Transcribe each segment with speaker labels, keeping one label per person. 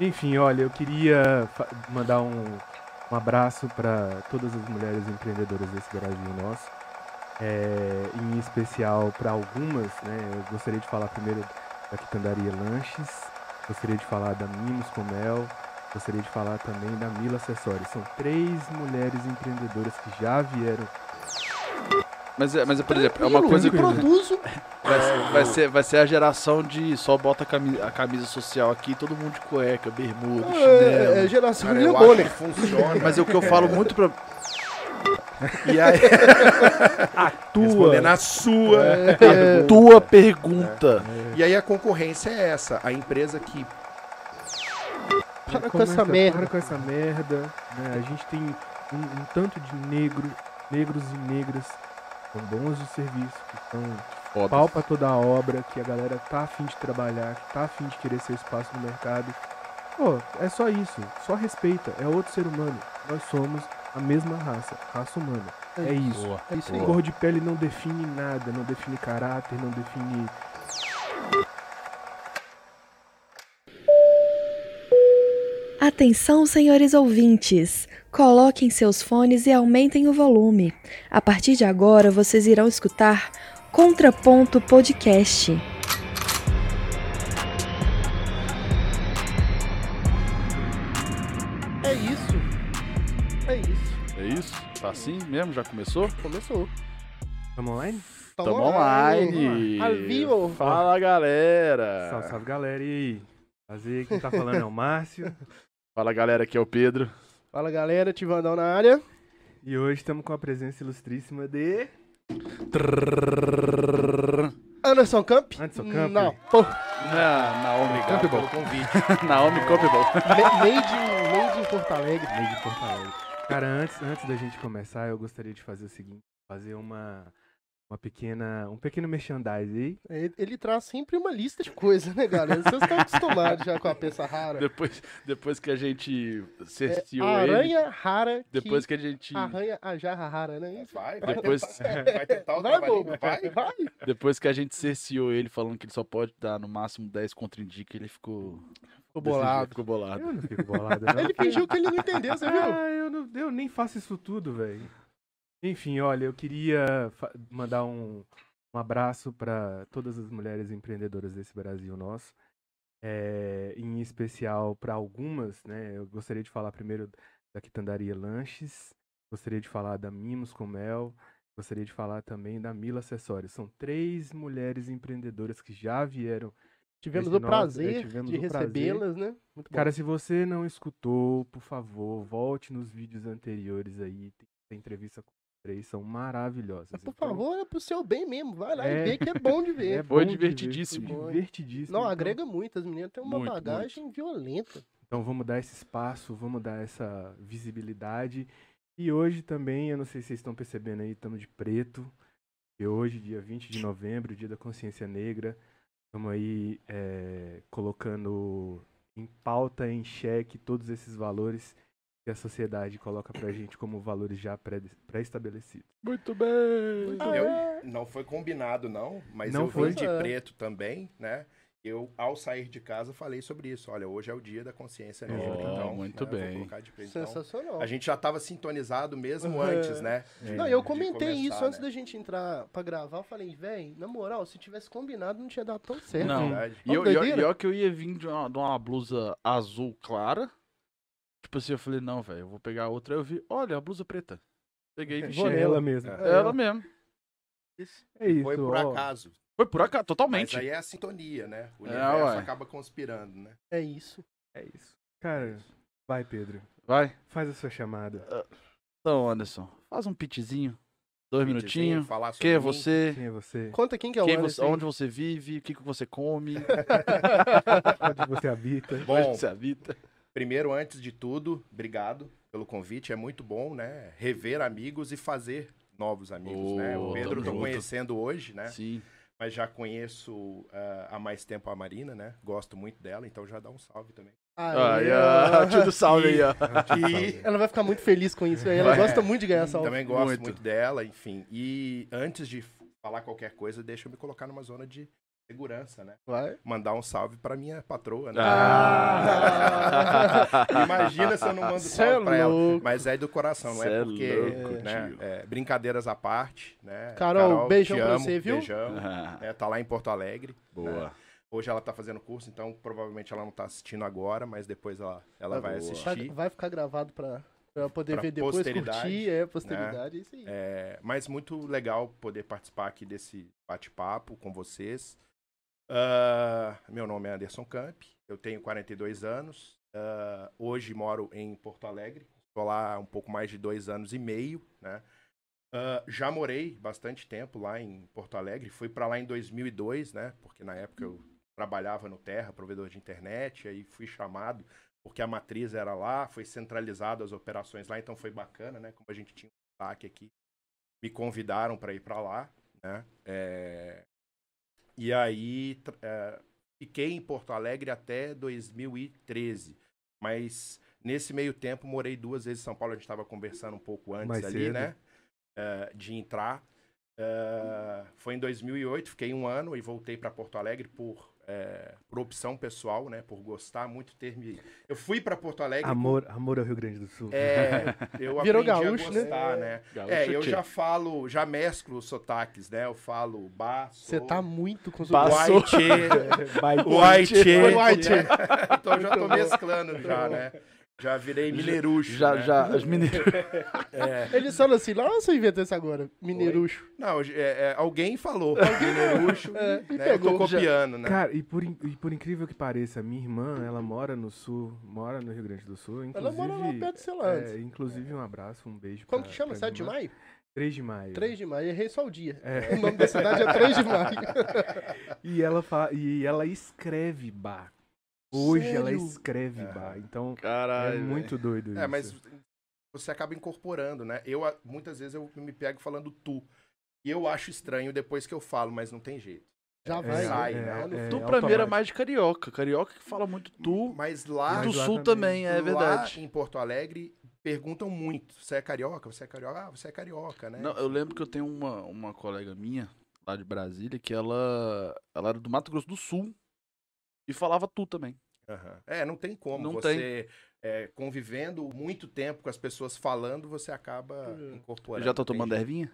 Speaker 1: Enfim, olha, eu queria mandar um, um abraço para todas as mulheres empreendedoras desse Brasil nosso, é, em especial para algumas, né? Eu gostaria de falar primeiro da Quitandaria Lanches, gostaria de falar da Mimos com Mel, gostaria de falar também da Mila Acessórios. São três mulheres empreendedoras que já vieram
Speaker 2: Mas, é- mas é, por exemplo, é uma coisa que
Speaker 3: produzo.
Speaker 2: vai ser, vai, ser, vai ser a geração de só bota a camisa, a camisa social aqui, todo mundo de cueca, bermuda, chinelo.
Speaker 3: É, é geração
Speaker 4: Cara,
Speaker 3: de
Speaker 4: eu acho
Speaker 3: bolha.
Speaker 4: que funciona.
Speaker 2: Mas é o que eu falo muito pra. E aí,
Speaker 1: tua
Speaker 4: Respondendo a sua.
Speaker 3: É.
Speaker 2: a tua pergunta.
Speaker 4: E aí a concorrência é essa. A empresa que
Speaker 3: Para com
Speaker 1: Começa-
Speaker 3: essa merda.
Speaker 1: Para com essa merda. né? A gente tem um, um tanto de negro, negros e negras que são bons de serviço, que estão
Speaker 3: É.
Speaker 1: pau pra toda a obra, que a galera tá afim de trabalhar, que tá afim de querer seu espaço no mercado. Pô, é só isso. Só respeita. É outro ser humano. Nós somos a mesma raça, raça humana. É isso.
Speaker 5: Boa.
Speaker 3: É isso aí.
Speaker 1: Cor de pele não define nada, não define caráter, não define.
Speaker 6: Atenção, senhores ouvintes! Coloquem seus fones e aumentem o volume. A partir de agora, vocês irão escutar Contraponto Podcast.
Speaker 3: É isso. É isso.
Speaker 2: É isso? Tá assim mesmo? Já começou?
Speaker 3: Começou.
Speaker 1: Vamos online?
Speaker 3: Tá
Speaker 2: Tamo online.
Speaker 3: Ao vivo. Tá,
Speaker 2: Fala
Speaker 1: Salve,
Speaker 2: galera!
Speaker 1: salve galera. E aí? Fazer quem tá falando é o Márcio.
Speaker 2: Fala galera, aqui é o Pedro.
Speaker 3: Fala galera, Tivandão na área.
Speaker 1: E hoje estamos com a presença ilustríssima de.
Speaker 3: Anderson Camp?
Speaker 1: Anderson Camp?
Speaker 3: Não. Pô,
Speaker 2: Na, Ah, Naomi Gato.
Speaker 4: pelo convite.
Speaker 2: Naomi Campbell.
Speaker 3: me- made, in- made em Porto Alegre.
Speaker 1: Meio de Porto Alegre. Cara, antes, antes da gente começar, eu gostaria de fazer o seguinte: fazer uma, uma pequena. um pequeno merchandise aí.
Speaker 3: Ele, ele traz sempre uma lista de coisas, né, galera? Vocês estão acostumados já com a peça rara.
Speaker 2: Depois, depois que a gente cerceou
Speaker 3: É, A
Speaker 2: ele.
Speaker 3: aranha rara
Speaker 2: Depois
Speaker 3: que
Speaker 2: que a gente.
Speaker 3: arranha a jarra rara, né?
Speaker 4: Vai, vai
Speaker 2: Depois,
Speaker 4: tentar, vai tentar o
Speaker 3: Vai, é bobo.
Speaker 4: trabalhinho. Vai,
Speaker 3: Vai.
Speaker 2: né? depois que a gente cerceou ele falando que ele só pode dar no máximo 10 contra-indica, ele ficou.
Speaker 3: Ficou
Speaker 2: desse jeito,
Speaker 3: bolado.
Speaker 2: Ficou bolado.
Speaker 1: Eu não fico bolado, não.
Speaker 3: Ele fingiu que ele não entendeu, você viu?
Speaker 1: Ah, eu, não- eu nem faço isso tudo, velho. Enfim, olha, eu queria fa- mandar um, um abraço para todas as mulheres empreendedoras desse Brasil nosso. É, em especial para algumas, né? Eu gostaria de falar primeiro da Quitandaria Lanches, gostaria de falar da Mimos com Mel, gostaria de falar também da Mila Acessórios. São três mulheres empreendedoras que já vieram.
Speaker 3: Tivemos
Speaker 1: Desde
Speaker 3: o
Speaker 1: nós, é,
Speaker 3: prazer
Speaker 1: tivemos
Speaker 3: de
Speaker 1: o prazer.
Speaker 3: recebê-las, né? Muito bom.
Speaker 1: Cara, se você não escutou, por favor, volte nos vídeos anteriores aí. Tem essa entrevista com os três, são maravilhosas.
Speaker 3: Por
Speaker 1: Então,
Speaker 3: favor, é pro seu bem mesmo. Vai lá
Speaker 1: É.
Speaker 3: e vê que é bom de ver.
Speaker 1: é
Speaker 2: Foi
Speaker 1: bom de ver,
Speaker 2: divertidíssimo.
Speaker 1: foi
Speaker 3: Foi.
Speaker 1: divertidíssimo.
Speaker 3: Não,
Speaker 1: então,
Speaker 3: agrega muito. As meninas têm uma
Speaker 2: Muito,
Speaker 3: bagagem violenta.
Speaker 1: Então vamos dar esse espaço, vamos dar essa visibilidade. E hoje também, eu não sei se vocês estão percebendo aí, estamos de preto. E hoje, dia 20 de novembro, dia da consciência negra, estamos aí é, colocando em pauta, em xeque, todos esses valores que a sociedade coloca pra gente como valores já pré- pré-estabelecidos.
Speaker 2: Muito bem!
Speaker 3: Então,
Speaker 4: Eu- não foi combinado, não, mas
Speaker 1: Não
Speaker 4: eu
Speaker 1: foi?
Speaker 4: vim de
Speaker 3: É.
Speaker 4: preto também, né? Eu, ao sair de casa, falei sobre isso. Olha, hoje é o dia da consciência negra.
Speaker 1: Oh,
Speaker 4: então,
Speaker 2: muito
Speaker 4: né, eu vou
Speaker 2: bem.
Speaker 4: colocar de preto, então.
Speaker 3: Sensacional.
Speaker 4: a gente já tava sintonizado mesmo
Speaker 3: É.
Speaker 4: antes, né?
Speaker 3: Não, eu
Speaker 4: de
Speaker 3: comentei
Speaker 4: começar,
Speaker 3: isso antes
Speaker 4: né?
Speaker 3: da gente entrar pra gravar. Eu falei, véi, na moral, se tivesse combinado, não tinha dado tão certo.
Speaker 2: Não.
Speaker 4: Verdade.
Speaker 2: E eu,
Speaker 3: Vamos
Speaker 2: e eu,
Speaker 3: doideira?
Speaker 2: e eu que eu ia vir de uma, de uma blusa azul clara. Tipo assim, eu falei, não, velho, eu vou pegar outra. Aí Eu vi, olha, a blusa preta. Peguei e vesti.
Speaker 3: Vou nela.
Speaker 1: Ela mesmo.
Speaker 4: É.
Speaker 2: Ela mesmo.
Speaker 1: É isso.
Speaker 4: Foi por
Speaker 1: ó.
Speaker 4: acaso.
Speaker 2: Foi por acaso,
Speaker 4: Mas
Speaker 2: totalmente.
Speaker 4: aí é a sintonia, né? O
Speaker 2: É,
Speaker 4: universo
Speaker 2: ué.
Speaker 4: acaba conspirando, né?
Speaker 3: É isso.
Speaker 1: É isso. Cara, vai, Pedro.
Speaker 2: Vai.
Speaker 1: Faz a sua chamada.
Speaker 2: Então, Anderson, faz um pitzinho. Dois
Speaker 4: Me
Speaker 2: minutinhos.
Speaker 4: dizer, falar sobre
Speaker 2: Quem é
Speaker 4: mim.
Speaker 2: você?
Speaker 1: Quem é você?
Speaker 3: Conta quem que é o
Speaker 2: Quem
Speaker 3: Anderson.
Speaker 2: você onde você vive? O que, que você come?
Speaker 1: Onde você habita?
Speaker 2: onde
Speaker 4: Bom,
Speaker 2: você habita?
Speaker 4: Primeiro, antes de tudo, obrigado pelo convite. É muito bom, né? Rever amigos e fazer novos amigos,
Speaker 2: Ô,
Speaker 4: né? O Pedro
Speaker 2: Oh, tamo
Speaker 4: eu tô
Speaker 2: junto.
Speaker 4: conhecendo hoje, né?
Speaker 2: Sim.
Speaker 4: Mas já conheço ah, há mais tempo a Marina, né? Gosto muito dela, então já dá um salve também.
Speaker 2: Aí, ó. Tio do salve aí, ó.
Speaker 4: E
Speaker 3: Ela vai ficar muito feliz com isso. véi. Ela
Speaker 2: Vai.
Speaker 3: gosta muito de ganhar salva.
Speaker 4: também gosto
Speaker 2: Muito.
Speaker 4: muito. dela, enfim. E antes de falar qualquer coisa, deixa eu me colocar numa zona de segurança, né?
Speaker 3: Vai.
Speaker 4: Mandar um salve pra minha patroa, né?
Speaker 2: Ah.
Speaker 4: Imagina se eu não mando
Speaker 3: Cê é
Speaker 4: salve pra ela.
Speaker 3: louco.
Speaker 4: Mas é do coração, não
Speaker 2: Cê
Speaker 4: é
Speaker 2: é
Speaker 4: porque.
Speaker 2: louco,
Speaker 4: né,
Speaker 2: tio.
Speaker 4: é, brincadeiras à parte, né?
Speaker 3: Carol, beijão
Speaker 4: te
Speaker 3: pra
Speaker 4: amo,
Speaker 3: você, viu?
Speaker 4: Beijão.
Speaker 2: Ah,
Speaker 4: né, tá lá em Porto Alegre. né?
Speaker 2: Boa.
Speaker 4: Hoje ela tá fazendo curso, então provavelmente ela não tá assistindo agora, mas depois ela,
Speaker 3: Tá
Speaker 4: ela vai
Speaker 2: boa.
Speaker 4: assistir.
Speaker 3: Vai, vai ficar gravado pra, pra poder
Speaker 4: Pra
Speaker 3: ver depois,
Speaker 4: posteridade,
Speaker 3: curtir, é, posteridade, é isso aí.
Speaker 4: É, mas muito legal poder participar aqui desse bate-papo com vocês. Ah, meu nome é Anderson Camp, eu tenho 42 anos. ah, hoje moro em Porto Alegre, estou lá há um pouco mais de dois anos e meio, né? Ah, já morei bastante tempo lá em Porto Alegre, fui para lá em 2002, né? Porque na época eu trabalhava no Terra, provedor de internet, aí fui chamado porque a matriz era lá, foi centralizado as operações lá, então foi bacana, né? Como a gente tinha um destaque aqui me convidaram para ir para lá, né? É, E aí tr- é, fiquei em Porto Alegre até 2013, mas nesse meio tempo morei duas vezes em São Paulo. A gente estava conversando um pouco antes
Speaker 1: Mais
Speaker 4: ali,
Speaker 1: cedo.
Speaker 4: né? É, de entrar. É, foi em 2008, fiquei um ano e voltei para Porto Alegre por é, por opção pessoal, né? Por gostar muito ter me. Eu fui para Porto
Speaker 3: É
Speaker 4: Alegre.
Speaker 1: Amor, amor ao Rio Grande do Sul. né?
Speaker 4: É, eu
Speaker 3: Virou
Speaker 4: aprendi
Speaker 3: gaúcho,
Speaker 4: a
Speaker 3: né?
Speaker 4: gostar, né?
Speaker 2: Gaúcho
Speaker 4: É, eu
Speaker 2: tio.
Speaker 4: já falo, já mesclo os sotaques, né? Eu falo baço.
Speaker 3: Você tá muito com os
Speaker 2: Passa-
Speaker 4: Guaitê.
Speaker 3: Foi
Speaker 4: Guaitê.
Speaker 3: White.
Speaker 4: Então eu já tô
Speaker 3: Muito bom.
Speaker 4: mesclando já, né? Já virei mineirucho,
Speaker 2: Já,
Speaker 4: né?
Speaker 2: já, as mineiras.
Speaker 4: É.
Speaker 3: Eles falam assim, nossa, eu inventei isso agora, mineirucho.
Speaker 4: Não, é- é, alguém falou mineiruxo,
Speaker 3: É, me
Speaker 4: né? Eu tô
Speaker 3: pegou.
Speaker 4: copiando, né?
Speaker 1: Cara, e por, in- e por incrível que pareça, minha irmã, ela mora no sul, mora no Rio Grande do Sul, inclusive...
Speaker 3: Ela mora lá perto do seu lado.
Speaker 1: é, inclusive um abraço, um beijo
Speaker 3: Como
Speaker 1: pra-
Speaker 4: tá,
Speaker 3: que chama?
Speaker 1: pra
Speaker 3: Cidade de
Speaker 1: minha irmã.
Speaker 3: Maio?
Speaker 1: 3 de maio.
Speaker 3: 3 de Maio, errei só o dia.
Speaker 1: É.
Speaker 3: O nome da cidade é 3 de Maio.
Speaker 1: E ela, fa... e ela escreve bar. Hoje ela
Speaker 3: Sério? É.
Speaker 1: escreve
Speaker 4: Aham.
Speaker 1: bar. Então
Speaker 2: Caralho.
Speaker 1: é muito doido isso.
Speaker 4: É, mas você acaba incorporando, né? Eu, a- muitas vezes, eu me pego falando tu. E eu acho estranho depois que eu falo, mas não tem jeito.
Speaker 3: Já
Speaker 1: É,
Speaker 3: vai.
Speaker 4: sai,
Speaker 1: é,
Speaker 4: né?
Speaker 1: é,
Speaker 2: Tu,
Speaker 1: é
Speaker 2: pra mim, era
Speaker 1: automático.
Speaker 2: mais de carioca. Carioca que fala muito tu.
Speaker 4: Mas lá...
Speaker 1: Mas
Speaker 2: do
Speaker 1: lá
Speaker 2: sul
Speaker 1: também.
Speaker 2: também, é verdade.
Speaker 4: Lá em Porto Alegre, perguntam muito. Você é carioca? Você é carioca? Ah, você é carioca, né?
Speaker 2: Não, eu lembro que eu tenho uma, uma colega minha, lá de Brasília, que ela, ela era do Mato Grosso do Sul e falava tu também.
Speaker 4: Aham. É, não tem como.
Speaker 2: Não
Speaker 4: você é, convivendo muito tempo com as pessoas falando, você acaba
Speaker 3: Hum.
Speaker 4: incorporando.
Speaker 2: Já tá
Speaker 4: não tem
Speaker 2: tomando
Speaker 4: jeito.
Speaker 2: ervinha?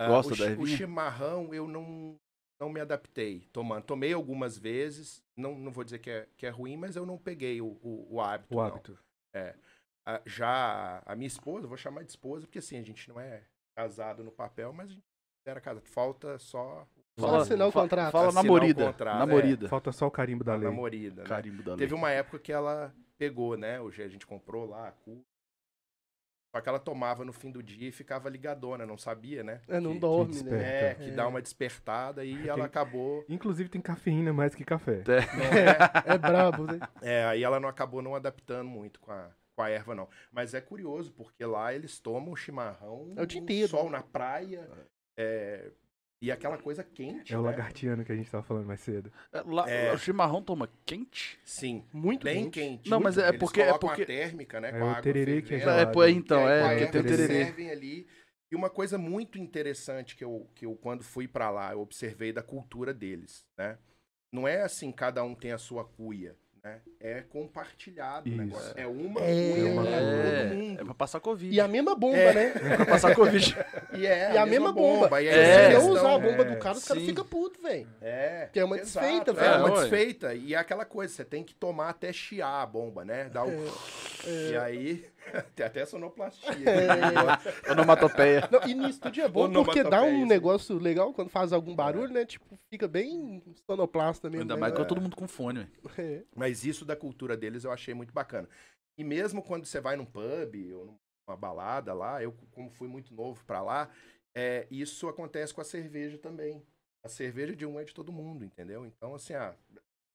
Speaker 4: Ah,
Speaker 2: Gosta
Speaker 4: o,
Speaker 2: da
Speaker 4: chi- O
Speaker 2: ervinha?
Speaker 4: chimarrão eu não, não me adaptei tomando. Tomei algumas vezes, não, não vou dizer que é, que é ruim, mas eu não peguei o, o, o hábito.
Speaker 1: O
Speaker 4: não.
Speaker 1: hábito.
Speaker 4: Ah, já a minha esposa, eu vou chamar de esposa, porque assim, a gente não é casado no papel, mas a gente era casado. Falta só
Speaker 3: Só assinar o
Speaker 2: fa-
Speaker 3: contrato.
Speaker 2: Fala
Speaker 4: Assinar o
Speaker 2: namorida.
Speaker 4: contrato,
Speaker 2: namorida.
Speaker 1: Falta só o carimbo da
Speaker 4: a
Speaker 1: lei.
Speaker 4: namorada, né?
Speaker 2: Carimbo da lei.
Speaker 4: Teve uma época que ela pegou, né? Hoje a gente comprou lá a cu. Só que ela tomava no fim do dia e ficava ligadona, não sabia, né?
Speaker 3: É, não
Speaker 4: que,
Speaker 3: dorme,
Speaker 1: desperta.
Speaker 3: né?
Speaker 4: É, que
Speaker 3: É.
Speaker 4: dá uma despertada e ela acabou.
Speaker 1: Inclusive tem cafeína mais que café.
Speaker 3: É brabo, né?
Speaker 4: É, aí ela não acabou não adaptando muito com a, com a erva, não. Mas é curioso, porque lá eles tomam o chimarrão
Speaker 3: É o dia
Speaker 4: no
Speaker 3: inteiro.
Speaker 4: sol na praia. é, e aquela coisa quente.
Speaker 1: É o
Speaker 4: né?
Speaker 1: lagartiano que a gente tava falando mais cedo.
Speaker 2: É, lá-
Speaker 4: É.
Speaker 2: O chimarrão toma quente?
Speaker 4: Sim.
Speaker 3: Muito
Speaker 4: Bem
Speaker 3: quente.
Speaker 4: quente.
Speaker 2: Não, mas é
Speaker 4: Eles
Speaker 2: porque- é
Speaker 4: colocam
Speaker 2: porque-
Speaker 4: a térmica, né?
Speaker 1: É
Speaker 4: com
Speaker 1: o
Speaker 4: a água
Speaker 1: tererê que é
Speaker 4: fervendo.
Speaker 1: gelado.
Speaker 2: É, pô, então,
Speaker 4: E aí,
Speaker 2: é,
Speaker 4: com a
Speaker 2: que tem o
Speaker 4: erva, eles
Speaker 2: tererê.
Speaker 4: servem ali. E uma coisa muito interessante que eu, que eu quando fui pra lá, eu observei da cultura deles, né? Não é assim, cada um tem a sua cuia, né? É compartilhado o
Speaker 1: Isso.
Speaker 4: negócio. É uma
Speaker 3: É.
Speaker 4: cuia
Speaker 1: É uma
Speaker 4: pra
Speaker 1: cuia.
Speaker 4: todo
Speaker 2: É, é
Speaker 4: mundo.
Speaker 2: pra passar Covid.
Speaker 3: E a mesma bomba,
Speaker 4: É.
Speaker 3: né?
Speaker 2: É pra passar Covid.
Speaker 4: E é
Speaker 3: E a mesma bomba.
Speaker 4: E aí,
Speaker 2: É.
Speaker 3: Se
Speaker 4: eles
Speaker 3: eu usar a
Speaker 4: estão-
Speaker 3: bomba
Speaker 1: é,
Speaker 3: do cara, os caras
Speaker 2: sim.
Speaker 3: ficam putos, velho.
Speaker 4: É.
Speaker 3: Que é uma
Speaker 4: Exato,
Speaker 3: desfeita,
Speaker 4: é,
Speaker 3: velho.
Speaker 4: É uma
Speaker 2: Ué.
Speaker 4: desfeita. E é aquela coisa, você tem que tomar até chiar a bomba, né? Dá o...
Speaker 3: É,
Speaker 4: E aí, tem até sonoplastia. né?
Speaker 2: Onomatopeia.
Speaker 3: Não, e nisso tudo é bom, porque
Speaker 4: Onomatopeia,
Speaker 3: dá um
Speaker 4: isso.
Speaker 3: negócio legal quando faz algum barulho, né? Tipo, fica bem sonoplasta mesmo.
Speaker 2: Ainda
Speaker 3: né?
Speaker 2: mais que é todo mundo com fone, velho.
Speaker 3: É.
Speaker 4: Mas isso da cultura deles eu achei muito bacana. E mesmo quando você vai num pub ou numa balada lá, eu, como fui muito novo pra lá, é, isso acontece com a cerveja também. A cerveja de um é de todo mundo, entendeu? Então, assim, ah,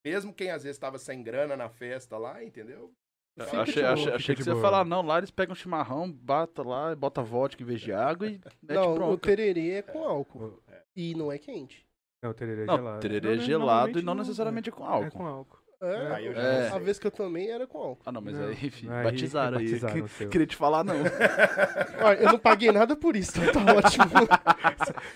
Speaker 4: mesmo quem às vezes tava sem grana na festa lá, entendeu?
Speaker 2: Achei,
Speaker 4: Fica de
Speaker 2: achei,
Speaker 4: boa,
Speaker 1: fica
Speaker 2: achei que
Speaker 1: de
Speaker 2: você ia
Speaker 1: boa.
Speaker 2: falar, não, lá eles pegam chimarrão, bata lá, bota vodka em vez de água e mete
Speaker 3: Não, o
Speaker 2: bronca.
Speaker 3: tererê é com álcool. E não é quente.
Speaker 1: É o tererê
Speaker 2: Não,
Speaker 1: gelado.
Speaker 2: tererê é
Speaker 1: né,
Speaker 2: gelado e
Speaker 1: normalmente né?
Speaker 2: não necessariamente é com álcool.
Speaker 1: É com álcool.
Speaker 3: É,
Speaker 4: Aí eu já
Speaker 2: É.
Speaker 3: A
Speaker 4: não sei.
Speaker 3: vez que eu tomei era com álcool.
Speaker 2: Ah, não, mas
Speaker 1: Não,
Speaker 2: aí, enfim,
Speaker 1: aí
Speaker 2: batizaram aí.
Speaker 1: batizaram o
Speaker 2: Que-
Speaker 1: seu.
Speaker 2: Queria te falar, não.
Speaker 3: Olha, eu não paguei nada por isso, então tá ótimo.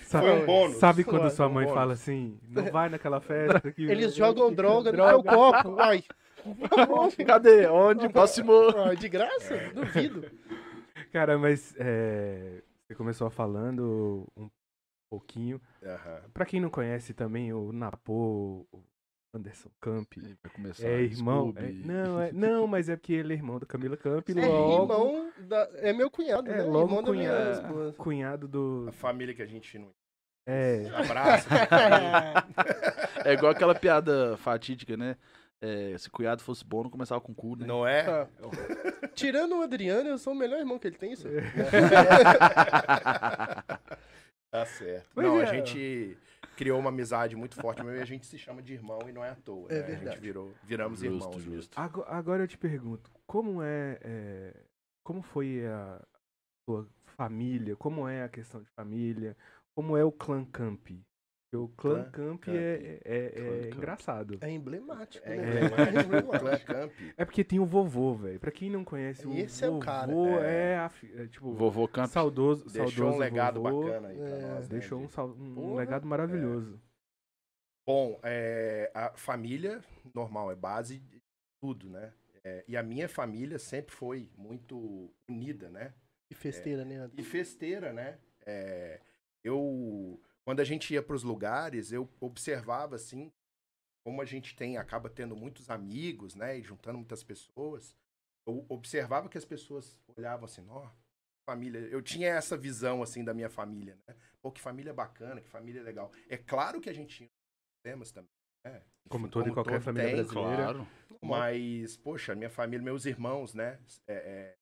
Speaker 1: Sabe,
Speaker 4: Foi um bônus.
Speaker 1: sabe quando
Speaker 4: Foi
Speaker 1: sua
Speaker 4: um
Speaker 1: mãe
Speaker 4: bônus.
Speaker 1: fala assim, não vai naquela festa que...
Speaker 3: Eles jogam droga né? no
Speaker 1: Droga.
Speaker 3: meu copo. Ai.
Speaker 2: Cadê? Onde? Próximo.
Speaker 3: Ah, de graça? Duvido.
Speaker 1: Cara, mas é, você começou falando um pouquinho.
Speaker 4: Aham.
Speaker 1: Pra quem não conhece também, o Napô, o Anderson Camp,
Speaker 2: Ih, Vai começar.
Speaker 1: é irmão...
Speaker 2: Scooby.
Speaker 1: é- não, é- não, mas é porque ele é irmão da Camila Camp,
Speaker 3: É
Speaker 1: logo
Speaker 3: irmão da... É meu cunhado,
Speaker 1: É,
Speaker 3: né?
Speaker 1: logo
Speaker 3: irmão da
Speaker 1: cunhado.
Speaker 3: minha esposa.
Speaker 1: cunhado do...
Speaker 4: A família que a gente não
Speaker 2: Ah,
Speaker 1: É,
Speaker 4: abraça.
Speaker 2: É igual aquela piada fatídica, né? É, se cunhado fosse bom, não começava com cu, né?
Speaker 4: não é?
Speaker 3: Ah. Tirando o Adriano, eu sou o melhor irmão que ele tem, isso. é
Speaker 4: Tá certo.
Speaker 1: Pois
Speaker 4: não,
Speaker 1: é.
Speaker 4: a gente criou uma amizade muito forte mesmo e a gente se chama de irmão e não é à toa.
Speaker 3: É
Speaker 4: né? A
Speaker 3: verdade.
Speaker 4: gente virou, viramos
Speaker 2: Justo,
Speaker 4: irmãos. mesmo. Ah,
Speaker 2: justo.
Speaker 1: Ago- Agora eu te pergunto, como é, é, como foi a sua família? Como é a questão de família? Como é o clã Camp? Porque o clã
Speaker 4: Clã
Speaker 1: Camp
Speaker 4: Camp.
Speaker 1: é, é- é
Speaker 2: Clã Camp.
Speaker 1: engraçado.
Speaker 3: É emblemático,
Speaker 4: É,
Speaker 3: né?
Speaker 4: é,
Speaker 3: É emblemático.
Speaker 4: Clã Camp.
Speaker 1: É porque tem o vovô, velho. Pra quem não conhece, o
Speaker 3: Esse é o
Speaker 1: vovô
Speaker 3: cara.
Speaker 1: é,
Speaker 4: É.
Speaker 1: a fi- é, tipo,
Speaker 2: O vovô canta.
Speaker 1: saudoso,
Speaker 4: Deixou
Speaker 1: saudoso
Speaker 4: um legado
Speaker 1: vovô,
Speaker 4: bacana aí pra
Speaker 3: É,
Speaker 4: nós. né,
Speaker 1: Deixou um,
Speaker 4: de-
Speaker 1: sal- um
Speaker 4: Porra.
Speaker 1: legado maravilhoso.
Speaker 4: Bom, é, a família, normal, é base de tudo, né? É, e a minha família sempre foi muito unida, né?
Speaker 3: Que festeira, né? Adriano?
Speaker 4: e festeira, né? É, eu quando a gente ia para os lugares, eu observava assim como a gente tem acaba tendo muitos amigos, né, e juntando muitas pessoas. Eu observava que as pessoas olhavam assim, ó, família. Eu tinha essa visão assim da minha família, né? Pô, que família bacana, que família legal. É claro que a gente tinha problemas também. né?
Speaker 1: Como
Speaker 4: Enfim,
Speaker 1: toda e qualquer família brasileira.
Speaker 2: Claro.
Speaker 4: mas, poxa, minha família, meus irmãos, né? É, é,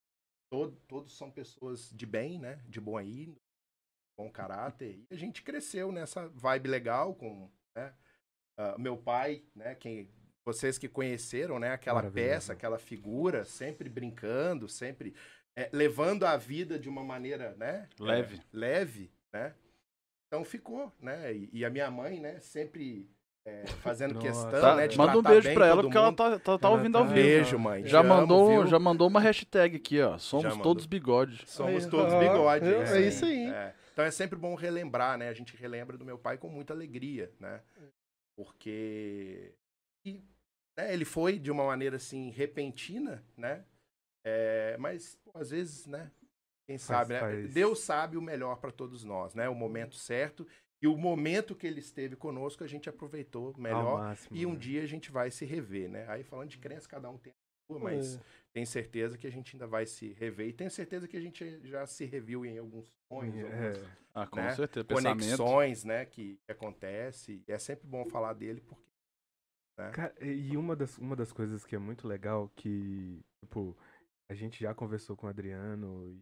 Speaker 4: todo- todos são pessoas de bem, né? De bom aí, bom caráter. E a gente cresceu nessa vibe legal com né? ah, meu pai, né? Quem, vocês que conheceram, né? Aquela
Speaker 1: Maravilhoso.
Speaker 4: peça, aquela figura, sempre brincando, sempre é, levando a vida de uma maneira, né?
Speaker 2: Leve.
Speaker 4: é, leve, né? Então ficou, né? E, e a minha mãe, né? Sempre é, fazendo
Speaker 1: Nossa.
Speaker 4: questão,
Speaker 1: Tá,
Speaker 4: né? De
Speaker 2: Manda um
Speaker 4: tratar
Speaker 2: beijo
Speaker 4: bem
Speaker 2: pra ela,
Speaker 4: todo
Speaker 2: porque ela
Speaker 4: mundo.
Speaker 2: tá, tá, tá
Speaker 1: Ela
Speaker 2: ouvindo
Speaker 1: tá-
Speaker 2: ao vivo.
Speaker 4: Então, Beijo, mãe.
Speaker 2: Já,
Speaker 4: Te
Speaker 2: mandou, um-
Speaker 4: amo, viu?
Speaker 2: já mandou uma hashtag aqui, ó. Somos
Speaker 4: mandou.
Speaker 2: todos bigode.
Speaker 4: Somos
Speaker 3: Aí,
Speaker 4: todos
Speaker 3: ó,
Speaker 4: bigode.
Speaker 3: viu?
Speaker 4: né?
Speaker 3: É isso aí.
Speaker 4: É. Então é sempre bom relembrar, né? A gente relembra do meu pai com muita alegria, né? Porque e, né, ele foi de uma maneira assim repentina, né? É, mas pô, às vezes, né? Quem
Speaker 1: Faz-
Speaker 4: sabe, né?
Speaker 1: faz-
Speaker 4: Deus sabe o melhor para todos nós, né? O momento certo e o momento que ele esteve conosco a gente aproveitou
Speaker 1: Ao
Speaker 4: melhor.
Speaker 1: máximo,
Speaker 4: E um
Speaker 1: né?
Speaker 4: dia a gente vai se rever, né? Aí falando de crença, cada um tem a sua, mas
Speaker 1: É.
Speaker 4: tenho certeza que a gente ainda vai se rever. E tenho certeza que a gente já se reviu em alguns sonhos,
Speaker 1: É.
Speaker 4: algumas
Speaker 2: Ah, com
Speaker 4: Né?
Speaker 2: certeza. Pensamento.
Speaker 4: conexões, né? Que, que acontece. E é sempre bom falar dele, porque.
Speaker 1: Cara, e e uma das, uma das coisas que é muito legal que, tipo, a gente já conversou com o Adriano e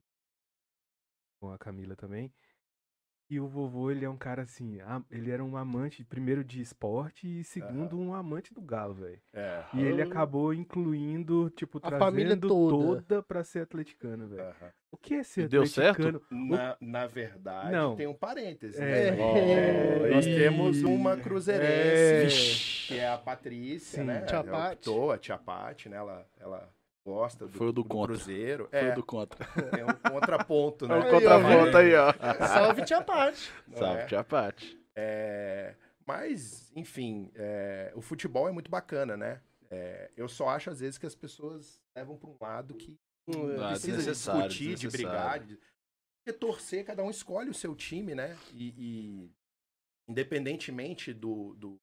Speaker 1: com a Camila também. E o vovô, ele é um cara assim, a- ele era um amante, primeiro, de esporte e segundo, um amante do galo, velho.
Speaker 4: É.
Speaker 1: E ele
Speaker 3: Ah.
Speaker 1: acabou incluindo, tipo,
Speaker 3: A família
Speaker 1: trazendo
Speaker 3: toda.
Speaker 1: toda pra ser atleticano, velho.
Speaker 4: aham.
Speaker 1: O que é ser
Speaker 2: E deu certo?
Speaker 1: atleticano?
Speaker 4: Na, na verdade,
Speaker 1: Não.
Speaker 4: tem um parêntese.
Speaker 1: É.
Speaker 4: né?
Speaker 3: É.
Speaker 4: Nós
Speaker 1: Ih.
Speaker 4: temos uma cruzeirense, que é a Patrícia,
Speaker 1: Sim.
Speaker 4: né?
Speaker 3: Tia
Speaker 4: Ela
Speaker 3: Pati.
Speaker 4: optou, a Tia Pati, né? Ela, ela gosta do,
Speaker 2: Foi o do contra.
Speaker 4: Cruzeiro.
Speaker 2: Foi
Speaker 4: é,
Speaker 2: o do contra.
Speaker 4: tem um contraponto, né?
Speaker 2: Olha
Speaker 3: Aí,
Speaker 2: o
Speaker 3: contraponto
Speaker 2: contraponto aí, ó.
Speaker 3: Salve tia Paty.
Speaker 4: Não é?
Speaker 2: Salve, tia Pati.
Speaker 4: É, mas, enfim, é, o futebol é muito bacana, né? É, eu só acho, às vezes, que as pessoas levam para um lado que
Speaker 3: É.
Speaker 2: Ah,
Speaker 4: precisa
Speaker 2: desnecessário,
Speaker 4: discutir, de brigar.
Speaker 2: desnecessário.
Speaker 4: de- Porque torcer, cada um escolhe o seu time, né? E, e independentemente do, do-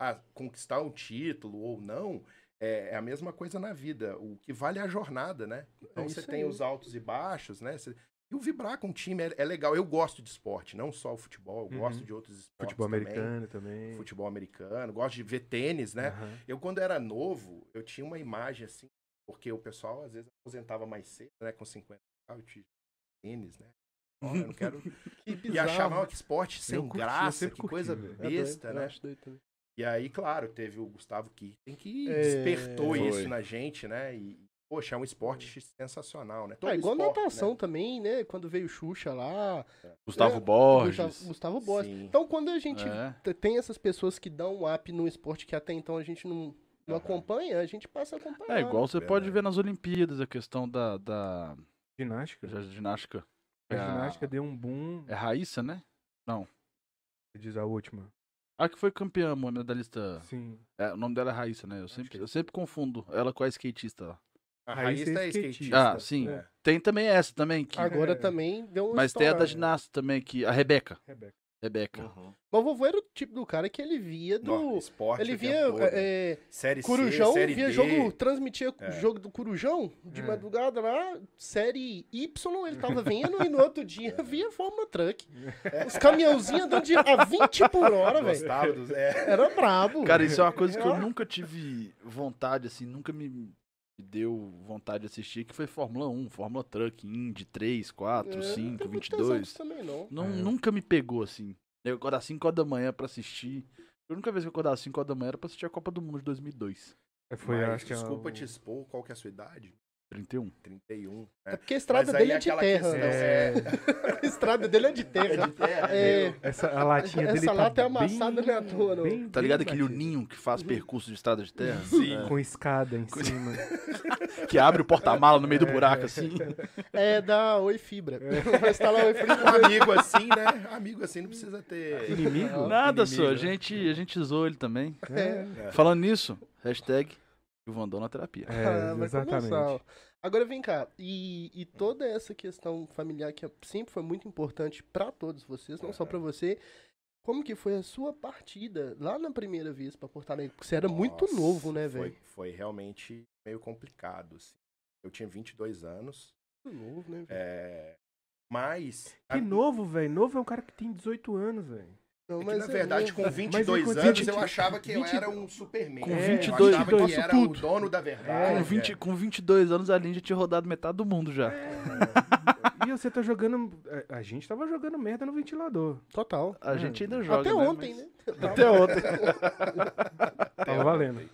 Speaker 4: ah, conquistar um título ou não, é, é a mesma coisa na vida. O que vale é a jornada, né? Então
Speaker 3: É
Speaker 4: você
Speaker 3: isso
Speaker 4: tem
Speaker 3: aí.
Speaker 4: os altos e baixos, né? Você- E o vibrar com o time é, é legal. Eu gosto de esporte, não só o futebol, eu
Speaker 1: Uhum.
Speaker 4: gosto de outros esportes
Speaker 1: Futebol
Speaker 4: também
Speaker 1: americano também.
Speaker 4: futebol americano, gosto de ver tênis, né?
Speaker 1: Aham.
Speaker 4: Eu, quando era novo, eu tinha uma imagem assim, porque o pessoal às vezes aposentava mais cedo, né? Com 50 anos, eu tinha tênis, né? Ó, eu não quero.
Speaker 3: Que
Speaker 4: e achava ó, que esporte sem
Speaker 1: Eu curti, eu
Speaker 4: graça,
Speaker 1: sempre
Speaker 4: que
Speaker 1: curti,
Speaker 4: coisa
Speaker 3: É
Speaker 1: velho.
Speaker 4: besta, né? E aí, claro, teve o Gustavo Kirten que
Speaker 3: É,
Speaker 4: despertou
Speaker 2: foi.
Speaker 4: isso na gente, né? E, poxa, é um esporte sensacional, né? Todo
Speaker 3: Ah, igual
Speaker 4: esporte,
Speaker 3: natação
Speaker 4: né?
Speaker 3: também, né? Quando veio o Xuxa lá,
Speaker 2: Gustavo
Speaker 3: É,
Speaker 2: Borges.
Speaker 3: Gustavo, Gustavo Borges.
Speaker 4: Sim.
Speaker 3: Então, quando a gente
Speaker 2: É.
Speaker 3: t- tem essas pessoas que dão um up num esporte que até então a gente não, não acompanha, a gente passa a acompanhar.
Speaker 2: É igual você
Speaker 4: Verdade.
Speaker 2: pode ver nas Olimpíadas a questão da, da,
Speaker 1: Ginástica.
Speaker 2: da ginástica.
Speaker 1: A
Speaker 2: É
Speaker 1: ginástica deu um boom,
Speaker 2: É Raíssa, né? É.
Speaker 1: diz a última.
Speaker 2: A que foi campeã, uma medalhista.
Speaker 1: Sim.
Speaker 2: É, o nome dela é Raíssa, né? Eu sempre, eu sempre confundo ela com a skatista lá.
Speaker 4: A
Speaker 3: Então,
Speaker 1: Raíssa
Speaker 4: Raíssa
Speaker 1: é
Speaker 4: é skatista.
Speaker 1: skatista.
Speaker 2: Ah, sim.
Speaker 4: É.
Speaker 2: Tem também essa também. Que...
Speaker 3: Agora
Speaker 1: É.
Speaker 3: também deu um
Speaker 2: Mas tem a da
Speaker 3: estourado.
Speaker 2: ginasta também, que. A Rebeca.
Speaker 1: Rebeca.
Speaker 2: Rebeca.
Speaker 4: Uhum.
Speaker 3: Mas o vovô era o tipo do cara que ele via do.
Speaker 4: Nossa, esporte
Speaker 3: ele
Speaker 4: o
Speaker 3: via
Speaker 4: tempo todo. né?
Speaker 3: é,
Speaker 4: série
Speaker 3: Corujão,
Speaker 4: C, série
Speaker 3: via
Speaker 4: D.
Speaker 3: jogo, transmitia
Speaker 4: É.
Speaker 3: jogo do Corujão de
Speaker 1: É.
Speaker 3: madrugada lá, série Y, ele tava vendo e no outro dia
Speaker 4: É.
Speaker 3: via Fórmula Truck. Os caminhãozinhos andando de, a 20 por hora, velho.
Speaker 4: Gostava dos... É.
Speaker 3: Era brabo.
Speaker 2: Cara, isso é uma coisa que eu nunca tive vontade, assim, nunca me me deu vontade de assistir, que foi Fórmula 1, Fórmula Truck, Indy 3, 4,
Speaker 3: É, não
Speaker 2: 5,
Speaker 3: tem muito tesão
Speaker 2: 22.
Speaker 3: disso também, não.
Speaker 2: Não,
Speaker 1: É.
Speaker 2: Nunca me pegou assim. Eu acordar 5 horas da manhã pra assistir. A única vez que eu acordava 5 horas da manhã era pra assistir a Copa do Mundo de 2002.
Speaker 1: É, Foi,
Speaker 4: Mas,
Speaker 1: acho que é,
Speaker 4: desculpa
Speaker 1: o-
Speaker 4: te expor, qual que é a sua idade?
Speaker 2: 31.
Speaker 4: 31.
Speaker 3: É
Speaker 4: né?
Speaker 3: porque a estrada
Speaker 4: Mas aí
Speaker 3: dele
Speaker 4: é
Speaker 3: é de
Speaker 4: aquela
Speaker 3: terra,
Speaker 4: questão,
Speaker 3: né?
Speaker 1: É,
Speaker 3: A estrada dele é de terra. É,
Speaker 1: essa a latinha
Speaker 3: Essa
Speaker 1: dele tá
Speaker 3: lata é amassada,
Speaker 1: bem,
Speaker 3: não é à toa, não.
Speaker 1: bem-
Speaker 2: Tá
Speaker 1: bem
Speaker 2: ligado aquele
Speaker 1: batida.
Speaker 2: uninho que faz percurso de estrada de terra?
Speaker 4: Sim.
Speaker 2: É.
Speaker 1: Com escada em
Speaker 2: Com-
Speaker 1: cima.
Speaker 2: Que abre o porta-mala no meio do buraco, assim.
Speaker 3: é da Oi Fibra.
Speaker 4: É.
Speaker 3: Vai instalar Oi Fibra.
Speaker 4: Um amigo assim, né? Amigo assim não precisa ter...
Speaker 1: Inimigo?
Speaker 2: Nada, só. A
Speaker 4: Inimigo, né?
Speaker 2: gente, a gente zoou ele também.
Speaker 3: É,
Speaker 4: É.
Speaker 2: Falando nisso, hashtag o Vandão na terapia.
Speaker 1: É,
Speaker 3: Ah, vai começar.
Speaker 1: exatamente.
Speaker 3: ó. Agora vem cá, e, e toda essa questão familiar que é, sempre foi muito importante pra todos vocês, não só pra você, como que foi a sua partida lá na primeira vez pra Porto Alegre? Porque você era muito
Speaker 4: Nossa,
Speaker 3: novo, né,
Speaker 4: foi-
Speaker 3: velho?
Speaker 4: Foi realmente meio complicado. assim. Eu tinha 22 anos,
Speaker 3: Muito novo, né, velho?
Speaker 4: é, mas. a-
Speaker 1: Que novo, velho. Novo é um cara que tem 18 anos, velho.
Speaker 3: Não,
Speaker 4: é que, na
Speaker 3: é
Speaker 4: verdade,
Speaker 3: novo.
Speaker 4: com 22
Speaker 1: enquanto-
Speaker 4: anos,
Speaker 1: 20,
Speaker 4: eu achava que eu
Speaker 1: 20,
Speaker 4: era um Superman.
Speaker 2: com
Speaker 4: É,
Speaker 2: 22,
Speaker 4: eu achava
Speaker 2: dois,
Speaker 4: que
Speaker 2: isso
Speaker 4: era o
Speaker 2: tudo. É,
Speaker 4: dono da verdade. é.
Speaker 2: com, 20, com 22 anos, a Aline já tinha rodado metade do mundo já.
Speaker 1: É.
Speaker 3: É.
Speaker 1: E você tá jogando. a- A gente tava jogando merda no ventilador.
Speaker 3: Total.
Speaker 2: A
Speaker 1: É.
Speaker 2: gente ainda joga.
Speaker 3: Até
Speaker 2: né,
Speaker 3: ontem,
Speaker 2: mas-
Speaker 3: né?
Speaker 2: Até ontem.
Speaker 1: Tava valendo.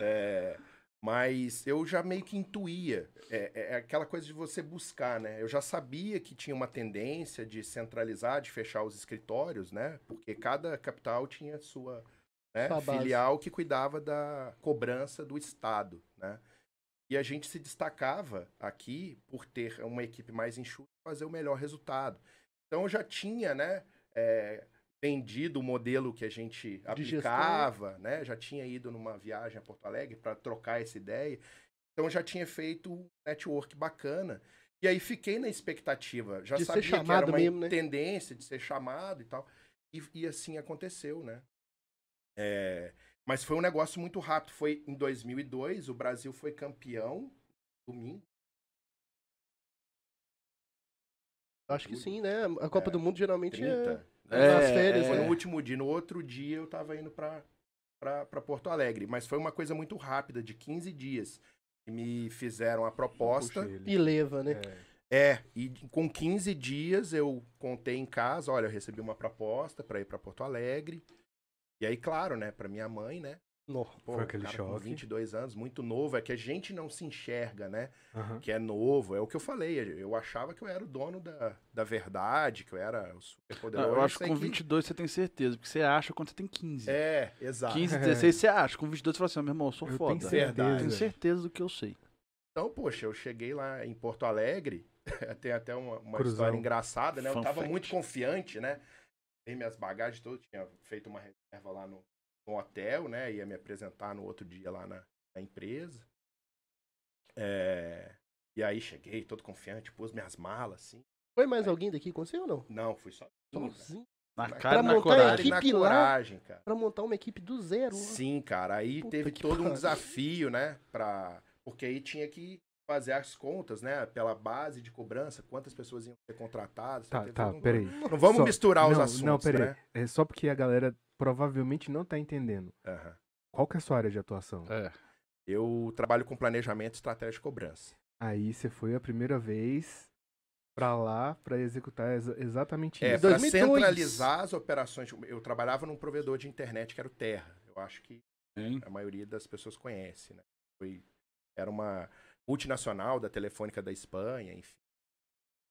Speaker 4: É, mas eu já meio que intuía. É, é- é aquela coisa de você buscar, né? Eu já sabia que tinha uma tendência de centralizar, de fechar os escritórios, né? Porque cada capital tinha sua, né,
Speaker 3: Sua base.
Speaker 4: filial que cuidava da cobrança do Estado, né? E a gente se destacava aqui por ter uma equipe mais enxuta e fazer o melhor resultado. Então eu já tinha, né? é, vendido o modelo que a gente
Speaker 3: gestão.
Speaker 4: aplicava, né? Já tinha ido numa viagem a Porto Alegre para trocar essa ideia. Então já tinha feito um network bacana. E aí fiquei na expectativa. Já
Speaker 3: De ser
Speaker 4: sabia que
Speaker 3: chamado
Speaker 4: era uma
Speaker 3: mesmo, né?
Speaker 4: tendência de ser chamado e tal. E, e assim aconteceu, né? É, mas foi um negócio muito rápido. Foi em 2002, o Brasil foi campeão, domingo.
Speaker 3: Acho que sim, né? A Copa do Mundo geralmente é
Speaker 4: 30.
Speaker 2: É,
Speaker 3: nas férias,
Speaker 2: é.
Speaker 4: Foi no
Speaker 3: né?
Speaker 4: último dia. No outro dia eu tava indo pra, pra, pra Porto Alegre. Mas foi uma coisa muito rápida, de 15 dias. que me fizeram a proposta.
Speaker 1: Puxa ele.
Speaker 3: E leva, né?
Speaker 1: É.
Speaker 4: É, e com 15 dias eu contei em casa, olha, eu recebi uma proposta pra ir pra Porto Alegre. E aí, claro, né, pra minha mãe, né?
Speaker 3: Nossa.
Speaker 4: Pô,
Speaker 1: Foi aquele
Speaker 4: cara Com
Speaker 1: choque.
Speaker 4: 22 anos, muito novo, é que a gente não se enxerga, né?
Speaker 1: Aham.
Speaker 4: Que é novo, é o que eu falei, eu achava que eu era o dono da, da verdade, que eu era o super
Speaker 2: Não,
Speaker 4: poderoso.
Speaker 2: eu acho que
Speaker 4: sei
Speaker 2: com 22 você tem certeza, porque você acha quando você tem 15.
Speaker 4: É, exato.
Speaker 2: 15, 16 você acha. Com 22 você fala assim, meu irmão, eu sou
Speaker 1: Eu
Speaker 2: foda.
Speaker 1: tenho
Speaker 4: Verdade.
Speaker 1: certeza.
Speaker 2: Tenho certeza do que eu sei.
Speaker 4: Então, poxa, eu cheguei lá em Porto Alegre, tem até uma, uma
Speaker 1: Cruzão.
Speaker 4: história engraçada, né?
Speaker 2: Fun
Speaker 4: eu tava
Speaker 2: fact.
Speaker 4: muito confiante, né? Dei minhas bagagens todas, tinha feito uma reserva lá no, no hotel, né? Ia me apresentar no outro dia lá na, na empresa. É, E aí cheguei todo confiante, pus minhas malas, assim.
Speaker 3: Foi mais alguém daqui com você ou não?
Speaker 4: Não, fui só.
Speaker 3: Sozinho.
Speaker 2: Na
Speaker 4: Pra
Speaker 2: cara e na
Speaker 3: montar
Speaker 4: Cara,
Speaker 2: coragem.
Speaker 4: e na
Speaker 3: equipe lá?
Speaker 4: coragem, cara.
Speaker 3: Pra montar uma equipe do zero. né?
Speaker 4: Sim, cara. Aí
Speaker 3: Puta
Speaker 4: teve
Speaker 3: que
Speaker 4: todo um
Speaker 3: pariu.
Speaker 4: desafio, né? Pra... Porque aí tinha que fazer as contas, né? Pela base de cobrança, quantas pessoas iam ser contratadas.
Speaker 1: Tá,
Speaker 4: teve
Speaker 1: tá,
Speaker 4: todo um-
Speaker 1: peraí.
Speaker 4: Não vamos
Speaker 1: Só-
Speaker 4: misturar os
Speaker 1: não,
Speaker 4: assuntos,
Speaker 1: Não, peraí.
Speaker 4: né?
Speaker 1: É só porque a galera provavelmente não tá entendendo.
Speaker 4: Aham.
Speaker 1: Qual que é a sua área de atuação?
Speaker 2: É.
Speaker 4: Eu trabalho com planejamento e estratégia de cobrança.
Speaker 1: Aí você foi a primeira vez pra lá pra executar exa- exatamente
Speaker 4: É,
Speaker 1: isso.
Speaker 4: para
Speaker 3: 2002.
Speaker 4: centralizar as operações. Eu trabalhava num provedor de internet que era o Terra. Eu acho que
Speaker 2: Hein?
Speaker 4: a maioria das pessoas conhece, né? Foi, era uma multinacional da Telefônica da Espanha, enfim.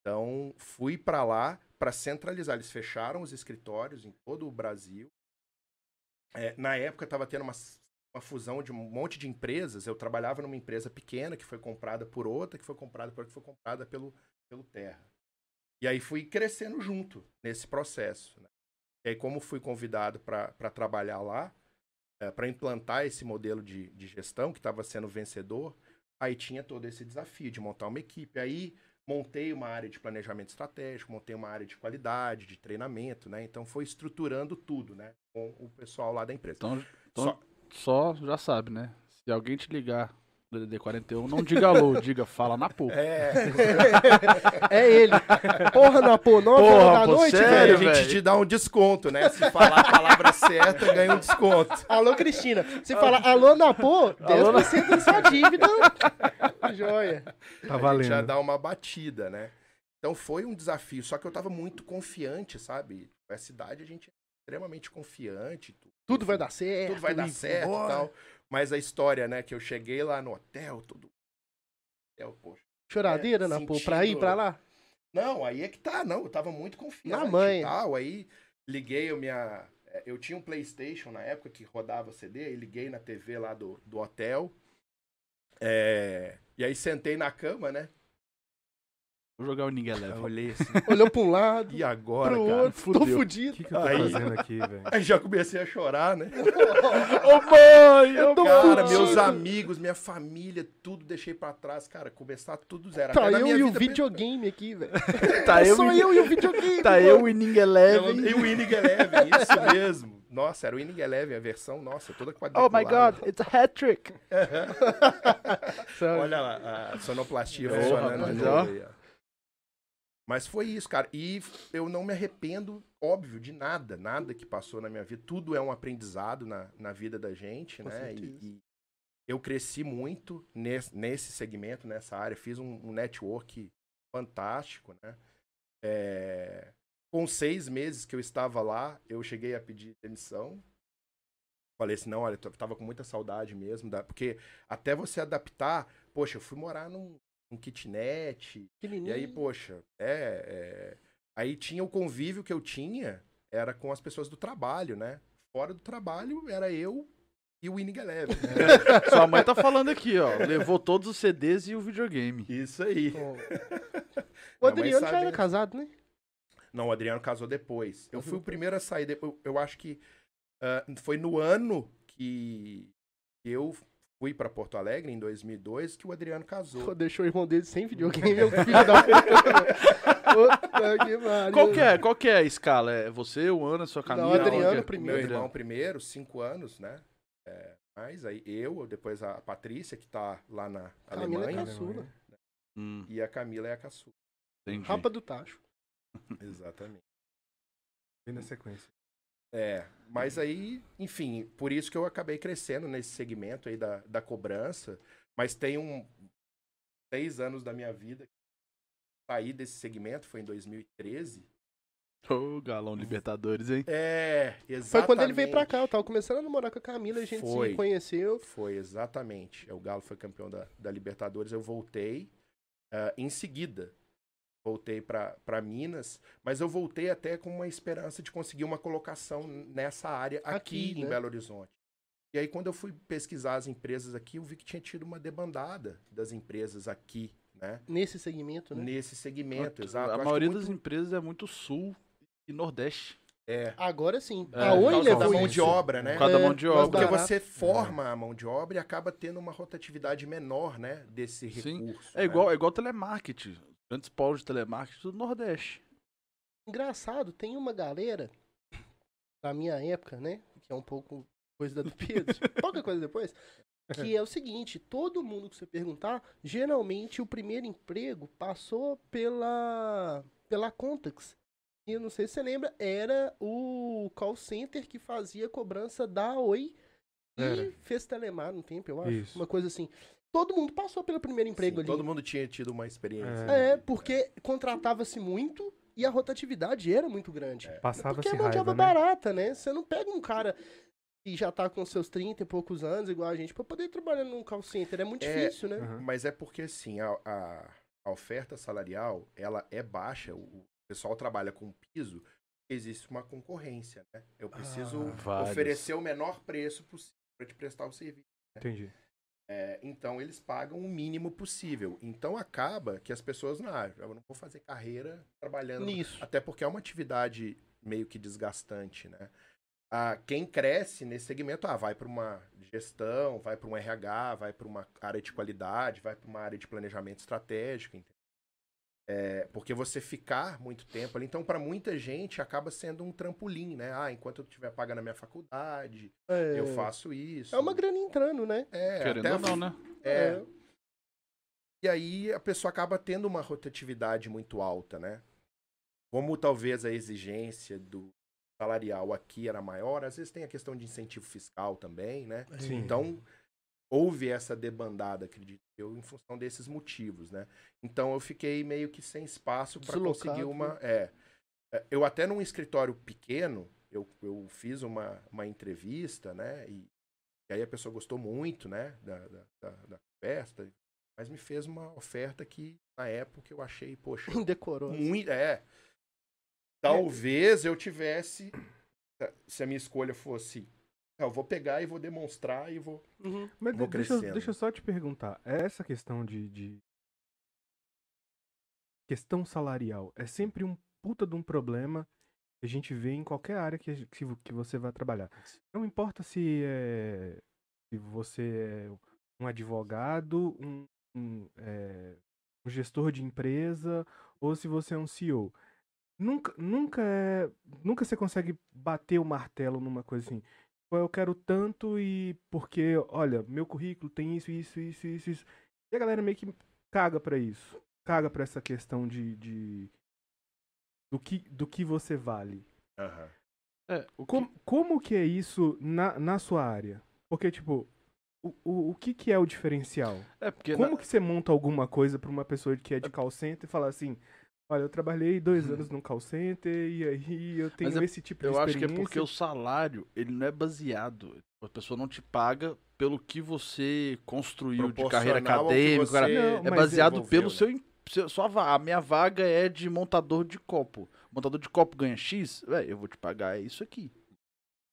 Speaker 4: Então, fui para lá para centralizar. Eles fecharam os escritórios em todo o Brasil. É, na época, estava tendo uma, uma fusão de um monte de empresas. Eu trabalhava numa empresa pequena que foi comprada por outra, que foi comprada por outra, que foi comprada pelo, pelo Terra. E aí fui crescendo junto nesse processo. Né? E aí, como fui convidado para trabalhar lá, é, para implantar esse modelo de, de gestão que estava sendo vencedor, aí tinha todo esse desafio de montar uma equipe. Aí montei uma área de planejamento estratégico, montei uma área de qualidade, de treinamento, né? Então foi estruturando tudo, né? Com o pessoal lá da empresa.
Speaker 2: Então, então só... só já sabe, né? Se alguém te ligar do DD41, não diga alô, diga fala na porra.
Speaker 4: É,
Speaker 3: É ele. Porra, na pô, 9
Speaker 2: Porra,
Speaker 3: horas da
Speaker 2: pô,
Speaker 3: noite,
Speaker 2: sério?
Speaker 3: velho.
Speaker 4: a gente
Speaker 2: velho.
Speaker 4: te dá um desconto, né? Se falar a palavra certa, ganha um desconto.
Speaker 3: Alô, Cristina. Você fala alô, na pô, 10% da sua dívida. Joia.
Speaker 1: Tá
Speaker 4: a gente já
Speaker 1: valendo.
Speaker 4: dá uma batida, né? Então foi um desafio, só que eu tava muito confiante, sabe? Com essa idade a gente é extremamente confiante. Tudo,
Speaker 3: Tudo vai dar certo.
Speaker 4: tudo vai dar
Speaker 3: e
Speaker 4: certo e
Speaker 3: bora.
Speaker 4: tal. Mas a história, né? Que eu cheguei lá no hotel, tudo. Hotel, poxa.
Speaker 3: Choradeira,
Speaker 4: É,
Speaker 3: na pô,
Speaker 4: sentindo-
Speaker 3: pra ir pra lá.
Speaker 4: Não, aí é que tá, não. Eu tava muito confiante
Speaker 3: Na manha.
Speaker 4: e tal. Aí liguei a minha. é, Eu tinha um Playstation na época que rodava CD, e liguei na TV lá do, do hotel. É, E aí sentei na cama, né?
Speaker 2: Vou jogar o Ninguém
Speaker 4: Eu
Speaker 2: Leva.
Speaker 4: olhei assim,
Speaker 3: Olhou pra um lado,
Speaker 4: e agora,
Speaker 3: pro
Speaker 4: cara?
Speaker 3: outro. Tô
Speaker 2: fudeu.
Speaker 1: O
Speaker 3: fudido.
Speaker 1: que, que eu tô
Speaker 4: um Aí.
Speaker 1: fazendo aqui, velho?
Speaker 4: Aí já comecei a chorar, né?
Speaker 2: Ô mãe!
Speaker 3: Eu tô
Speaker 4: Cara,
Speaker 3: fudido.
Speaker 4: meus amigos, minha família, tudo deixei pra trás, cara. Começar tudo zero.
Speaker 3: Tá
Speaker 4: Até na
Speaker 3: eu
Speaker 4: minha
Speaker 3: e o
Speaker 4: vida é né?
Speaker 3: videogame aqui, velho.
Speaker 2: Tá eu,
Speaker 3: Sou
Speaker 2: e-
Speaker 3: eu e o videogame.
Speaker 2: tá
Speaker 3: mano.
Speaker 2: eu e Ninguém Leva.
Speaker 4: Eu não- E o Winning Eleven, isso mesmo. Nossa, era o Winning Eleven, a versão, nossa, toda
Speaker 2: Oh
Speaker 4: quadriculada.
Speaker 2: my god, it's a hat trick.
Speaker 4: Olha lá, a sonoplastia
Speaker 2: Ô,
Speaker 4: funcionando.
Speaker 2: rapaz,
Speaker 4: de
Speaker 2: ó.
Speaker 4: novo aí, ó. Mas foi isso, cara. E eu não me arrependo, óbvio, de nada. Nada que passou na minha vida. Tudo é um aprendizado na, na vida da gente,
Speaker 3: Com
Speaker 4: né? E-
Speaker 3: certeza.
Speaker 4: E, eu cresci muito nesse, nesse segmento, nessa área. Fiz um, um network fantástico, né? É, Com seis meses que eu estava lá, eu cheguei a pedir demissão. Falei assim, não, olha, eu tava com muita saudade mesmo, da... porque até você adaptar, poxa, eu fui morar num, num kitnet, e
Speaker 3: Hum.
Speaker 4: aí, poxa, é, é, Aí tinha o convívio que eu tinha, era com as pessoas do trabalho, né? Fora do trabalho, era eu e o Winning Eleven.
Speaker 3: É
Speaker 4: né?
Speaker 2: Sua mãe tá falando aqui, ó. Levou todos os CDs e o videogame.
Speaker 4: Isso aí.
Speaker 3: O
Speaker 4: Não,
Speaker 3: Adriano
Speaker 4: mas
Speaker 3: já era
Speaker 4: sabe-
Speaker 3: casado, né?
Speaker 4: Não, o Adriano casou depois. Eu
Speaker 3: Uhum.
Speaker 4: fui o primeiro a sair. Depois, eu acho que ah, foi no ano que eu fui pra Porto Alegre, em 2002, que o Adriano
Speaker 3: Pô,
Speaker 4: casou.
Speaker 3: deixou o irmão dele sem videogame, eu filho da puta. Puta que pariu.
Speaker 2: Qual que, é, qual que é a escala? É você, o Ana, sua
Speaker 3: o
Speaker 2: camisa?
Speaker 3: Adriano
Speaker 2: Qual que é?
Speaker 3: primeiro.
Speaker 4: Meu irmão
Speaker 2: Adriano.
Speaker 4: primeiro, cinco anos, né? É, mas aí eu, depois a Patrícia, que tá lá na
Speaker 3: Camila é
Speaker 4: Alemanha.
Speaker 3: caçula.
Speaker 2: Hum,
Speaker 4: E a Camila é a caçula. é?
Speaker 2: entendi.
Speaker 3: Rapa do Tacho.
Speaker 4: Exatamente.
Speaker 1: Vem na sequência.
Speaker 4: É, mas aí, enfim, por isso que eu acabei crescendo nesse segmento aí da, da cobrança. Mas tem um. Seis anos da minha vida que eu saí desse segmento, foi em 2013.
Speaker 2: Ô, galão Libertadores, hein?
Speaker 4: É, exatamente.
Speaker 3: Foi quando ele veio pra cá, eu tava começando a namorar com a Camila, a gente se
Speaker 4: Foi.
Speaker 3: conheceu.
Speaker 4: Foi, exatamente. O Galo foi campeão da, da Libertadores. Eu voltei ah, em seguida. Voltei para Minas, mas eu voltei até com uma esperança de conseguir uma colocação nessa área aqui,
Speaker 3: Aqui,
Speaker 4: em
Speaker 3: né?
Speaker 4: Belo Horizonte. E aí, quando eu fui pesquisar as empresas aqui, eu vi que tinha tido uma debandada das empresas aqui, né?
Speaker 3: Nesse segmento, né?
Speaker 4: Nesse segmento, exato. Eu
Speaker 2: A
Speaker 4: acho que
Speaker 2: maioria
Speaker 4: muito-
Speaker 2: das empresas é muito sul e nordeste.
Speaker 4: É,
Speaker 3: Agora sim.
Speaker 2: É, por
Speaker 3: a Ah, Oi
Speaker 4: por causa da
Speaker 3: levou
Speaker 4: mão
Speaker 3: isso. É,
Speaker 4: de obra, né?
Speaker 2: Por causa da mão de
Speaker 3: mas tá.
Speaker 2: obra.
Speaker 4: Porque
Speaker 3: barato. É.
Speaker 4: você forma a mão de obra e acaba tendo uma rotatividade menor, né? Desse
Speaker 2: Sim.
Speaker 4: recurso. né?
Speaker 2: É igual, é igual telemarketing. Grandes polos de telemarketing do Nordeste.
Speaker 3: Engraçado, tem uma galera da minha época, né? Que é um pouco coisa do Pedro, pouca coisa depois. Que é o seguinte, todo mundo que você perguntar, geralmente o primeiro emprego passou pela pela Contax. E eu não sei se você lembra, era o call center que fazia cobrança da Oi e
Speaker 1: Era.
Speaker 3: fez telemar no tempo, eu acho.
Speaker 1: Isso.
Speaker 3: Uma coisa assim. Todo mundo passou pelo primeiro um emprego
Speaker 4: Sim,
Speaker 3: ali.
Speaker 4: Todo mundo tinha tido uma experiência.
Speaker 3: É,
Speaker 4: né?
Speaker 3: porque contratava-se muito e a rotatividade era muito grande. Porque
Speaker 1: Passava-se
Speaker 3: é mão de
Speaker 1: raiva,
Speaker 3: obra
Speaker 1: né?
Speaker 3: barata, né? Você não pega um cara que já tá com seus 30 e poucos anos, igual a gente, pra poder trabalhar num call center. É muito
Speaker 4: É,
Speaker 3: difícil, né?
Speaker 2: Uhum.
Speaker 1: Aham.
Speaker 4: Mas é porque, assim, a, a- a oferta salarial, ela é baixa. O, o pessoal trabalha com piso, existe uma concorrência, né? Eu preciso
Speaker 3: Ah.
Speaker 2: vários.
Speaker 4: oferecer o menor preço possível para te prestar o serviço.
Speaker 1: Entendi.
Speaker 4: É, então eles pagam o mínimo possível. Então acaba que as pessoas não, ah, eu não vou fazer carreira trabalhando.
Speaker 3: Nisso.
Speaker 4: Até porque é uma atividade meio que desgastante, né? Ah, quem cresce nesse segmento, ah, vai para uma gestão, vai para um RH, vai para uma área de qualidade, vai para uma área de planejamento estratégico, entendeu? É, porque você ficar muito tempo ali, então para muita gente acaba sendo um trampolim, né? Ah, enquanto eu estiver pagando a minha faculdade,
Speaker 3: É,
Speaker 4: eu faço isso.
Speaker 3: É uma grana entrando, né?
Speaker 4: É,
Speaker 2: Querendo
Speaker 4: até
Speaker 2: ou não, né?
Speaker 4: é, e aí a pessoa acaba tendo uma rotatividade muito alta, né? Como talvez a exigência do salarial aqui era maior, às vezes tem a questão de incentivo fiscal também, né?
Speaker 1: Sim.
Speaker 4: Então, houve essa debandada, acredito eu, em função desses motivos, né? Então, eu fiquei meio que sem espaço para
Speaker 3: Deslocado,
Speaker 4: conseguir
Speaker 3: né?
Speaker 4: uma. É, É, eu até num escritório pequeno, eu, eu fiz uma, uma entrevista, né? E, e aí a pessoa gostou muito, né? Da, da, da, da festa, mas me fez uma oferta que, na época, eu achei, poxa,
Speaker 3: Decorou.
Speaker 1: Hum.
Speaker 4: muito, é. Talvez eu tivesse, se a minha escolha fosse, "Ah, eu vou pegar e vou demonstrar e vou
Speaker 3: Uhum.
Speaker 1: Mas
Speaker 4: Vou
Speaker 1: de- deixa, eu-
Speaker 4: crescendo.
Speaker 1: deixa eu só te perguntar, é essa questão de, de- Questão salarial é sempre um puta de um problema que a gente vê em qualquer área que, a gen- que, vo- que você vai trabalhar. Não importa se, é, se você é um advogado, um, um, é, um gestor de empresa ou se você é um CEO. Nunca, nunca, é- nunca você consegue bater o martelo numa coisa assim. Pô, eu quero tanto e porque, olha, meu currículo tem isso, isso, isso, isso, isso. E a galera meio que caga pra isso. Caga pra essa questão de. de- do, que, do que você vale.
Speaker 2: É, o
Speaker 1: Com- como que é isso na, na sua área? Porque, tipo, o, o, o que, que é o diferencial?
Speaker 2: É, porque na-
Speaker 1: Como que você monta alguma coisa pra uma pessoa que é de call center e falar assim. Olha, eu trabalhei dois anos num call center e aí eu tenho
Speaker 2: Uhum. é-
Speaker 1: esse tipo de
Speaker 2: eu acho que é
Speaker 1: experiência.
Speaker 2: porque o salário, ele não é baseado. A pessoa não te paga pelo que você construiu de carreira
Speaker 4: Proporcional ao que
Speaker 2: acadêmica.
Speaker 4: você
Speaker 2: cara.
Speaker 1: Não,
Speaker 2: É
Speaker 1: mas
Speaker 2: baseado
Speaker 4: desenvolveu,
Speaker 2: pelo
Speaker 4: né?
Speaker 2: seu, em- seu- sua vaga. A minha vaga é de montador de copo. Montador de copo ganha X, velho, eu vou te pagar isso aqui.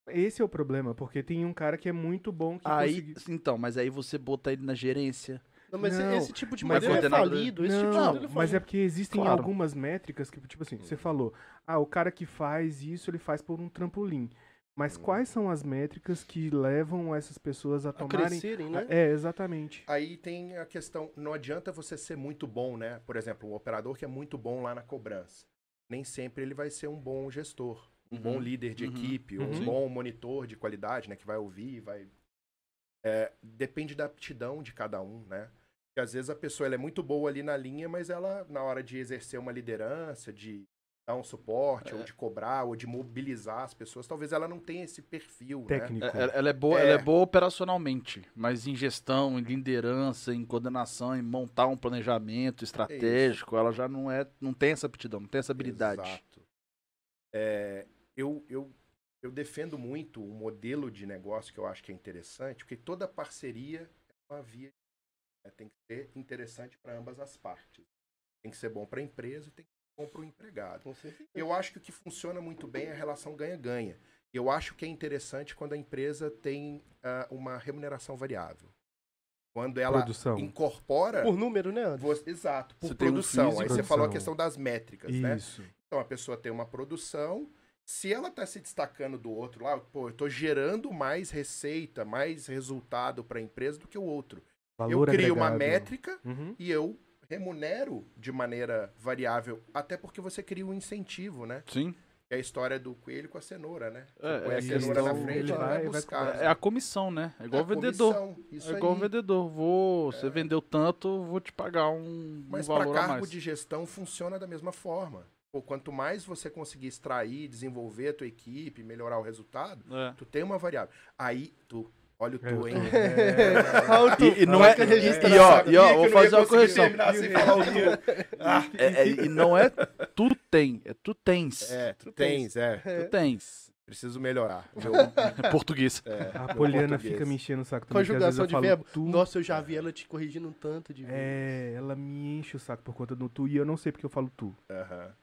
Speaker 1: Esse é o problema, porque tem um cara que é muito bom que
Speaker 2: Aí,
Speaker 1: conseguiu-
Speaker 2: então, mas aí você bota ele na gerência.
Speaker 3: Não, mas
Speaker 1: Não,
Speaker 3: esse tipo de
Speaker 2: mas
Speaker 3: modelo é
Speaker 2: coordenador-
Speaker 3: falido. Esse tipo de
Speaker 1: Não,
Speaker 3: modelo é
Speaker 1: mas é
Speaker 3: falido.
Speaker 1: porque existem
Speaker 2: Claro.
Speaker 1: algumas métricas que, tipo assim, você falou, ah, o cara que faz isso, ele faz por um trampolim. Mas quais são as métricas que levam essas pessoas a
Speaker 3: A
Speaker 1: tomarem.
Speaker 3: crescerem, né?
Speaker 1: É, exatamente.
Speaker 4: Aí tem a questão, não adianta você ser muito bom, né? Por exemplo, um operador que é muito bom lá na cobrança. Nem sempre ele vai ser um bom gestor, um bom líder de
Speaker 2: Uhum.
Speaker 4: equipe, um
Speaker 1: Uhum.
Speaker 4: bom monitor de qualidade, né? Que vai ouvir, vai... É, depende da aptidão de cada um, né? Porque às vezes a pessoa ela é muito boa ali na linha, mas ela, na hora de exercer uma liderança, de dar um suporte, ou de cobrar, ou de mobilizar as pessoas, talvez ela não tenha esse perfil, né?
Speaker 1: Técnico.
Speaker 2: É- Ela, ela é boa, ela é
Speaker 4: É.
Speaker 2: boa operacionalmente, mas em gestão, em liderança, em coordenação, em montar um planejamento estratégico, ela já não é, não tem essa aptidão, não tem essa habilidade.
Speaker 4: Exato. É, eu, eu, eu defendo muito um modelo de negócio que eu acho que é interessante, porque toda parceria é uma via. né? Tem que ser interessante para ambas as partes. Tem que ser bom para a empresa e tem que ser bom para o empregado.
Speaker 3: Com certeza.
Speaker 4: Eu acho que o que funciona muito bem é a relação ganha-ganha. Eu acho que é interessante quando a empresa tem ah, uma remuneração variável. Quando ela
Speaker 1: Produção.
Speaker 4: incorpora.
Speaker 3: Por número, né, Anderson?
Speaker 4: Você- exato, por
Speaker 2: Você tem um
Speaker 4: produção. Aí
Speaker 2: físico.
Speaker 4: você falou a
Speaker 1: Produção.
Speaker 4: questão das métricas, né?
Speaker 1: Isso.
Speaker 4: Então a pessoa tem uma produção. Se ela está se destacando do outro lá, pô, eu tô gerando mais receita, mais resultado para a empresa do que o outro.
Speaker 1: Valor
Speaker 4: eu crio uma
Speaker 1: agregado.
Speaker 4: métrica
Speaker 1: Uhum.
Speaker 4: e eu remunero de maneira variável, até porque você cria um incentivo, né?
Speaker 2: Sim.
Speaker 4: Que é a história do coelho com a cenoura, né? Você
Speaker 2: É,
Speaker 4: põe
Speaker 2: é
Speaker 4: a
Speaker 2: a
Speaker 4: cenoura na
Speaker 2: questão-
Speaker 4: frente,
Speaker 1: ele
Speaker 4: ela
Speaker 1: vai-
Speaker 4: vai
Speaker 1: vai
Speaker 4: buscar.
Speaker 1: comer.
Speaker 2: É a comissão, né? É igual
Speaker 4: a
Speaker 2: vendedor.
Speaker 4: comissão, Isso
Speaker 2: é igual
Speaker 4: aí. É.
Speaker 2: vendedor. Vou, você vendeu tanto, vou te pagar um, um
Speaker 4: Mas para
Speaker 2: valor a
Speaker 4: cargo
Speaker 2: mais.
Speaker 4: de gestão funciona da mesma forma. Pô, quanto mais você conseguir extrair, desenvolver a tua equipe, melhorar o resultado,
Speaker 2: É.
Speaker 4: Tu tem uma variável. Aí, tu. Olha o
Speaker 1: É, eu
Speaker 4: tu, hein?
Speaker 1: tô-
Speaker 2: E, e não é,
Speaker 3: Marca
Speaker 2: e, e, ó,
Speaker 3: registrada.
Speaker 2: e ó, vou fazer uma correção.
Speaker 4: assim.
Speaker 2: É, é,
Speaker 1: E-
Speaker 2: e não é tu tem, é tu tens.
Speaker 4: É, tu tens, é.
Speaker 2: Tu tens.
Speaker 4: Preciso melhorar.
Speaker 2: É português.
Speaker 1: A Poliana
Speaker 4: português.
Speaker 1: fica me enchendo o saco também. que às vezes
Speaker 3: Conjugação
Speaker 1: eu
Speaker 3: de
Speaker 1: falo
Speaker 4: é
Speaker 3: verbo.
Speaker 1: tu,
Speaker 3: Nossa, eu já vi ela te corrigindo um tanto de verbo.
Speaker 1: É, ela me enche o saco por conta do tu e eu não sei porque eu falo tu.
Speaker 4: Aham.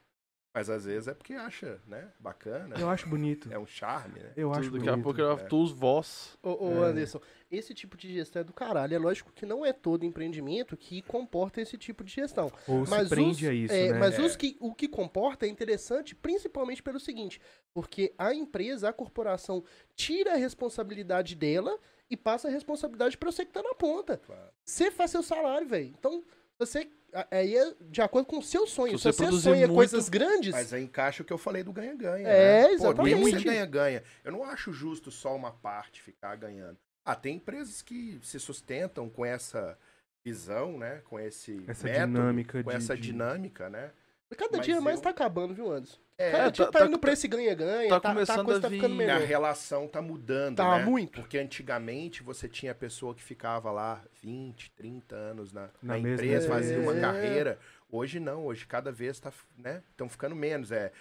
Speaker 4: Mas às vezes é porque acha, né? Bacana.
Speaker 1: Eu acho bonito.
Speaker 4: É um charme, né?
Speaker 1: Eu acho
Speaker 2: Tudo, daqui a
Speaker 1: bonito.
Speaker 2: pouco eu
Speaker 4: É.
Speaker 2: tu os vós.
Speaker 3: Ô,
Speaker 1: é.
Speaker 3: ô, Anderson, esse tipo de gestão é do caralho. É lógico que não é todo empreendimento que comporta esse tipo de gestão.
Speaker 1: Ou se
Speaker 3: Mas
Speaker 1: prende
Speaker 3: os-
Speaker 1: a isso,
Speaker 3: é,
Speaker 1: né?
Speaker 3: Mas
Speaker 4: É.
Speaker 3: os que, o que comporta é interessante, principalmente pelo seguinte: porque a empresa, a corporação, tira a responsabilidade dela e passa a responsabilidade pra você que tá na ponta.
Speaker 4: Claro.
Speaker 3: Você faz seu salário, velho. Então, você. a- Aí é de acordo com o seu sonho.
Speaker 2: Se você
Speaker 3: Se você
Speaker 2: produzir
Speaker 3: sonha
Speaker 2: muito-
Speaker 3: coisas grandes.
Speaker 4: Mas é, aí encaixa o que eu falei do ganha-ganha.
Speaker 3: É,
Speaker 4: né? Pô,
Speaker 3: exatamente.
Speaker 4: mesmo sem ganha-ganha. Eu não acho justo só uma parte ficar ganhando. Ah, tem empresas que se sustentam com essa visão, né? Com esse
Speaker 1: Essa
Speaker 4: método,
Speaker 1: dinâmica
Speaker 4: com
Speaker 1: de-
Speaker 4: essa
Speaker 1: de-
Speaker 4: dinâmica, né?
Speaker 3: Cada
Speaker 4: mas
Speaker 3: dia mais
Speaker 4: eu-
Speaker 3: tá acabando, viu, Anderson?
Speaker 4: É,
Speaker 3: Cada
Speaker 2: É,
Speaker 3: dia
Speaker 2: tá-
Speaker 3: tá,
Speaker 2: tá-
Speaker 3: indo pra esse ganha-ganha.
Speaker 2: tá
Speaker 3: Tá, tá,
Speaker 2: começando
Speaker 3: a coisa
Speaker 2: a
Speaker 3: tá ficando
Speaker 2: vir-
Speaker 4: a
Speaker 3: melhor.
Speaker 4: relação tá mudando,
Speaker 3: Tá
Speaker 4: né?
Speaker 3: muito.
Speaker 4: Porque antigamente você tinha a pessoa que ficava lá 20, 30 anos na,
Speaker 1: Na
Speaker 4: na
Speaker 1: mesma
Speaker 4: empresa, fazia uma
Speaker 3: empresa.
Speaker 4: carreira. Hoje não, hoje cada vez tá, né? Estão ficando menos, é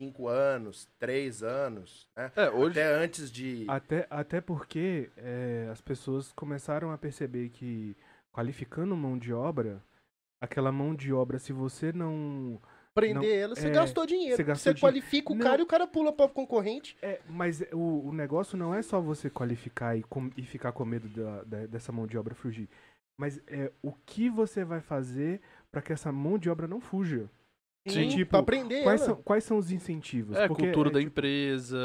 Speaker 4: 5 anos, 3 anos, né?
Speaker 2: É, hoje.
Speaker 4: Até antes de. é
Speaker 1: Até, até porque é, as pessoas começaram a perceber que qualificando mão de obra, aquela mão de obra, se você não.
Speaker 3: Prender ela, você
Speaker 1: é,
Speaker 3: gastou dinheiro.
Speaker 1: você
Speaker 3: Você,
Speaker 1: gastou dinheiro.
Speaker 3: qualifica o
Speaker 1: Não.
Speaker 3: cara e o cara pula pra concorrente.
Speaker 1: É, mas o, o negócio não é só você qualificar e, com- e ficar com medo da- da- dessa mão de obra fugir. Mas é o que você vai fazer para que essa mão de obra não fuja?
Speaker 2: Sim.
Speaker 1: Tipo,
Speaker 3: pra prender
Speaker 1: Quais
Speaker 3: ela.
Speaker 1: são, quais são os incentivos?
Speaker 2: É,
Speaker 1: Porque
Speaker 2: cultura
Speaker 1: é,
Speaker 2: da empresa,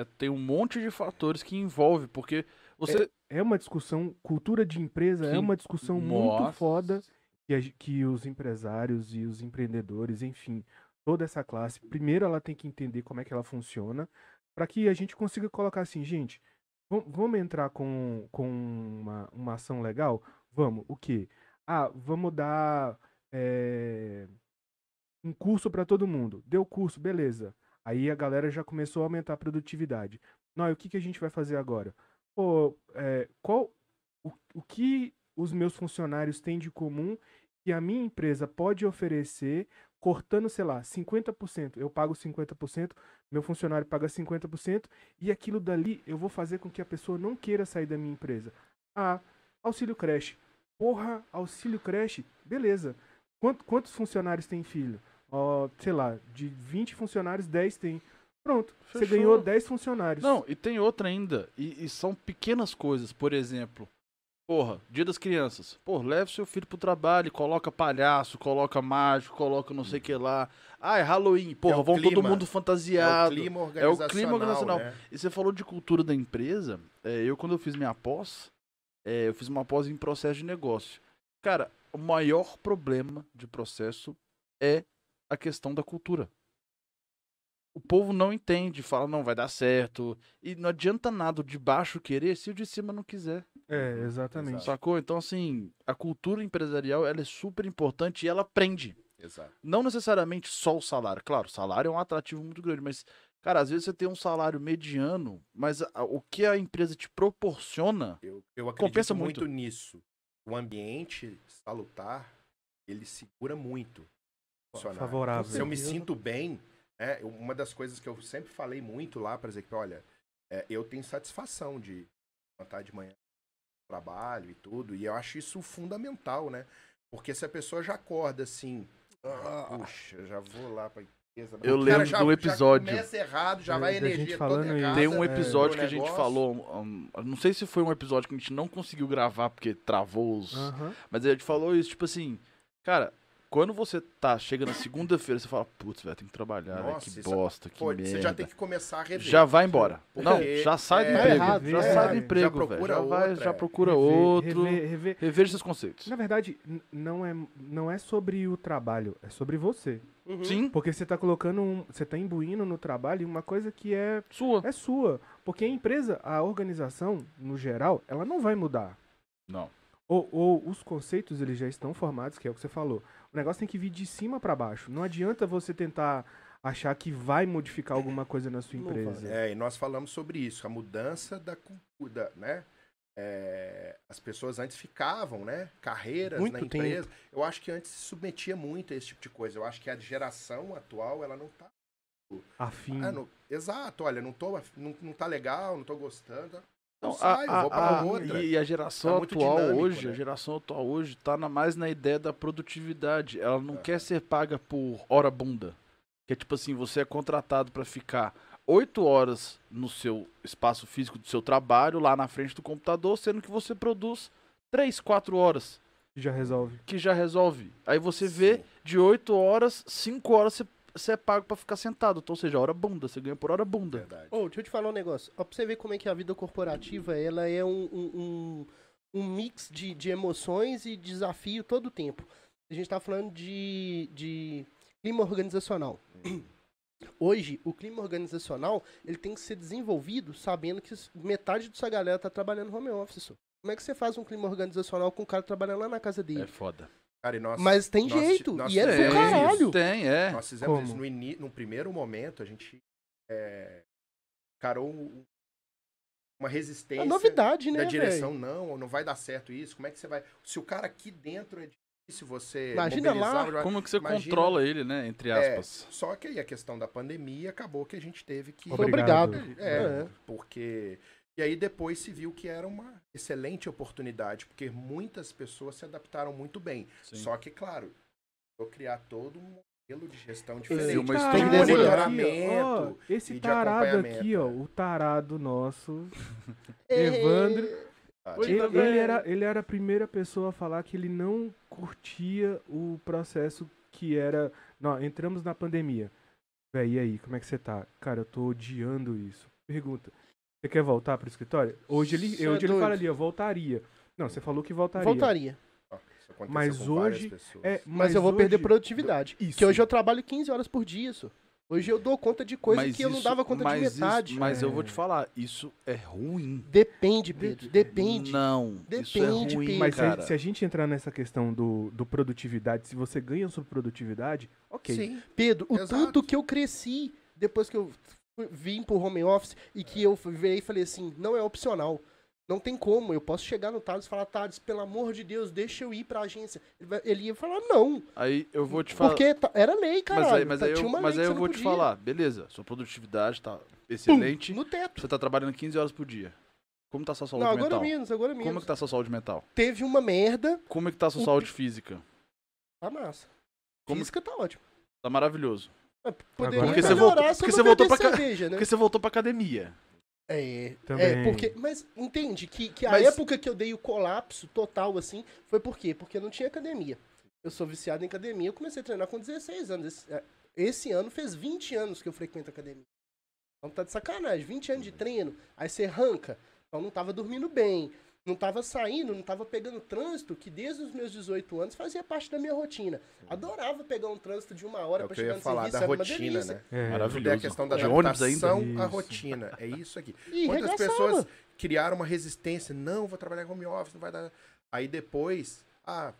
Speaker 2: é, tem um monte de fatores que envolve, porque você...
Speaker 1: é uma discussão, cultura de empresa
Speaker 2: Que-
Speaker 1: é uma discussão
Speaker 2: Nossa.
Speaker 1: muito foda que, a ge- que os empresários e os empreendedores, enfim, toda essa classe, primeiro ela tem que entender como é que ela funciona, para que a gente consiga colocar assim, gente, vam- vamos entrar com, com uma, uma ação legal? Vamos, o quê? Ah, vamos dar é, um curso para todo mundo. Deu curso, beleza. Aí a galera já começou a aumentar a produtividade. Não, e o que, que a gente vai fazer agora? Pô, é, qual, o, o que os meus funcionários têm de comum que a minha empresa pode oferecer, cortando, sei lá, 50%. Eu pago 50%, meu funcionário paga 50%, e aquilo dali eu vou fazer com que a pessoa não queira sair da minha empresa. Ah, auxílio creche. Porra, auxílio creche, beleza. Quant- quantos funcionários tem filho? Ó, sei lá, de 20 funcionários, 10 tem. Pronto, você
Speaker 2: Fechou.
Speaker 1: ganhou 10 funcionários.
Speaker 2: Não, e tem outra ainda, e, e são pequenas coisas, por exemplo, porra, dia das crianças, pô, leve seu filho pro trabalho, coloca palhaço, coloca mágico, coloca não sei o que lá, ah, é Halloween, porra,
Speaker 4: o
Speaker 2: vão todo
Speaker 4: clima.
Speaker 2: mundo
Speaker 4: É o
Speaker 2: fantasiado. É
Speaker 4: clima
Speaker 2: o
Speaker 4: organizacional.
Speaker 2: clima organizacional.
Speaker 4: né?
Speaker 2: E você falou de cultura da empresa. é, eu, quando eu fiz minha pós, é, eu fiz uma pós em processo de negócio. Cara, o maior problema de processo é a questão da cultura. O povo não entende, fala, não vai dar certo. E não adianta nada o de baixo querer se o de cima não quiser.
Speaker 1: É, exatamente.
Speaker 4: Exato.
Speaker 2: Sacou? Então, assim, a cultura empresarial ela é super importante e ela prende
Speaker 4: Exato.
Speaker 2: não necessariamente só o salário. Claro, o salário é um atrativo muito grande, mas, cara, às vezes você tem um salário mediano, mas a- o que a empresa te proporciona.
Speaker 4: Eu, eu acredito
Speaker 2: Compensa
Speaker 4: muito.
Speaker 2: muito.
Speaker 4: nisso. O ambiente salutar, ele segura muito. o funcionário.
Speaker 1: Favorável.
Speaker 4: Se eu me
Speaker 3: Certeza.
Speaker 4: sinto bem, né, eu- uma das coisas que eu sempre falei muito lá para dizer que, olha, é, eu tenho satisfação de levantar de manhã trabalho e tudo, e eu acho isso fundamental, né? Porque se a pessoa já acorda assim, ah, puxa, já vou lá pra empresa.
Speaker 2: Eu
Speaker 4: O
Speaker 2: lembro
Speaker 4: já-
Speaker 2: do episódio.
Speaker 4: Já começa errado, já
Speaker 1: É,
Speaker 4: vai a
Speaker 1: da gente
Speaker 4: energia
Speaker 1: falando
Speaker 4: toda
Speaker 1: isso.
Speaker 4: errada.
Speaker 2: Tem um
Speaker 1: é,
Speaker 2: episódio
Speaker 4: do
Speaker 2: que a gente
Speaker 4: negócio.
Speaker 2: falou, um, um, não sei se foi um episódio que a gente não conseguiu gravar porque travou os.
Speaker 4: Ah.
Speaker 1: Aham.
Speaker 2: Mas a gente falou isso, tipo assim, cara. Quando você tá, chega na segunda-feira, você fala, putz, velho, tem que trabalhar, velho,
Speaker 4: Nossa,
Speaker 2: que
Speaker 4: isso- é
Speaker 2: bosta, que
Speaker 4: Pô,
Speaker 2: merda.
Speaker 4: Você já tem que começar a rever.
Speaker 2: Já vai embora.
Speaker 4: Porque
Speaker 2: não, já sai do
Speaker 4: é-
Speaker 2: emprego.
Speaker 3: Tá errado,
Speaker 2: já
Speaker 3: é,
Speaker 2: sai do
Speaker 1: já
Speaker 2: emprego, velho.
Speaker 4: procura
Speaker 2: Já vai,
Speaker 4: outra,
Speaker 2: já
Speaker 4: é.
Speaker 2: procura
Speaker 1: Rever-
Speaker 2: outro.
Speaker 1: rever- rever-
Speaker 2: Reveja seus conceitos.
Speaker 1: Na verdade, n- não é, não é sobre o trabalho, é sobre você.
Speaker 3: Uhum.
Speaker 2: Sim,
Speaker 1: Porque você tá colocando um. Você tá imbuindo no trabalho uma coisa que é,
Speaker 2: sua.
Speaker 1: é sua. Porque a empresa, a organização, no geral, ela não vai mudar.
Speaker 2: Não.
Speaker 1: Ou, ou os conceitos eles já estão formados, que é o que você falou. O negócio tem que vir de cima pra baixo. Não adianta você tentar achar que vai modificar alguma coisa na sua
Speaker 3: Não vai.
Speaker 1: empresa.
Speaker 4: É, e nós falamos sobre isso, a mudança da cultura, né? É, as pessoas antes ficavam, né? Carreiras
Speaker 3: Muito
Speaker 4: na
Speaker 3: tempo.
Speaker 4: empresa. Eu acho que antes se submetia muito a esse tipo de coisa. Eu acho que a geração atual, ela não tá.
Speaker 1: Afim.
Speaker 4: Ah, não- exato, olha, não, tô, af- não, não tá legal, não tô gostando. Não,
Speaker 2: Não,
Speaker 4: saio,
Speaker 2: Então, a-
Speaker 4: vou
Speaker 2: a-
Speaker 4: pra
Speaker 2: a-
Speaker 4: outra.
Speaker 2: E, e a geração
Speaker 4: Tá muito
Speaker 2: atual
Speaker 4: dinâmico,
Speaker 2: hoje,
Speaker 4: né?
Speaker 2: a geração atual
Speaker 4: É.
Speaker 2: hoje tá na- mais na ideia da produtividade. Ela não
Speaker 4: Aham.
Speaker 2: quer ser paga por hora bunda. Que é tipo assim, você é contratado pra ficar oito horas no seu espaço físico do seu trabalho, lá na frente do computador, sendo que você produz três, quatro horas,
Speaker 1: Já resolve.
Speaker 2: que já resolve. Aí você vê,
Speaker 4: Sim.
Speaker 2: de oito horas, cinco horas você, você é pago pra ficar sentado. Então, ou seja, hora bunda, você ganha por hora bunda.
Speaker 4: Verdade.
Speaker 3: Ô, deixa eu te falar um negócio. Ó, pra você ver como é que a vida corporativa, ela é um, um, um, um mix de, de emoções e desafio todo o tempo. A gente tá falando de, de clima organizacional. Hoje, o clima organizacional, ele tem que ser desenvolvido sabendo que s- metade dessa galera tá trabalhando home office. só. Como é que você faz um clima organizacional com o cara trabalhando lá na casa dele?
Speaker 2: É foda.
Speaker 4: Cara, e nós,
Speaker 3: Mas tem
Speaker 4: nós-
Speaker 3: jeito,
Speaker 4: nós
Speaker 3: e é
Speaker 4: fizemos
Speaker 3: do
Speaker 4: isso.
Speaker 3: caralho.
Speaker 2: Tem, é.
Speaker 4: Nós fizemos
Speaker 1: Como?
Speaker 4: isso no, ini- no primeiro momento, a gente é, encarou um- uma resistência
Speaker 3: É novidade, né,
Speaker 4: da
Speaker 3: velho?
Speaker 4: direção, não, não vai dar certo isso, como é que você vai... Se o cara aqui dentro é difícil você
Speaker 3: Imagina
Speaker 4: mobilizar...
Speaker 3: lá.
Speaker 2: Como que você
Speaker 4: Imagina-
Speaker 2: controla ele, né? Entre
Speaker 4: É,
Speaker 2: aspas.
Speaker 4: só que aí a questão da pandemia acabou que a gente teve que...
Speaker 1: Foi
Speaker 3: Obrigado.
Speaker 1: Obrigado.
Speaker 4: É,
Speaker 3: É.
Speaker 4: porque... E aí depois se viu que era uma excelente oportunidade, porque muitas pessoas se adaptaram muito bem.
Speaker 2: Sim.
Speaker 4: Só que, claro, vou criar todo um modelo de gestão
Speaker 2: Esse
Speaker 4: diferente.
Speaker 2: uma
Speaker 1: tarado
Speaker 2: estrutura.
Speaker 1: aqui, ó,
Speaker 4: Monitoramento
Speaker 1: ó, esse
Speaker 4: e de
Speaker 1: tarado aqui,
Speaker 4: acompanhamento,
Speaker 1: ó,
Speaker 4: né?
Speaker 1: o tarado nosso,
Speaker 3: É.
Speaker 1: Evandro,
Speaker 4: sabe?
Speaker 2: Oi,
Speaker 1: ele,
Speaker 2: tá
Speaker 1: ele
Speaker 2: vendo?
Speaker 1: era, ele era a primeira pessoa a falar que ele não curtia o processo que era. Não, entramos na pandemia. Véi, e aí, como é que você tá? Cara, eu tô odiando isso. Pergunta. Você quer voltar pro escritório? Hoje ele,
Speaker 3: Cê é
Speaker 1: hoje ele
Speaker 3: doido.
Speaker 1: fala ali, eu voltaria. Não, você falou que voltaria.
Speaker 3: Voltaria.
Speaker 4: Isso aconteceu
Speaker 1: Mas
Speaker 4: com várias
Speaker 1: hoje
Speaker 4: pessoas.
Speaker 1: É, mas,
Speaker 3: Mas, eu vou perder
Speaker 1: hoje-
Speaker 3: produtividade.
Speaker 1: Isso.
Speaker 3: Que hoje eu trabalho 15 horas por dia, isso. Hoje eu dou conta de coisa
Speaker 2: Mas
Speaker 3: que eu não
Speaker 2: isso-
Speaker 3: dava conta de
Speaker 2: mas isso-
Speaker 3: metade.
Speaker 2: mas eu
Speaker 1: É.
Speaker 2: vou te falar, isso é ruim.
Speaker 3: Depende, Pedro. Depende.
Speaker 2: Não, isso é
Speaker 3: Depende,
Speaker 2: ruim,
Speaker 3: Pedro.
Speaker 1: Mas se a,
Speaker 2: cara.
Speaker 1: se a gente entrar nessa questão do, do produtividade, se você ganha sobre produtividade, ok.
Speaker 4: Sim.
Speaker 3: Pedro, o
Speaker 4: Exato.
Speaker 3: tanto que eu cresci depois que eu fui- vim pro home office e que eu virei e falei assim, não é opcional. Não tem como, eu posso chegar no Thales e falar, Thales, pelo amor de Deus, deixa eu ir pra agência. Ele, vai- ele ia falar, não,
Speaker 2: Aí eu vou te falar.
Speaker 3: porque ta- era lei, Tá, cara.
Speaker 2: mas aí, mas aí eu, mas aí eu vou te falar, beleza, sua produtividade tá excelente.
Speaker 3: No teto.
Speaker 2: Você tá trabalhando 15 horas por dia. Como tá sua saúde
Speaker 3: Não, agora
Speaker 2: mental?
Speaker 3: menos, agora
Speaker 2: Como é
Speaker 3: menos.
Speaker 2: que tá sua saúde mental?
Speaker 3: Teve uma merda,
Speaker 2: Como é que tá sua
Speaker 3: O
Speaker 2: saúde física?
Speaker 3: tá massa.
Speaker 2: Como-
Speaker 3: Física tá ótimo.
Speaker 2: Tá maravilhoso.
Speaker 3: Né? É, Poderia
Speaker 1: Porque você
Speaker 3: melhorar
Speaker 2: voltou-
Speaker 3: se
Speaker 2: porque
Speaker 3: eu não
Speaker 2: você voltou
Speaker 3: bebesse
Speaker 2: pra ca-
Speaker 3: cerveja, né?
Speaker 2: Porque você voltou pra academia.
Speaker 3: É,
Speaker 1: Também.
Speaker 3: é, porque. Mas entende que, que a
Speaker 2: Mas-
Speaker 3: época que eu dei o colapso total, assim, foi por quê? Porque eu não tinha academia. Eu sou viciado em academia, eu comecei a treinar com 16 anos. Esse, é, esse ano fez 20 anos que eu frequento academia. Então tá de sacanagem, 20 anos de treino, aí você arranca. Então não tava dormindo bem, não tava saindo, não tava pegando trânsito, que desde os meus 18 anos fazia parte da minha rotina. Adorava pegar um trânsito de uma hora
Speaker 4: É o
Speaker 3: pra
Speaker 4: que eu
Speaker 3: chegar
Speaker 4: ia
Speaker 3: no
Speaker 4: falar
Speaker 3: serviço,
Speaker 4: da
Speaker 3: era uma
Speaker 4: rotina,
Speaker 3: delícia.
Speaker 4: né?
Speaker 1: É,
Speaker 2: Maravilhoso.
Speaker 4: Tudo é a questão da
Speaker 2: De ônibus
Speaker 4: adaptação
Speaker 1: ainda?
Speaker 4: à
Speaker 1: Isso.
Speaker 4: rotina. É isso aqui.
Speaker 3: E
Speaker 4: Quantas
Speaker 3: regaçava.
Speaker 4: pessoas criaram uma resistência? Não, vou trabalhar home office, não vai dar. Aí depois, ah,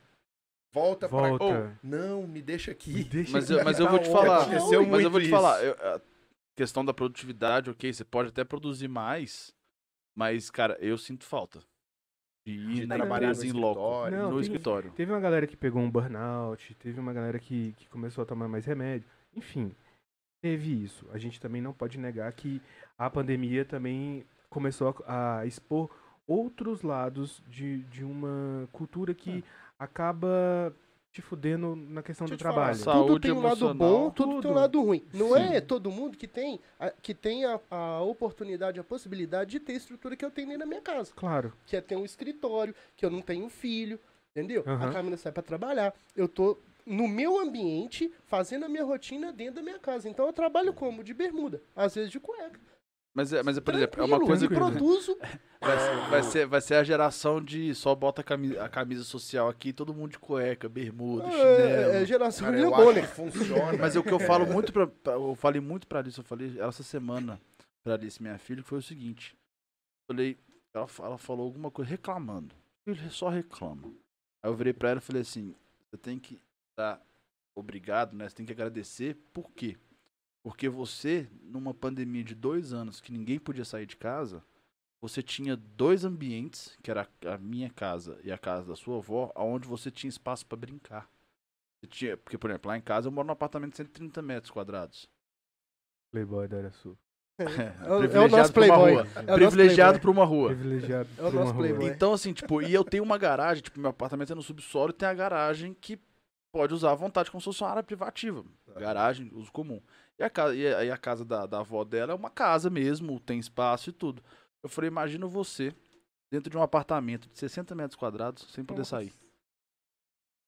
Speaker 4: volta,
Speaker 1: Volta.
Speaker 4: pra. Ou, não, me deixa
Speaker 1: Me
Speaker 4: aqui.
Speaker 1: deixa tá
Speaker 2: Mas
Speaker 1: aqui.
Speaker 2: eu, mas eu vou te
Speaker 4: Não,
Speaker 2: falar.
Speaker 4: Tá aconteceu
Speaker 2: mas eu
Speaker 4: muito
Speaker 2: vou te
Speaker 4: isso.
Speaker 2: falar. eu- a questão da produtividade, ok, você pode até produzir mais, mas, cara, eu sinto falta. De ir
Speaker 4: De
Speaker 2: na
Speaker 4: trabalhar no
Speaker 2: empresa em loco,
Speaker 4: escritório.
Speaker 1: Não,
Speaker 2: no
Speaker 1: tem-
Speaker 2: escritório.
Speaker 1: Teve uma galera que pegou um burnout, teve uma galera que, que começou a tomar mais remédio. Enfim, teve isso. A gente também não pode negar que a pandemia também começou a, a expor outros lados de, de uma cultura que acaba te fudendo na questão do
Speaker 4: É. Deixa eu te falar,
Speaker 1: trabalho.
Speaker 2: saúde
Speaker 3: tudo tem um lado
Speaker 2: emocional,
Speaker 3: bom, tudo, tem um
Speaker 1: tudo.
Speaker 3: lado ruim. Não
Speaker 1: Sim.
Speaker 3: é todo mundo que tem, a, que tem a, a oportunidade, a possibilidade de ter a estrutura que eu tenho dentro da minha casa.
Speaker 1: Claro.
Speaker 3: Que é ter um escritório, que eu não tenho filho, entendeu? A
Speaker 1: Aham.
Speaker 3: Camila sai pra trabalhar, eu tô no meu ambiente, fazendo a minha rotina dentro da minha casa. Então eu trabalho como? De bermuda, às vezes de cueca.
Speaker 2: Mas, é, mas é, por exemplo, é uma
Speaker 3: Tranquilo,
Speaker 2: coisa
Speaker 3: eu ah,
Speaker 2: que.
Speaker 1: tranquilo.
Speaker 3: produzo.
Speaker 2: Vai ser, vai, ser, vai ser a geração de só bota a camisa, a camisa social aqui, todo mundo de cueca, bermuda, chinelo.
Speaker 3: É, é, geração
Speaker 4: Cara,
Speaker 3: de
Speaker 4: eu
Speaker 3: bom,
Speaker 4: acho que
Speaker 3: né?
Speaker 4: funciona.
Speaker 2: Mas o que eu falo muito pra, pra- Eu falei muito pra Alice, eu falei ela essa semana pra Alice, minha filha, que foi o seguinte. Eu falei, ela, fa- ela falou alguma coisa reclamando. Ele só reclama. Aí eu virei pra ela e falei assim, você tem que dar obrigado, né? Você tem que agradecer. Por quê? Porque você, numa pandemia de dois anos que ninguém podia sair de casa, você tinha dois ambientes, que era a a minha casa e a casa da sua avó, onde você tinha espaço pra brincar. Eu tinha- porque, por exemplo, lá em casa eu moro num apartamento de 130 metros quadrados.
Speaker 1: Playboy da área sul.
Speaker 3: É o- é o
Speaker 2: Privilegiado
Speaker 3: nosso
Speaker 2: pra uma
Speaker 3: playboy.
Speaker 2: rua.
Speaker 3: É o nosso
Speaker 2: Privilegiado pra uma rua.
Speaker 1: Privilegiado.
Speaker 3: É
Speaker 1: por
Speaker 3: o nosso
Speaker 1: uma rua.
Speaker 3: playboy.
Speaker 2: Então, assim, tipo, e eu tenho uma garagem, tipo, meu apartamento é no subsolo e tem a garagem que pode usar à vontade como se fosse uma área privativa. Garagem, uso comum. E a casa, e a, e a casa da, da avó dela é uma casa mesmo, tem espaço e tudo. Eu falei, imagina você dentro de um apartamento de 60 metros quadrados sem poder sair.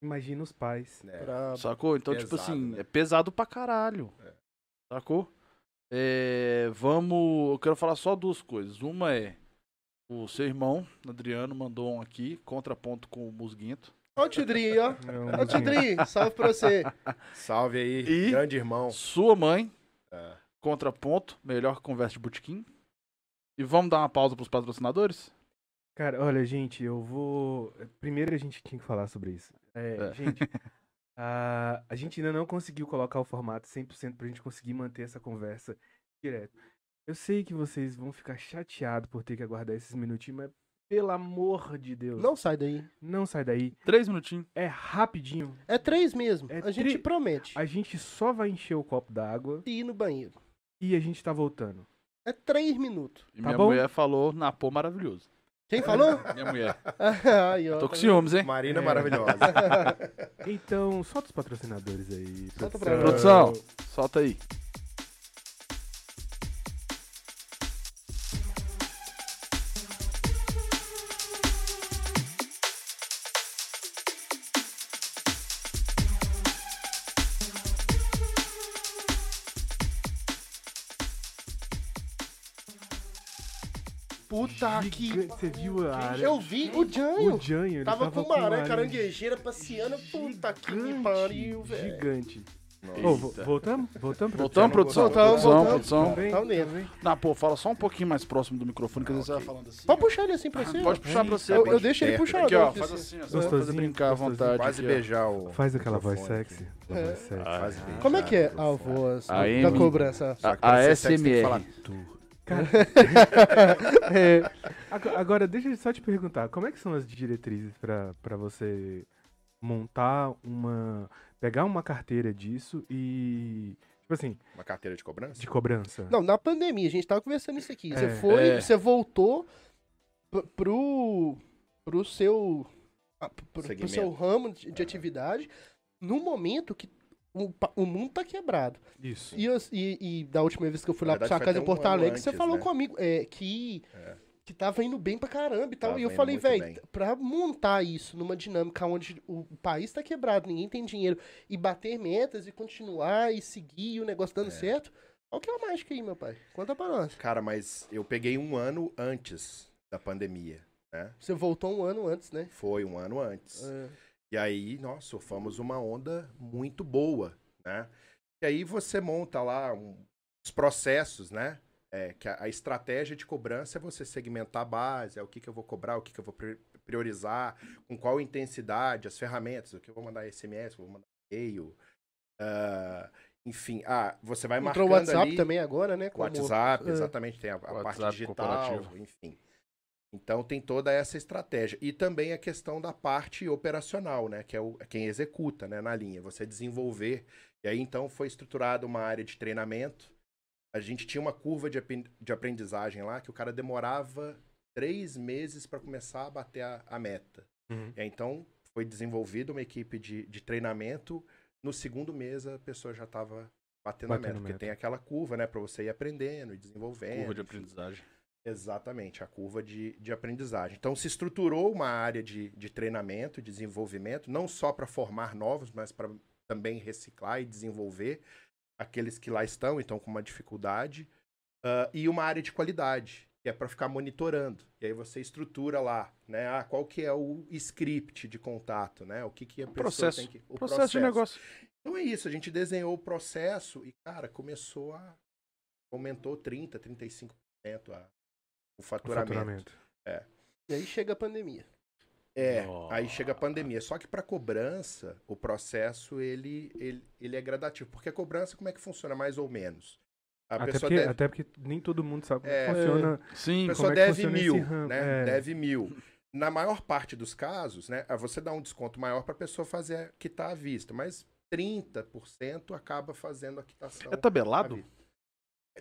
Speaker 1: Imagina os pais.
Speaker 4: né?
Speaker 3: Pra...
Speaker 2: Sacou? Então, tipo
Speaker 4: pesado,
Speaker 2: assim,
Speaker 4: né?
Speaker 2: é pesado pra caralho.
Speaker 4: É.
Speaker 2: Sacou? É, vamos. Eu quero falar só duas coisas. Uma é. O seu irmão, Adriano, mandou um aqui, contraponto com o Musguinto.
Speaker 3: Ó o Tidri aí, ó.
Speaker 1: Não,
Speaker 3: Ó o
Speaker 1: gente.
Speaker 3: Tidri, salve pra você.
Speaker 4: Salve aí,
Speaker 2: E-
Speaker 4: grande irmão.
Speaker 2: Sua mãe,
Speaker 4: É.
Speaker 2: contraponto, melhor conversa de botequim. E vamos dar uma pausa pros patrocinadores?
Speaker 1: Cara, olha, gente, eu vou. eh, Primeiro a gente tinha que falar sobre isso. É,
Speaker 2: É.
Speaker 1: Gente, ah, a... a gente ainda não conseguiu colocar o formato 100% pra gente conseguir manter essa conversa direto. Eu sei que vocês vão ficar chateados por ter que aguardar esses minutinhos, mas pelo amor de Deus, não,
Speaker 3: Não sai daí.
Speaker 1: sai daí.
Speaker 2: Três minutinhos.
Speaker 1: É rapidinho.
Speaker 3: É três mesmo.
Speaker 1: É
Speaker 3: a gente
Speaker 1: tri-
Speaker 3: promete.
Speaker 1: A gente só vai encher o copo d'água
Speaker 3: E ir no banheiro.
Speaker 1: e a gente tá voltando.
Speaker 3: É três minutos.
Speaker 2: E
Speaker 1: Tá
Speaker 2: minha
Speaker 1: bom?
Speaker 2: mulher falou na pô maravilhoso.
Speaker 3: Quem falou?
Speaker 2: Minha mulher.
Speaker 3: Aí, ó. tá
Speaker 2: Tô com ciúmes, hein?
Speaker 1: É.
Speaker 4: Marina maravilhosa.
Speaker 1: Então, solta os patrocinadores aí.
Speaker 3: Solta pra
Speaker 1: produção.
Speaker 3: nós.
Speaker 2: Produção, solta aí.
Speaker 3: Puta que.
Speaker 1: Gigante, Você viu a área?
Speaker 3: Eu vi o Janho.
Speaker 1: O Janho, ele
Speaker 3: Tava, com uma aranha
Speaker 1: aranha
Speaker 3: caranguejeira passeando. Puta que
Speaker 1: gigante,
Speaker 3: pariu, velho.
Speaker 1: Gigante.
Speaker 4: Nossa.
Speaker 1: Ô, vo- voltamos? Voltamos? pra-
Speaker 2: Voltamos, produção?
Speaker 3: Voltamos,
Speaker 2: produção,
Speaker 3: voltamos.
Speaker 2: produção.
Speaker 1: Também?
Speaker 3: Tá nele.
Speaker 1: Também?
Speaker 2: Na pô, fala só um pouquinho mais próximo do microfone, que às vezes você vai falando assim.
Speaker 3: Pode puxar ele assim pra você?
Speaker 2: Pode
Speaker 3: ó.
Speaker 2: puxar pra você.
Speaker 3: Eu,
Speaker 4: bem
Speaker 3: eu deixo ele
Speaker 4: perto.
Speaker 3: puxar.
Speaker 2: Aqui,
Speaker 3: eu
Speaker 2: ó,
Speaker 3: deixo
Speaker 2: faz
Speaker 3: assim.
Speaker 2: assim, ó.
Speaker 1: Gostosinho,
Speaker 2: Fazer brincar à
Speaker 1: gostosinho.
Speaker 2: vontade.
Speaker 4: Quase
Speaker 2: aqui, ó.
Speaker 4: beijar o.
Speaker 1: Faz aquela voz
Speaker 4: microfone aqui.
Speaker 1: sexy. Ah. Uma voz sexy.
Speaker 4: Quase beijar.
Speaker 3: Como é que é
Speaker 4: o
Speaker 3: a
Speaker 4: microfone.
Speaker 3: voz do-
Speaker 2: Aí,
Speaker 3: da
Speaker 2: menino.
Speaker 3: cobrança?
Speaker 4: Só que
Speaker 2: A-
Speaker 4: pra ser sexy tem que falar
Speaker 2: ASMR.
Speaker 4: tu.
Speaker 3: É,
Speaker 1: Ago- Agora, deixa eu só te perguntar, como é que são as diretrizes pra, pra você montar uma... Pegar uma carteira disso e... Tipo assim,
Speaker 4: Uma carteira de cobrança?
Speaker 1: de cobrança.
Speaker 3: Não, na pandemia, a gente tava conversando isso aqui. Você
Speaker 1: É.
Speaker 3: foi,
Speaker 2: É.
Speaker 3: você voltou p- pro, pro seu a- pro- pro,
Speaker 4: Segmento.
Speaker 3: seu ramo de, de atividade num momento que o, pa- o mundo tá quebrado.
Speaker 1: Isso.
Speaker 3: E, eu- e- e da última vez que eu fui lá
Speaker 4: Na
Speaker 3: pra sua
Speaker 4: verdade, foi
Speaker 3: casa em
Speaker 4: até um
Speaker 3: Porto
Speaker 4: ano
Speaker 3: Alegre, você
Speaker 4: antes,
Speaker 3: falou
Speaker 4: né?
Speaker 3: comigo é, que,
Speaker 4: É.
Speaker 3: que tava indo bem pra caramba e tal.
Speaker 4: Tava
Speaker 3: e eu
Speaker 4: indo
Speaker 3: falei,
Speaker 4: muito bem.
Speaker 3: velho, pra montar isso numa dinâmica onde o país tá quebrado, ninguém tem dinheiro, e bater metas e continuar e seguir e o negócio dando
Speaker 4: É.
Speaker 3: certo. Olha que é a mágica aí, meu pai. Conta pra nós.
Speaker 4: Cara, mas eu peguei um ano antes da pandemia.
Speaker 3: Você voltou um ano antes, né?
Speaker 4: Foi um ano antes. E aí, nós surfamos uma onda muito boa, né? E aí você monta lá um- os processos, né? É, que a, a estratégia de cobrança é você segmentar a base, é o que, que eu vou cobrar, o que, que eu vou pri- priorizar, com qual intensidade, as ferramentas, o que eu vou mandar SMS, o que eu vou mandar e-mail. ah, enfim, ah, você vai
Speaker 3: Entrou o
Speaker 4: marcando
Speaker 3: WhatsApp
Speaker 4: ali...
Speaker 3: também agora, né?
Speaker 4: O WhatsApp,
Speaker 3: É.
Speaker 4: exatamente, tem a, a parte
Speaker 2: WhatsApp
Speaker 4: digital,
Speaker 2: corporativo.
Speaker 4: enfim. Então tem toda essa estratégia. E também a questão da parte operacional, né? Que é, o, é quem executa né, na linha, você desenvolver. E aí então foi estruturada uma área de treinamento. A gente tinha uma curva de, apen- de aprendizagem lá que o cara demorava três meses para começar a bater a, a meta.
Speaker 1: Uhum.
Speaker 4: E aí, então foi desenvolvida uma equipe de, de treinamento. No segundo mês a pessoa já estava batendo, a
Speaker 1: Batendo
Speaker 4: meta, porque
Speaker 1: meta.
Speaker 4: tem aquela curva, né, para você ir aprendendo e desenvolvendo.
Speaker 2: Curva de
Speaker 4: enfim.
Speaker 2: aprendizagem.
Speaker 4: Exatamente, a curva de, de aprendizagem. Então, se estruturou uma área de, de treinamento, de desenvolvimento, não só para formar novos, mas para também reciclar e desenvolver aqueles que lá estão, então com uma dificuldade, ah, e uma área de qualidade, que é para ficar monitorando. E aí você estrutura lá, né? Ah, qual que é o script de contato, né? O que, que a pessoa
Speaker 2: Processo.
Speaker 4: tem que... O
Speaker 2: processo, de negócio.
Speaker 4: então é isso, a gente desenhou o processo e, cara, começou a. Aumentou 30%, 35% a, o
Speaker 1: O
Speaker 4: faturamento.
Speaker 1: faturamento.
Speaker 3: E aí chega a pandemia.
Speaker 4: É,
Speaker 2: Nossa.
Speaker 4: aí chega a pandemia. Só que para cobrança, o processo ele, ele, ele é gradativo. Porque a cobrança, como é que funciona mais ou menos? A
Speaker 1: Até
Speaker 4: pessoa
Speaker 1: porque,
Speaker 4: deve,
Speaker 1: até porque nem todo mundo sabe como
Speaker 4: É.
Speaker 1: funciona.
Speaker 4: a
Speaker 1: Pessoal,
Speaker 2: Sim,
Speaker 1: é
Speaker 4: pessoa
Speaker 1: que
Speaker 4: deve
Speaker 1: funciona esse
Speaker 4: mil,
Speaker 1: ramo?
Speaker 4: né?
Speaker 1: É.
Speaker 4: Deve mil. Na maior parte dos casos, né, você dá um desconto maior para a pessoa fazer a quitar à vista, mas 30% acaba fazendo a quitação.
Speaker 2: é tabelado?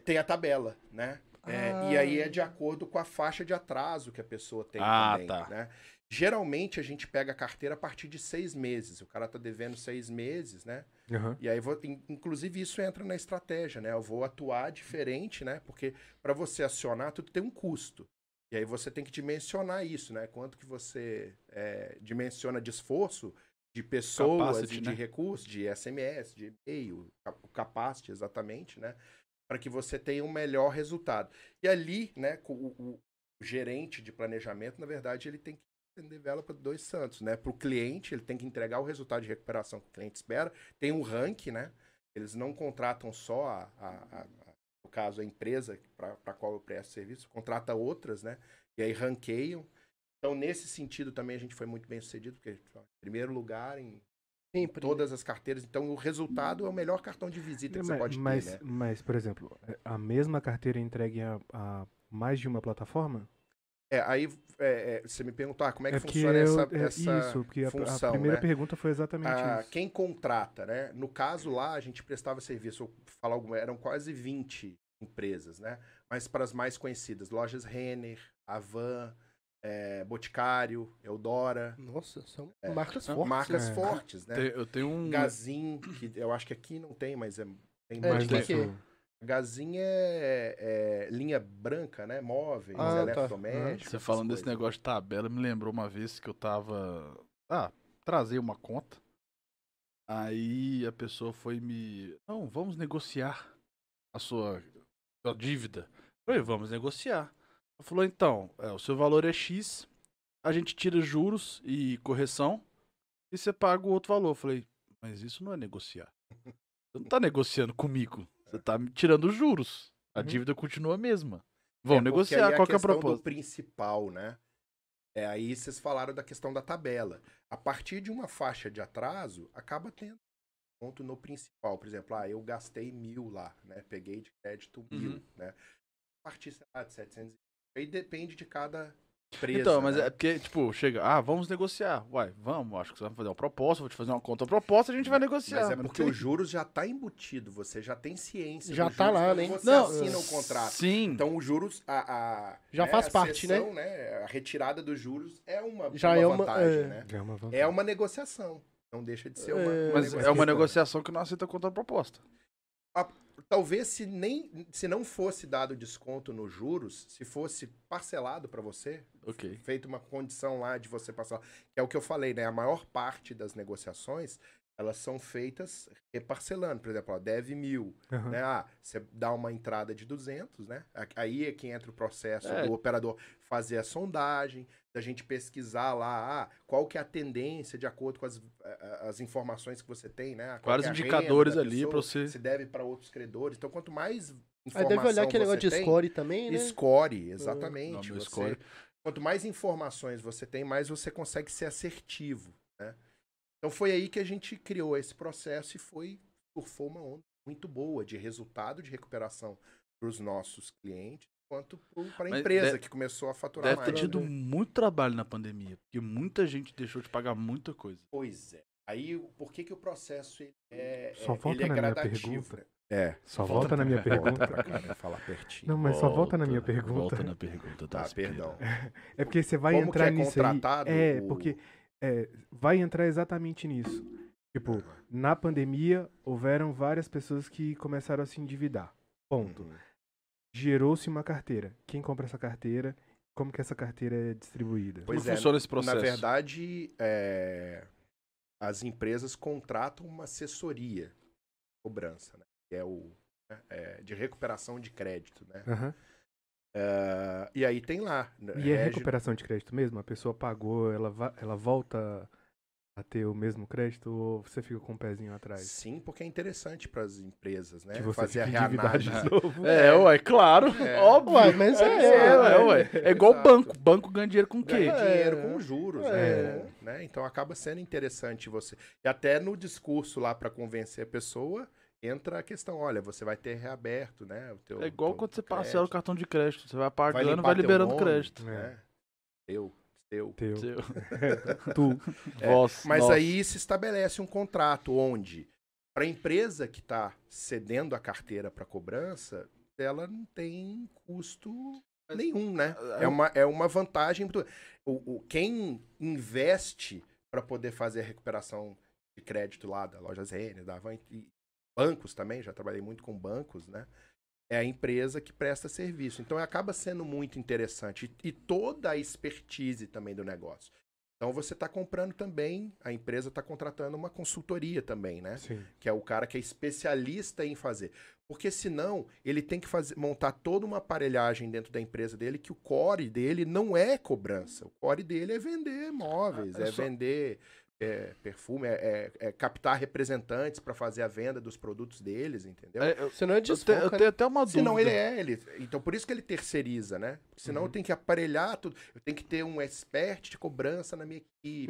Speaker 4: Tem a tabela, né? É,
Speaker 3: Ah.
Speaker 4: E aí é de acordo com a faixa de atraso que a pessoa tem
Speaker 2: Ah,
Speaker 4: também,
Speaker 2: tá.
Speaker 4: né? Geralmente a gente pega a carteira a partir de seis meses. O cara tá devendo seis meses, né?
Speaker 1: Aham.
Speaker 4: E aí, vou- in- inclusive, isso entra na estratégia, né? Eu vou atuar diferente, né? Porque para você acionar, tudo tem um custo. E aí você tem que dimensionar isso, né? Quanto que você é, dimensiona de esforço de pessoas,
Speaker 2: Capacity,
Speaker 4: e de
Speaker 2: né?
Speaker 4: recursos, de SMS, de e-mail, cap- capacity, exatamente, né? Para que você tenha um melhor resultado. E ali, né, co- o, o- o gerente de planejamento, na verdade, ele tem que entender vela para dois santos, né? Para o cliente, ele tem que entregar o resultado de recuperação que o cliente espera, tem um ranking, né? Eles não contratam só a, a- a- a- no caso, a empresa para qual eu presto serviço, contrata outras, né? E aí ranqueiam. Então, nesse sentido também a gente foi muito bem sucedido, porque a gente foi em primeiro lugar em
Speaker 3: Sempre.
Speaker 4: todas as carteiras. Então, o resultado é o melhor cartão de visita que você
Speaker 1: Mas-
Speaker 4: pode
Speaker 1: mas,
Speaker 4: ter, né?
Speaker 1: mas, por exemplo, é, a mesma carteira entregue a, a mais de uma plataforma?
Speaker 4: É, aí é, é, você me perguntou, ah, como é que
Speaker 1: porque
Speaker 4: funciona
Speaker 1: eu-
Speaker 4: essa,
Speaker 1: é
Speaker 4: essa
Speaker 1: isso, porque a- a,
Speaker 4: função,
Speaker 1: primeira
Speaker 4: né?
Speaker 1: pergunta foi exatamente
Speaker 4: Ah,
Speaker 1: isso.
Speaker 4: quem contrata, né? No caso lá, a gente prestava serviço, eu vou falar alguma, eram quase 20 empresas, né? Mas para as mais conhecidas, lojas Renner, Avan, eh, Boticário, Eudora,
Speaker 3: Nossa, são
Speaker 4: É.
Speaker 3: marcas
Speaker 2: Ah,
Speaker 3: fortes.
Speaker 4: marcas
Speaker 1: né?
Speaker 4: fortes, né?
Speaker 2: Tem- eu tenho um.
Speaker 4: Gazin, que eu acho que aqui não tem, mas é, tem
Speaker 3: É,
Speaker 4: mais.
Speaker 3: de quem
Speaker 1: isso-
Speaker 3: que é?
Speaker 4: Gazin é, é linha branca, né? Móveis,
Speaker 3: Ah, tá.
Speaker 4: eletrodomésticos.
Speaker 2: Você
Speaker 4: essas
Speaker 2: falando desse
Speaker 4: coisas.
Speaker 2: negócio de tabela, me lembrou uma vez que eu tava. Ah, trazei uma conta. Aí a pessoa foi me. Não, vamos negociar a sua, sua dívida. Eu falei, vamos negociar. Ela falou, então, é, o seu valor é X, a gente tira juros e correção e você paga o outro valor. Eu falei, mas isso não é negociar. Você não tá negociando comigo. Você tá me tirando juros. A
Speaker 1: Uhum.
Speaker 2: dívida continua a mesma. Vão
Speaker 4: É, porque aí
Speaker 2: negociar, qual que é a
Speaker 4: questão do
Speaker 2: proposta?
Speaker 4: principal, né? É, aí vocês falaram da questão da tabela. A partir de uma faixa de atraso, acaba tendo ponto no principal. Por exemplo, ah, eu gastei mil lá, né? Peguei de crédito mil,
Speaker 2: Uhum.
Speaker 4: né? A partir, sei lá, de 700. Aí depende de cada empresa,
Speaker 2: Então, mas
Speaker 4: né?
Speaker 2: é porque, tipo, chega, ah, vamos negociar. Uai, vamos, acho que você vai fazer uma proposta, vou te fazer uma conta proposta, a gente vai negociar.
Speaker 4: Mas é
Speaker 2: não
Speaker 4: porque
Speaker 2: tem-
Speaker 4: o juros já está embutido, você já tem ciência.
Speaker 3: Já
Speaker 4: dos
Speaker 3: tá
Speaker 4: juros
Speaker 3: lá,
Speaker 4: quando
Speaker 3: né?
Speaker 4: Você
Speaker 2: Não, é,
Speaker 4: assina o contrato.
Speaker 2: Sim.
Speaker 4: Então, os juros, a, a-
Speaker 3: Já
Speaker 4: né,
Speaker 3: faz
Speaker 4: a
Speaker 3: parte,
Speaker 4: cessão, né? A retirada dos juros é uma,
Speaker 3: Já
Speaker 4: uma
Speaker 3: é uma-
Speaker 4: vantagem,
Speaker 3: é.
Speaker 4: né?
Speaker 1: Já é uma vantagem.
Speaker 4: É uma negociação. Não deixa de ser uma.
Speaker 3: É,
Speaker 2: mas é uma
Speaker 4: negociação.
Speaker 2: negociação que não aceita contra proposta.
Speaker 4: Talvez se nem se não fosse dado desconto nos juros, se fosse parcelado para você,
Speaker 2: Ok.
Speaker 4: feito uma condição lá de você passar, que é o que eu falei, né? A maior parte das negociações elas são feitas reparcelando. Por exemplo, ó, deve mil,
Speaker 1: Aham.
Speaker 4: né? Ah, você dá uma entrada de 200, né? A- Aí é que entra o processo
Speaker 2: É.
Speaker 4: do operador fazer a sondagem, da gente pesquisar lá ah, qual que é a tendência de acordo com as, a- a- as informações que você tem, né? Ah, qual
Speaker 2: Vários
Speaker 4: que é a
Speaker 2: indicadores
Speaker 4: renda da
Speaker 2: ali pra
Speaker 4: pessoa,
Speaker 2: você-
Speaker 4: Se deve para outros credores. Então, quanto mais informação
Speaker 3: Aí deve olhar aquele
Speaker 4: você
Speaker 3: negócio de
Speaker 4: tem,
Speaker 3: score também, né?
Speaker 4: Score,
Speaker 2: Não,
Speaker 4: exatamente.
Speaker 2: meu
Speaker 4: Você-
Speaker 2: score-
Speaker 4: Quanto mais informações você tem, mais você consegue ser assertivo, né? Então foi aí que a gente criou esse processo e foi surfou uma onda muito boa de resultado de recuperação para os nossos clientes, quanto para a
Speaker 2: Mas
Speaker 4: empresa
Speaker 2: deve-
Speaker 4: que começou a faturar
Speaker 2: Deve ter
Speaker 4: mais.
Speaker 2: tido
Speaker 4: né?
Speaker 2: muito trabalho na pandemia, porque muita gente deixou de pagar muita coisa.
Speaker 4: Pois é. Aí o- por que que o processo ele é,
Speaker 1: Só
Speaker 4: é-
Speaker 1: volta
Speaker 4: ele é
Speaker 1: na minha
Speaker 4: gradativo?
Speaker 1: pergunta.
Speaker 4: É.
Speaker 1: Só
Speaker 2: volta
Speaker 1: volta na minha
Speaker 4: Volta pra
Speaker 1: pergunta.
Speaker 4: cá, né? Falar pertinho.
Speaker 1: Não, mas só volta na minha pergunta.
Speaker 2: Volta na pergunta, tá?
Speaker 4: Ah, perdão.
Speaker 1: É porque você vai
Speaker 4: Como que
Speaker 1: entrar
Speaker 4: é
Speaker 1: nisso aí.
Speaker 4: contratado
Speaker 1: É,
Speaker 4: o-
Speaker 1: porque é, vai entrar exatamente nisso. Tipo, na pandemia, houveram várias pessoas que começaram a se endividar. Ponto.
Speaker 4: Uhum.
Speaker 1: Gerou-se uma carteira. Quem compra essa carteira? Como que essa carteira é distribuída?
Speaker 4: Pois
Speaker 2: Como
Speaker 4: é,
Speaker 2: funciona esse processo?
Speaker 4: Na verdade, é, as empresas contratam uma assessoria de cobrança, né? que é o né, é, de recuperação de crédito, né?
Speaker 1: Aham.
Speaker 4: Ah, e aí tem lá. né,
Speaker 1: É. E é
Speaker 4: regi-
Speaker 1: recuperação de crédito mesmo? A pessoa pagou, ela, va- ela volta a ter o mesmo crédito ou você fica com o pezinho atrás?
Speaker 4: Sim, porque é interessante para as empresas, né?
Speaker 1: Que você
Speaker 4: Fazer a
Speaker 1: fica endividado
Speaker 4: reanálise.
Speaker 1: de novo.
Speaker 2: É, ué, claro.
Speaker 4: É.
Speaker 2: Óbvio.
Speaker 3: Uai, mas
Speaker 2: é,
Speaker 3: é,
Speaker 2: é,
Speaker 3: ué.
Speaker 2: ué, ué. É igual
Speaker 4: Exato.
Speaker 2: banco. Banco ganha dinheiro com o quê?
Speaker 4: ganha dinheiro com
Speaker 3: É.
Speaker 4: os juros,
Speaker 1: É.
Speaker 4: né? né? Então acaba sendo interessante você. E até no discurso lá para convencer a pessoa, entra a questão, olha, você vai ter reaberto, né? O teu,
Speaker 2: É igual
Speaker 4: teu
Speaker 2: quando você parcela o
Speaker 4: crédito,
Speaker 2: cartão de crédito. Você vai
Speaker 4: vai
Speaker 2: pagando,
Speaker 4: limpar
Speaker 2: vai
Speaker 4: teu
Speaker 2: liberando
Speaker 4: nome,
Speaker 2: crédito.
Speaker 4: Né? Teu, teu.
Speaker 1: Teu,
Speaker 2: Seu.
Speaker 1: tu.
Speaker 4: É,
Speaker 2: Vós,
Speaker 4: Mas
Speaker 2: nós.
Speaker 4: aí se estabelece um tá contrato onde, para a empresa que está cedendo a carteira para cobrança, dela não tem custo nenhum, né? É uma, é uma vantagem. pro- O, o, quem investe para poder fazer a recuperação de crédito lá da Lojas Renner, da Avan, e bancos também, já trabalhei muito com bancos, né? É a empresa que presta serviço. Então acaba sendo muito interessante. E, e toda a expertise também do negócio. Então você está comprando também, a empresa está contratando uma consultoria também, né?
Speaker 1: Sim.
Speaker 4: que é o cara que é especialista em fazer. Porque senão ele tem que fazer, montar toda uma aparelhagem dentro da empresa dele que o core dele não é cobrança. O core dele é vender móveis,
Speaker 2: Ah, eu
Speaker 4: é
Speaker 2: só-
Speaker 4: vender é, perfume, é, é- é captar representantes para fazer a venda dos produtos deles, entendeu?
Speaker 2: É, eu,
Speaker 3: Senão é
Speaker 2: eu te-
Speaker 3: desfoca,
Speaker 2: eu
Speaker 3: né?
Speaker 2: tenho até uma dúvida.
Speaker 4: Senão ele é, ele. Então por isso que ele terceiriza, né? Porque senão
Speaker 3: Uhum.
Speaker 4: eu tenho que aparelhar tudo. Eu tenho que ter um expert de cobrança na minha equipe.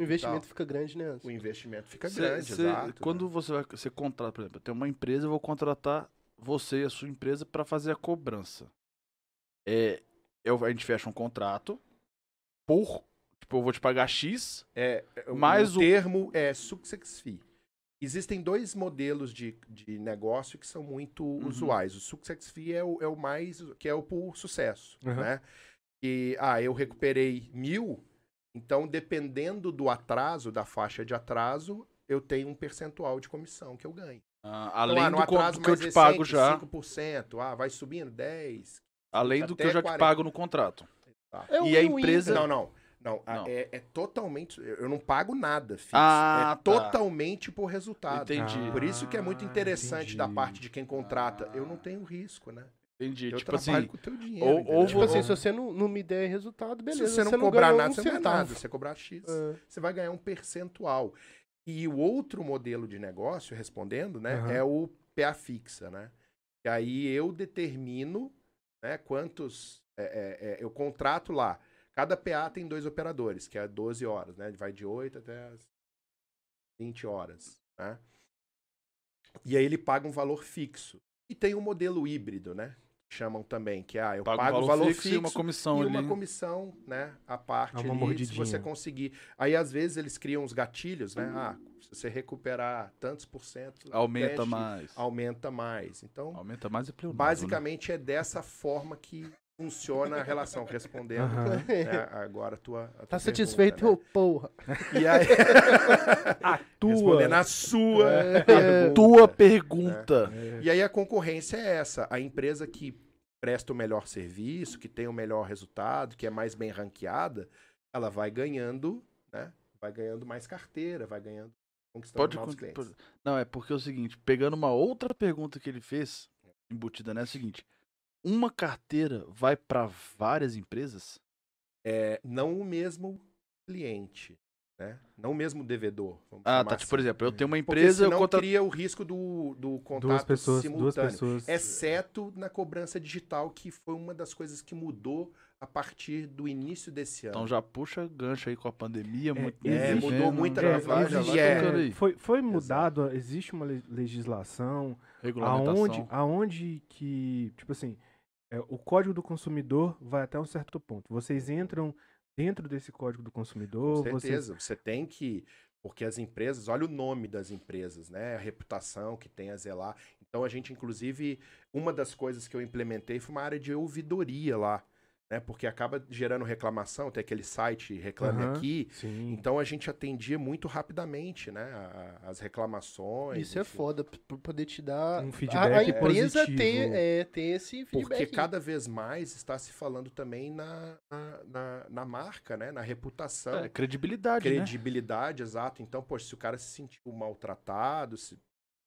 Speaker 3: O
Speaker 4: e
Speaker 3: investimento
Speaker 4: um tal.
Speaker 3: fica grande, né? Anderson?
Speaker 4: O investimento fica
Speaker 2: Cê-
Speaker 4: grande,
Speaker 2: cê-
Speaker 4: exato. né?
Speaker 2: Quando você vai, você contrata, por exemplo, eu tenho uma empresa, eu vou contratar você e a sua empresa para fazer a cobrança. É, eu, a gente fecha um contrato por, tipo, eu vou te pagar X.
Speaker 4: É, o,
Speaker 2: Mas o-
Speaker 4: o termo é success fee. Existem dois modelos de, de negócio que são muito
Speaker 2: Uhum.
Speaker 4: usuais. O success fee é o, é o mais, que é o por sucesso,
Speaker 1: Uhum.
Speaker 4: né? E, ah, eu recuperei mil, então dependendo do atraso, da faixa de atraso, eu tenho um percentual de comissão que eu ganho.
Speaker 2: ah,
Speaker 4: Então,
Speaker 2: além
Speaker 4: ah,
Speaker 2: do co- que eu te pago já,
Speaker 4: 5%, ah, vai subindo 10.
Speaker 2: além do que eu
Speaker 4: até
Speaker 2: já te
Speaker 4: 40.
Speaker 2: pago no contrato.
Speaker 4: Tá.
Speaker 3: É um
Speaker 2: E a
Speaker 3: win-win,
Speaker 2: empresa-
Speaker 3: né?
Speaker 4: Não, não. Não, a-
Speaker 2: Não.
Speaker 4: É, é totalmente. Eu eu não pago nada fixo.
Speaker 2: Ah, tá.
Speaker 4: é totalmente por resultado.
Speaker 2: Entendi.
Speaker 4: Por isso que é muito interessante da
Speaker 1: entendi.
Speaker 4: parte de quem contrata.
Speaker 2: Ah.
Speaker 4: Eu não tenho risco, né?
Speaker 2: Entendi.
Speaker 4: eu
Speaker 2: tipo
Speaker 4: trabalho
Speaker 2: assim,
Speaker 4: com o teu dinheiro.
Speaker 2: ou-
Speaker 4: entendeu?
Speaker 2: ou
Speaker 3: Tipo assim,
Speaker 2: Ou-
Speaker 3: se você não, não me der resultado, beleza.
Speaker 4: se você não,
Speaker 3: ganhou
Speaker 4: cobrar
Speaker 3: um
Speaker 4: nada, você não ganha
Speaker 2: tá
Speaker 4: nada.
Speaker 3: centavo.
Speaker 4: Se você cobrar X,
Speaker 3: É.
Speaker 4: você vai ganhar um percentual. E o outro modelo de negócio, respondendo, né,
Speaker 1: Aham.
Speaker 4: é o PA fixa, né? E aí eu determino né, quantos. é, é, é, eu contrato lá. Cada PA tem dois operadores, que é 12 horas, né? Vai de 8 até as 20 horas, né? E aí ele paga um valor fixo. E tem o modelo híbrido, né? Que chamam também, que é ah, eu
Speaker 2: pago,
Speaker 4: pago
Speaker 2: um
Speaker 4: o valor
Speaker 2: fixo, e uma
Speaker 4: fixo
Speaker 2: comissão
Speaker 4: e
Speaker 2: ali.
Speaker 4: uma comissão, né, a parte
Speaker 1: Dá uma
Speaker 4: ali, se
Speaker 1: mordidinha.
Speaker 4: você conseguir. Aí, às vezes, eles criam uns gatilhos, né? Ah, se você recuperar tantos por cento...
Speaker 2: Aumenta
Speaker 4: teste,
Speaker 2: mais.
Speaker 4: Aumenta mais. Então,
Speaker 2: Aumenta mais é pleonasmo, né?
Speaker 4: basicamente, é dessa forma que funciona a relação, respondendo
Speaker 1: Aham.
Speaker 4: né, agora a tua, a tua
Speaker 3: Tá
Speaker 4: pergunta,
Speaker 3: satisfeito,
Speaker 4: né?
Speaker 3: ô porra?
Speaker 4: E aí,
Speaker 1: A
Speaker 4: respondendo a sua pergunta.
Speaker 2: Tua pergunta.
Speaker 1: É.
Speaker 4: E aí a concorrência é essa. A empresa que presta o melhor serviço, que tem o melhor resultado, que é mais bem ranqueada, ela vai ganhando, né? Vai ganhando mais carteira, vai ganhando conquistando
Speaker 2: Pode
Speaker 4: novos
Speaker 2: con-
Speaker 4: clientes.
Speaker 2: pode- Não, é porque é o seguinte, pegando uma outra pergunta que ele fez, embutida, né? É o seguinte: uma carteira vai para várias empresas?
Speaker 4: É, não o mesmo cliente, né? Não o mesmo devedor. vamos
Speaker 2: Ah,
Speaker 4: chamar
Speaker 2: tá. Tipo, por
Speaker 4: assim.
Speaker 2: exemplo, eu tenho uma
Speaker 4: Porque
Speaker 2: empresa, eu
Speaker 4: senão
Speaker 2: contra...
Speaker 4: cria o risco do, do contato
Speaker 1: Duas pessoas, duas
Speaker 4: simultâneo. É
Speaker 1: pessoas.
Speaker 4: Exceto na cobrança digital, que foi uma das coisas que mudou a partir do início desse ano.
Speaker 2: Então já puxa gancho aí com a pandemia. muito
Speaker 4: é,
Speaker 2: desenho,
Speaker 4: mudou muita
Speaker 2: né?
Speaker 1: É,
Speaker 4: gravagem,
Speaker 1: existe-
Speaker 4: lá,
Speaker 1: é,
Speaker 4: tocando
Speaker 1: foi, foi mudado, existe uma le- legislação
Speaker 2: Regulamentação.
Speaker 1: aonde, aonde que, tipo assim, é, o código do consumidor vai até um certo ponto. Vocês entram dentro desse código do consumidor,
Speaker 4: Com
Speaker 1: vocês
Speaker 4: certeza, você tem que. Porque as empresas, olha o nome das empresas, né? A reputação que tem a zelar. Então a gente, inclusive, uma das coisas que eu implementei foi uma área de ouvidoria lá, né? Porque acaba gerando reclamação, tem aquele site Reclame
Speaker 1: Aham.
Speaker 4: Aqui.
Speaker 1: Sim.
Speaker 4: Então a gente atendia muito rapidamente, né? a- a- as reclamações.
Speaker 3: Isso é
Speaker 4: enfim.
Speaker 3: foda, p- pra poder te dar...
Speaker 1: Um feedback
Speaker 3: a, a empresa
Speaker 1: positivo.
Speaker 3: ter, é, ter esse feedback. né?
Speaker 4: Porque
Speaker 3: aí.
Speaker 4: cada vez mais está se falando também na, na, na- na marca, né? Na reputação.
Speaker 2: É, credibilidade, né?
Speaker 4: credibilidade, exato. Então, poxa, se o cara se sentiu maltratado, se-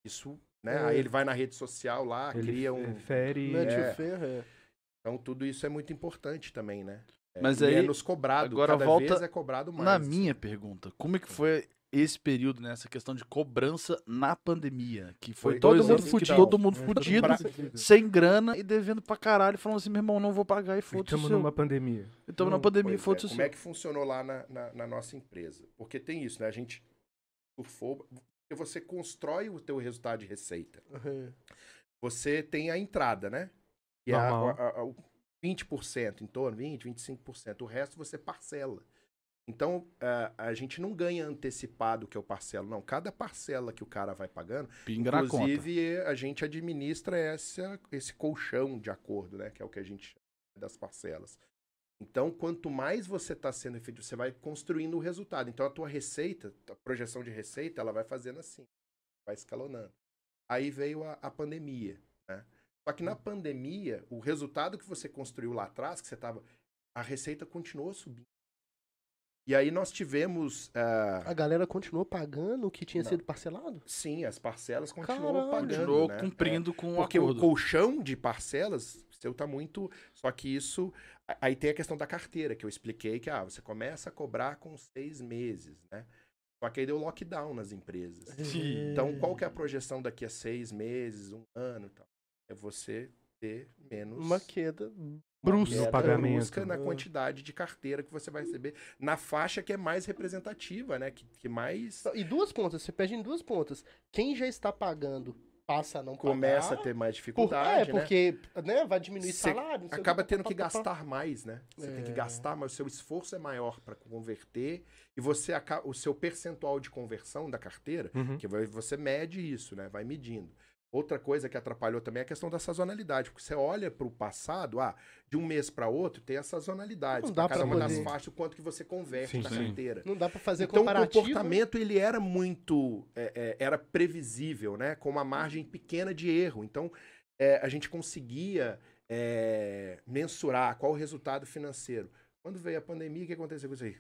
Speaker 4: isso, né?
Speaker 2: É.
Speaker 4: Aí ele vai na rede social lá, cria um.
Speaker 1: ele fere...
Speaker 3: Mete
Speaker 4: É.
Speaker 3: o ferro, é.
Speaker 4: Então, tudo isso é muito importante também, né? É,
Speaker 2: Mas
Speaker 4: e
Speaker 2: aí,
Speaker 4: menos cobrado.
Speaker 2: agora
Speaker 4: Cada
Speaker 2: volta
Speaker 4: vez é cobrado mais.
Speaker 2: Na minha pergunta, como é que foi esse período, né? Essa questão de cobrança na pandemia? Que foi,
Speaker 4: Foi
Speaker 2: dois
Speaker 4: todo mundo
Speaker 2: anos que
Speaker 4: fudido.
Speaker 2: todo mundo
Speaker 1: É,
Speaker 2: fudido,
Speaker 1: todo mundo fudido.
Speaker 2: sem grana e devendo pra caralho, falando assim, meu irmão, não vou pagar e foda-se.
Speaker 1: Estamos
Speaker 2: Estamos
Speaker 1: numa pandemia.
Speaker 2: na pandemia,
Speaker 4: Pois
Speaker 2: foda-se.
Speaker 4: é,
Speaker 2: o
Speaker 4: Como é
Speaker 2: seu.
Speaker 4: que funcionou lá na, na- na nossa empresa? Porque tem isso, né? A gente surfou. porque Você constrói o teu resultado de receita.
Speaker 3: Uhum.
Speaker 4: Você tem a entrada, né? E a,
Speaker 1: Normal.
Speaker 4: a, a, o 20% em torno, 20, 25%. O resto você parcela. Então, ah, a gente não ganha antecipado que eu parcelo, não. Cada parcela que o cara vai pagando,
Speaker 2: Pinga na conta.
Speaker 4: Inclusive, a gente administra essa, esse colchão de acordo, né? Que é o que a gente chama das parcelas. Então, quanto mais você está sendo efetivo, você vai construindo o resultado. Então, a tua receita, a projeção de receita, ela vai fazendo assim, vai escalonando. Aí veio a, a pandemia, né? Só
Speaker 2: Uhum.
Speaker 4: que na pandemia, o resultado que você construiu lá atrás, que você tava, a receita continuou subindo. E aí nós tivemos ah,
Speaker 3: A galera continuou pagando o que tinha
Speaker 4: Não.
Speaker 3: sido parcelado?
Speaker 4: Sim, as parcelas continuam
Speaker 3: Caralho.
Speaker 4: pagando.
Speaker 2: Continuou
Speaker 4: né?
Speaker 2: cumprindo com
Speaker 3: um
Speaker 4: É,
Speaker 2: o
Speaker 4: porque o
Speaker 2: acordo.
Speaker 4: colchão de parcelas seu tá muito. Só que isso. a- Aí tem a questão da carteira, que eu expliquei que ah, você começa a cobrar com seis meses, né? Só que aí deu lockdown nas empresas.
Speaker 2: Sim.
Speaker 4: Então, qual que é a projeção daqui a seis meses, um ano e tal? É você ter menos
Speaker 3: Uma queda
Speaker 1: brusca.
Speaker 4: queda
Speaker 1: No pagamento.
Speaker 4: brusca na
Speaker 3: Ah.
Speaker 4: quantidade de carteira que você vai receber na faixa que é mais representativa, né? Que, que mais
Speaker 3: E duas pontas, você perde em duas pontas. Quem já está pagando passa a não
Speaker 4: começa a
Speaker 3: pagar.
Speaker 4: ter mais
Speaker 3: Por, é,
Speaker 4: dificuldade, né?
Speaker 3: porque né, vai diminuir
Speaker 4: Você
Speaker 3: salário. não sei o
Speaker 4: acaba
Speaker 3: quê,
Speaker 4: tendo
Speaker 3: pá,
Speaker 4: que
Speaker 3: pá, pá, pá.
Speaker 4: gastar mais, né? Você tem que
Speaker 3: É.
Speaker 4: gastar, mas o seu esforço é maior para converter e você aca- o seu percentual de conversão da carteira,
Speaker 1: Uhum.
Speaker 4: que vai- você mede isso, né? Vai medindo. Outra coisa que atrapalhou também é a questão da sazonalidade, porque você olha para o passado, ah, de um mês para outro tem a sazonalidade,
Speaker 3: Não dá
Speaker 4: pra cada
Speaker 3: pra
Speaker 4: uma das
Speaker 3: poder.
Speaker 4: faixas, o quanto que você converte
Speaker 1: Sim,
Speaker 4: na
Speaker 2: sim.
Speaker 4: carteira.
Speaker 3: Não dá pra fazer
Speaker 4: Então o
Speaker 3: comparativo.
Speaker 4: comportamento ele era muito é, é, era previsível, né? Com uma margem pequena de erro. Então é, a gente conseguia é, mensurar qual o resultado financeiro. Quando veio a pandemia, o que aconteceu com isso aí?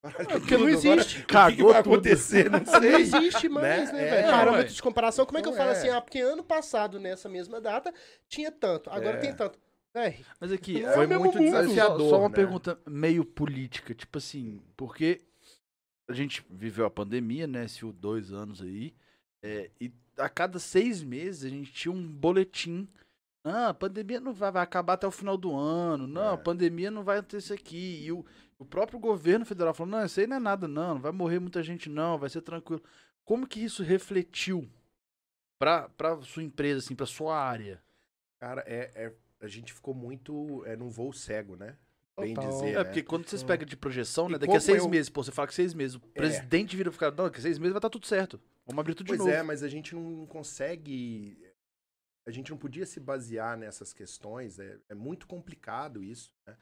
Speaker 4: Paralho,
Speaker 3: porque não
Speaker 4: tudo, agora,
Speaker 3: existe.
Speaker 4: o
Speaker 2: Cagou
Speaker 4: que vai
Speaker 2: tudo.
Speaker 4: acontecer? Não
Speaker 3: Não
Speaker 4: sei.
Speaker 3: existe mais, né,
Speaker 4: É,
Speaker 3: velho?
Speaker 4: ué.
Speaker 3: Parâmetro de comparação. Como é que eu
Speaker 4: Então
Speaker 3: falo
Speaker 4: é.
Speaker 3: assim? Ah, porque ano passado, nessa mesma data, tinha tanto. Agora
Speaker 4: É.
Speaker 3: tem tanto. Véi,
Speaker 2: Mas aqui,
Speaker 3: Não é
Speaker 2: foi
Speaker 3: o mesmo
Speaker 2: muito
Speaker 3: mundo.
Speaker 2: desafiador. Só, só uma
Speaker 4: né?
Speaker 2: pergunta meio política, tipo assim, porque a gente viveu a pandemia, né? Se o dois anos aí, é, e a cada seis meses a gente tinha um boletim. Ah, a pandemia não vai, vai acabar até o final do ano. Não,
Speaker 4: É.
Speaker 2: a pandemia não vai ter isso aqui. E o, o próprio governo federal falou: não, isso aí não é nada, não, não vai morrer muita gente, não, vai ser tranquilo. Como que isso refletiu pra, pra sua empresa, assim, pra sua área?
Speaker 4: Cara, é, é- a gente ficou muito é, num voo cego, né? Bem
Speaker 3: Total.
Speaker 4: dizer.
Speaker 2: É,
Speaker 4: né?
Speaker 2: porque quando vocês pegam de projeção,
Speaker 4: E
Speaker 2: né? Daqui
Speaker 4: como
Speaker 2: a seis
Speaker 4: eu- É.
Speaker 2: meses, pô, você fala que seis meses. O presidente vira pro cara, não, daqui a seis meses vai estar tudo certo. Vamos abrir tudo
Speaker 4: Pois
Speaker 2: de novo.
Speaker 4: é, mas a gente não consegue. A gente não podia se basear nessas questões. É, é muito complicado isso. Né?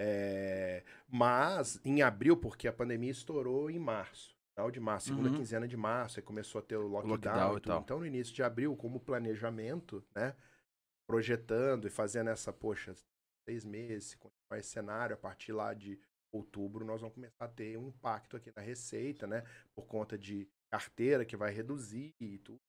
Speaker 4: É, mas em abril, porque a pandemia estourou em março. Final de março, segunda
Speaker 2: Uhum.
Speaker 4: quinzena de março, aí começou a ter o lockdown,
Speaker 2: lockdown
Speaker 4: e
Speaker 2: e
Speaker 4: tudo.
Speaker 2: tal.
Speaker 4: Então, no início de abril, como planejamento, né? Projetando e fazendo essa, poxa, seis meses, se continuar esse cenário, a partir lá de outubro, nós vamos começar a ter um impacto aqui na receita, né? Por conta de carteira que vai reduzir e tudo.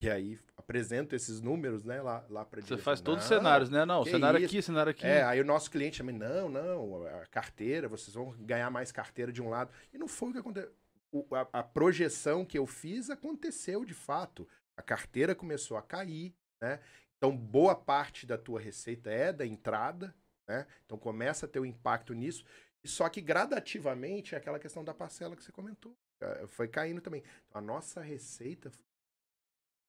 Speaker 4: E aí apresento esses números, né, lá, lá pra
Speaker 2: Você
Speaker 4: direção.
Speaker 2: faz todos os
Speaker 4: Não,
Speaker 2: cenários, né? Não,
Speaker 4: que
Speaker 2: cenário
Speaker 4: isso.
Speaker 2: aqui, cenário aqui.
Speaker 4: é, aí o nosso cliente também, não, não, a carteira, vocês vão ganhar mais carteira de um lado. E não foi o que aconteceu. O- a, a projeção que eu fiz aconteceu de fato. A carteira começou a cair, né? Então, boa parte da tua receita é da entrada, né? Então, começa a ter um impacto nisso. E Só que gradativamente é aquela questão da parcela que você comentou. eh, Foi caindo também. Então, a nossa receita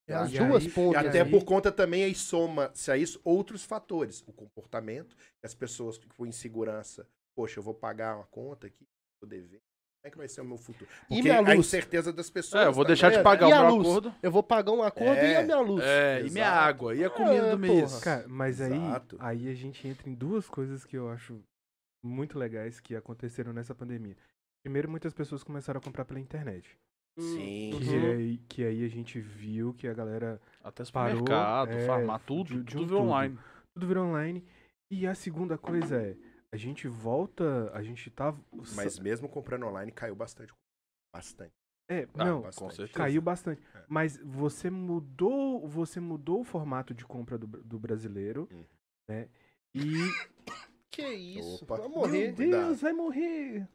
Speaker 3: é as
Speaker 1: E
Speaker 3: duas
Speaker 1: aí-
Speaker 4: e
Speaker 3: pontas.
Speaker 4: até
Speaker 1: aí-
Speaker 4: por conta também aí soma-se a isso outros fatores. O comportamento, que as pessoas que com insegurança, poxa, eu vou pagar uma conta aqui, vou dever. Como é que vai ser o meu futuro?
Speaker 3: E
Speaker 4: Porque
Speaker 3: minha
Speaker 4: a
Speaker 3: luz?
Speaker 4: incerteza das pessoas.
Speaker 2: É, eu vou
Speaker 4: também,
Speaker 2: deixar
Speaker 3: É,
Speaker 2: de
Speaker 4: né?
Speaker 2: pagar
Speaker 3: e
Speaker 2: o
Speaker 3: a
Speaker 2: meu
Speaker 3: luz?
Speaker 2: acordo.
Speaker 3: Eu vou pagar um acordo
Speaker 4: É,
Speaker 3: e a minha luz.
Speaker 2: É, e minha
Speaker 4: Exato.
Speaker 2: água, e a comida
Speaker 3: É,
Speaker 2: do
Speaker 3: porra.
Speaker 2: mês.
Speaker 1: Cara, mas aí,
Speaker 4: Exato.
Speaker 1: aí a gente entra em duas coisas que eu acho muito legais que aconteceram nessa pandemia. Primeiro, muitas pessoas começaram a comprar pela internet.
Speaker 4: Sim.
Speaker 1: Que,
Speaker 3: Uhum.
Speaker 1: aí, que aí a gente viu que a galera.
Speaker 2: Até
Speaker 1: Parou,
Speaker 2: supermercado,
Speaker 1: é,
Speaker 2: farmar, tudo,
Speaker 1: de- de um
Speaker 2: tudo virou
Speaker 1: tudo.
Speaker 2: online.
Speaker 1: Tudo virou online. E a segunda coisa é. A gente volta. A gente tá.
Speaker 4: Mas mesmo comprando online, caiu bastante. Bastante.
Speaker 1: É,
Speaker 2: Ah,
Speaker 1: não,
Speaker 4: Tá, bastante.
Speaker 2: com certeza.
Speaker 1: Caiu bastante.
Speaker 4: É.
Speaker 1: Mas você mudou, você mudou o formato de compra do, br- do brasileiro,
Speaker 4: Hum.
Speaker 1: né? E
Speaker 3: Que isso?
Speaker 4: Opa.
Speaker 3: Vai morrer.
Speaker 1: meu
Speaker 4: cuidado.
Speaker 1: Deus, vai morrer.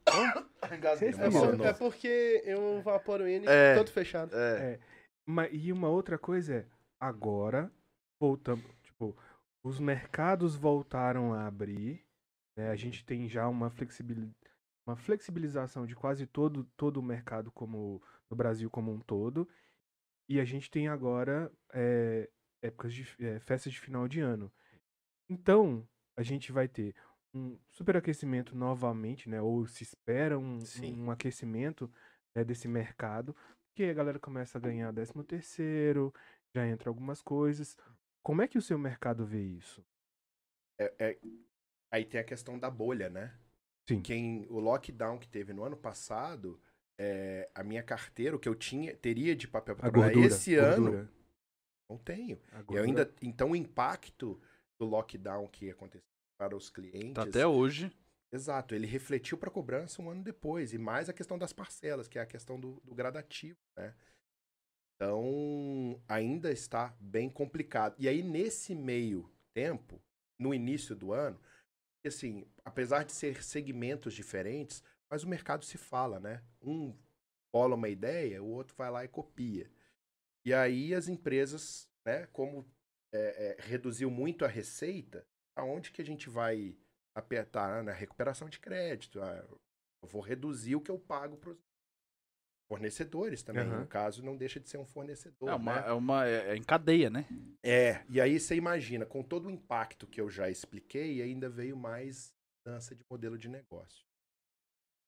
Speaker 4: Engasguei,
Speaker 1: Vocês
Speaker 4: foi
Speaker 3: É,
Speaker 4: mal,
Speaker 1: Não,
Speaker 3: por-
Speaker 1: não.
Speaker 4: não.
Speaker 3: é porque eu vaporo ele
Speaker 2: É.
Speaker 3: todo fechado.
Speaker 2: É.
Speaker 1: Ma- e uma outra coisa é, agora voltamos, tipo, os mercados voltaram a abrir, né? A gente tem já uma flexibil, uma flexibilização de quase todo todo o mercado como no Brasil como um todo. E a gente tem agora eh, é, épocas de f- é, festas de final de ano. Então, a gente vai ter um superaquecimento novamente, né? Ou se espera um,
Speaker 4: Sim.
Speaker 1: um aquecimento né, desse mercado, porque a galera começa a ganhar 13 terceiro, já entra algumas coisas. Como é que o seu mercado vê isso?
Speaker 4: É- é- Aí tem a questão da bolha, né?
Speaker 1: Sim.
Speaker 4: Quem, o lockdown que teve no ano passado, é, a minha carteira, o que eu tinha, teria de papel para esse ano, não tenho. E eu ainda, então o impacto do lockdown que aconteceu para os clientes.
Speaker 2: Tá até hoje.
Speaker 4: Exato, ele refletiu para a cobrança um ano depois. E mais a questão das parcelas, que é a questão do, do gradativo, né? Então, ainda está bem complicado. E aí, nesse meio tempo, no início do ano, assim, apesar de ser segmentos diferentes, mas o mercado se fala, né? Um bola uma ideia, o outro vai lá e copia. E aí as empresas, né, como é, é, reduziu muito a receita, aonde que a gente vai apertar na recuperação de crédito. Ah, eu vou reduzir o que eu pago para os fornecedores também.
Speaker 1: Aham.
Speaker 4: No caso, não deixa de ser um fornecedor.
Speaker 2: É uma,
Speaker 4: né?
Speaker 2: é uma é, é em cadeia, né?
Speaker 4: É, e aí você imagina, com todo o impacto que eu já expliquei, ainda veio mais mudança de modelo de negócio.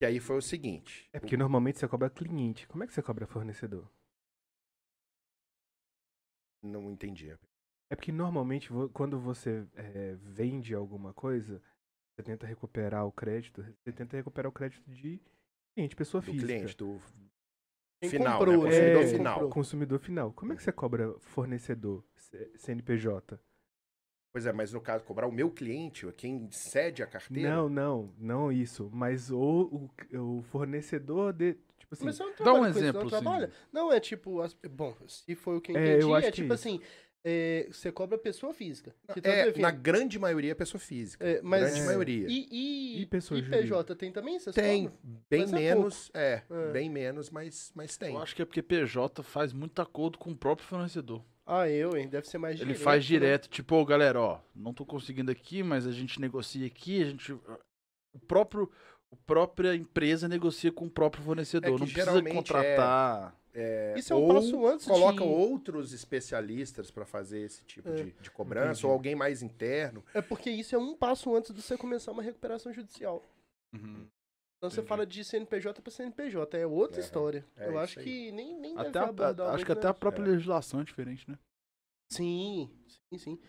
Speaker 4: E aí foi o seguinte.
Speaker 1: É porque normalmente você cobra cliente. Como é que você cobra fornecedor?
Speaker 4: Não entendi.
Speaker 1: É porque normalmente vo- quando você eh, vende alguma coisa, você tenta recuperar o crédito, você tenta recuperar o crédito de cliente, pessoa
Speaker 4: Do
Speaker 1: física.
Speaker 4: cliente, do
Speaker 3: Quem
Speaker 4: final,
Speaker 3: comprou,
Speaker 4: né?
Speaker 3: né?
Speaker 4: Consumidor
Speaker 1: Quem
Speaker 4: final.
Speaker 3: comprou.
Speaker 1: Consumidor final. Como é que você cobra fornecedor, C- CNPJ?
Speaker 4: Pois é, mas no caso, cobrar o meu cliente, quem cede a carteira.
Speaker 1: Não, não, não isso. Mas o, o, o fornecedor de. Tipo assim,
Speaker 3: Mas eu não
Speaker 2: Dá um
Speaker 3: trabalho com isso,
Speaker 2: exemplo,
Speaker 3: não
Speaker 2: sim.
Speaker 3: trabalha? Não, é tipo. as- Bom, se foi o que eu
Speaker 1: É,
Speaker 3: entendi,
Speaker 1: eu acho
Speaker 3: é
Speaker 1: que
Speaker 3: tipo
Speaker 1: é
Speaker 3: assim: é, você cobra pessoa física. que tá
Speaker 4: é,
Speaker 3: devendo.
Speaker 4: na grande maioria é pessoa física.
Speaker 3: É, mas-
Speaker 4: grande
Speaker 1: É.
Speaker 4: maioria.
Speaker 3: E, e,
Speaker 1: E pessoa
Speaker 3: e PJ tem também? Vocês
Speaker 4: Tem,
Speaker 3: cobram?
Speaker 4: bem
Speaker 3: Mas é
Speaker 4: menos, é,
Speaker 3: É.
Speaker 4: bem menos, mas, mas tem.
Speaker 2: Eu acho que é porque PJ faz muito acordo com o próprio fornecedor.
Speaker 3: Ah, eu, hein? Deve ser mais
Speaker 2: Ele
Speaker 3: direto.
Speaker 2: faz
Speaker 3: né?
Speaker 2: direto, tipo, ô galera, ó, não tô conseguindo aqui, mas a gente negocia aqui, a gente. O próprio. O própria empresa negocia com o próprio fornecedor.
Speaker 4: É que
Speaker 2: não precisa
Speaker 4: geralmente
Speaker 2: contratar.
Speaker 4: É,
Speaker 3: Isso é um
Speaker 4: ou
Speaker 3: passo antes de-
Speaker 4: coloca outros especialistas para fazer esse tipo
Speaker 3: É.
Speaker 4: de, de cobrança,
Speaker 1: Entendi.
Speaker 4: ou alguém mais interno.
Speaker 3: É porque isso é um passo antes de você começar uma recuperação judicial.
Speaker 2: Uhum.
Speaker 3: Então você
Speaker 2: Entendi.
Speaker 3: fala de CNPJ para CNPJ, é outra
Speaker 4: Aham.
Speaker 3: história.
Speaker 4: É
Speaker 3: eu
Speaker 4: isso
Speaker 3: acho
Speaker 4: aí.
Speaker 3: que nem, nem deve
Speaker 2: Até a-
Speaker 3: abordar
Speaker 2: acho
Speaker 3: muito,
Speaker 2: que até a
Speaker 3: né?
Speaker 2: própria
Speaker 4: É.
Speaker 2: legislação é diferente, né?
Speaker 3: Sim, sim, sim.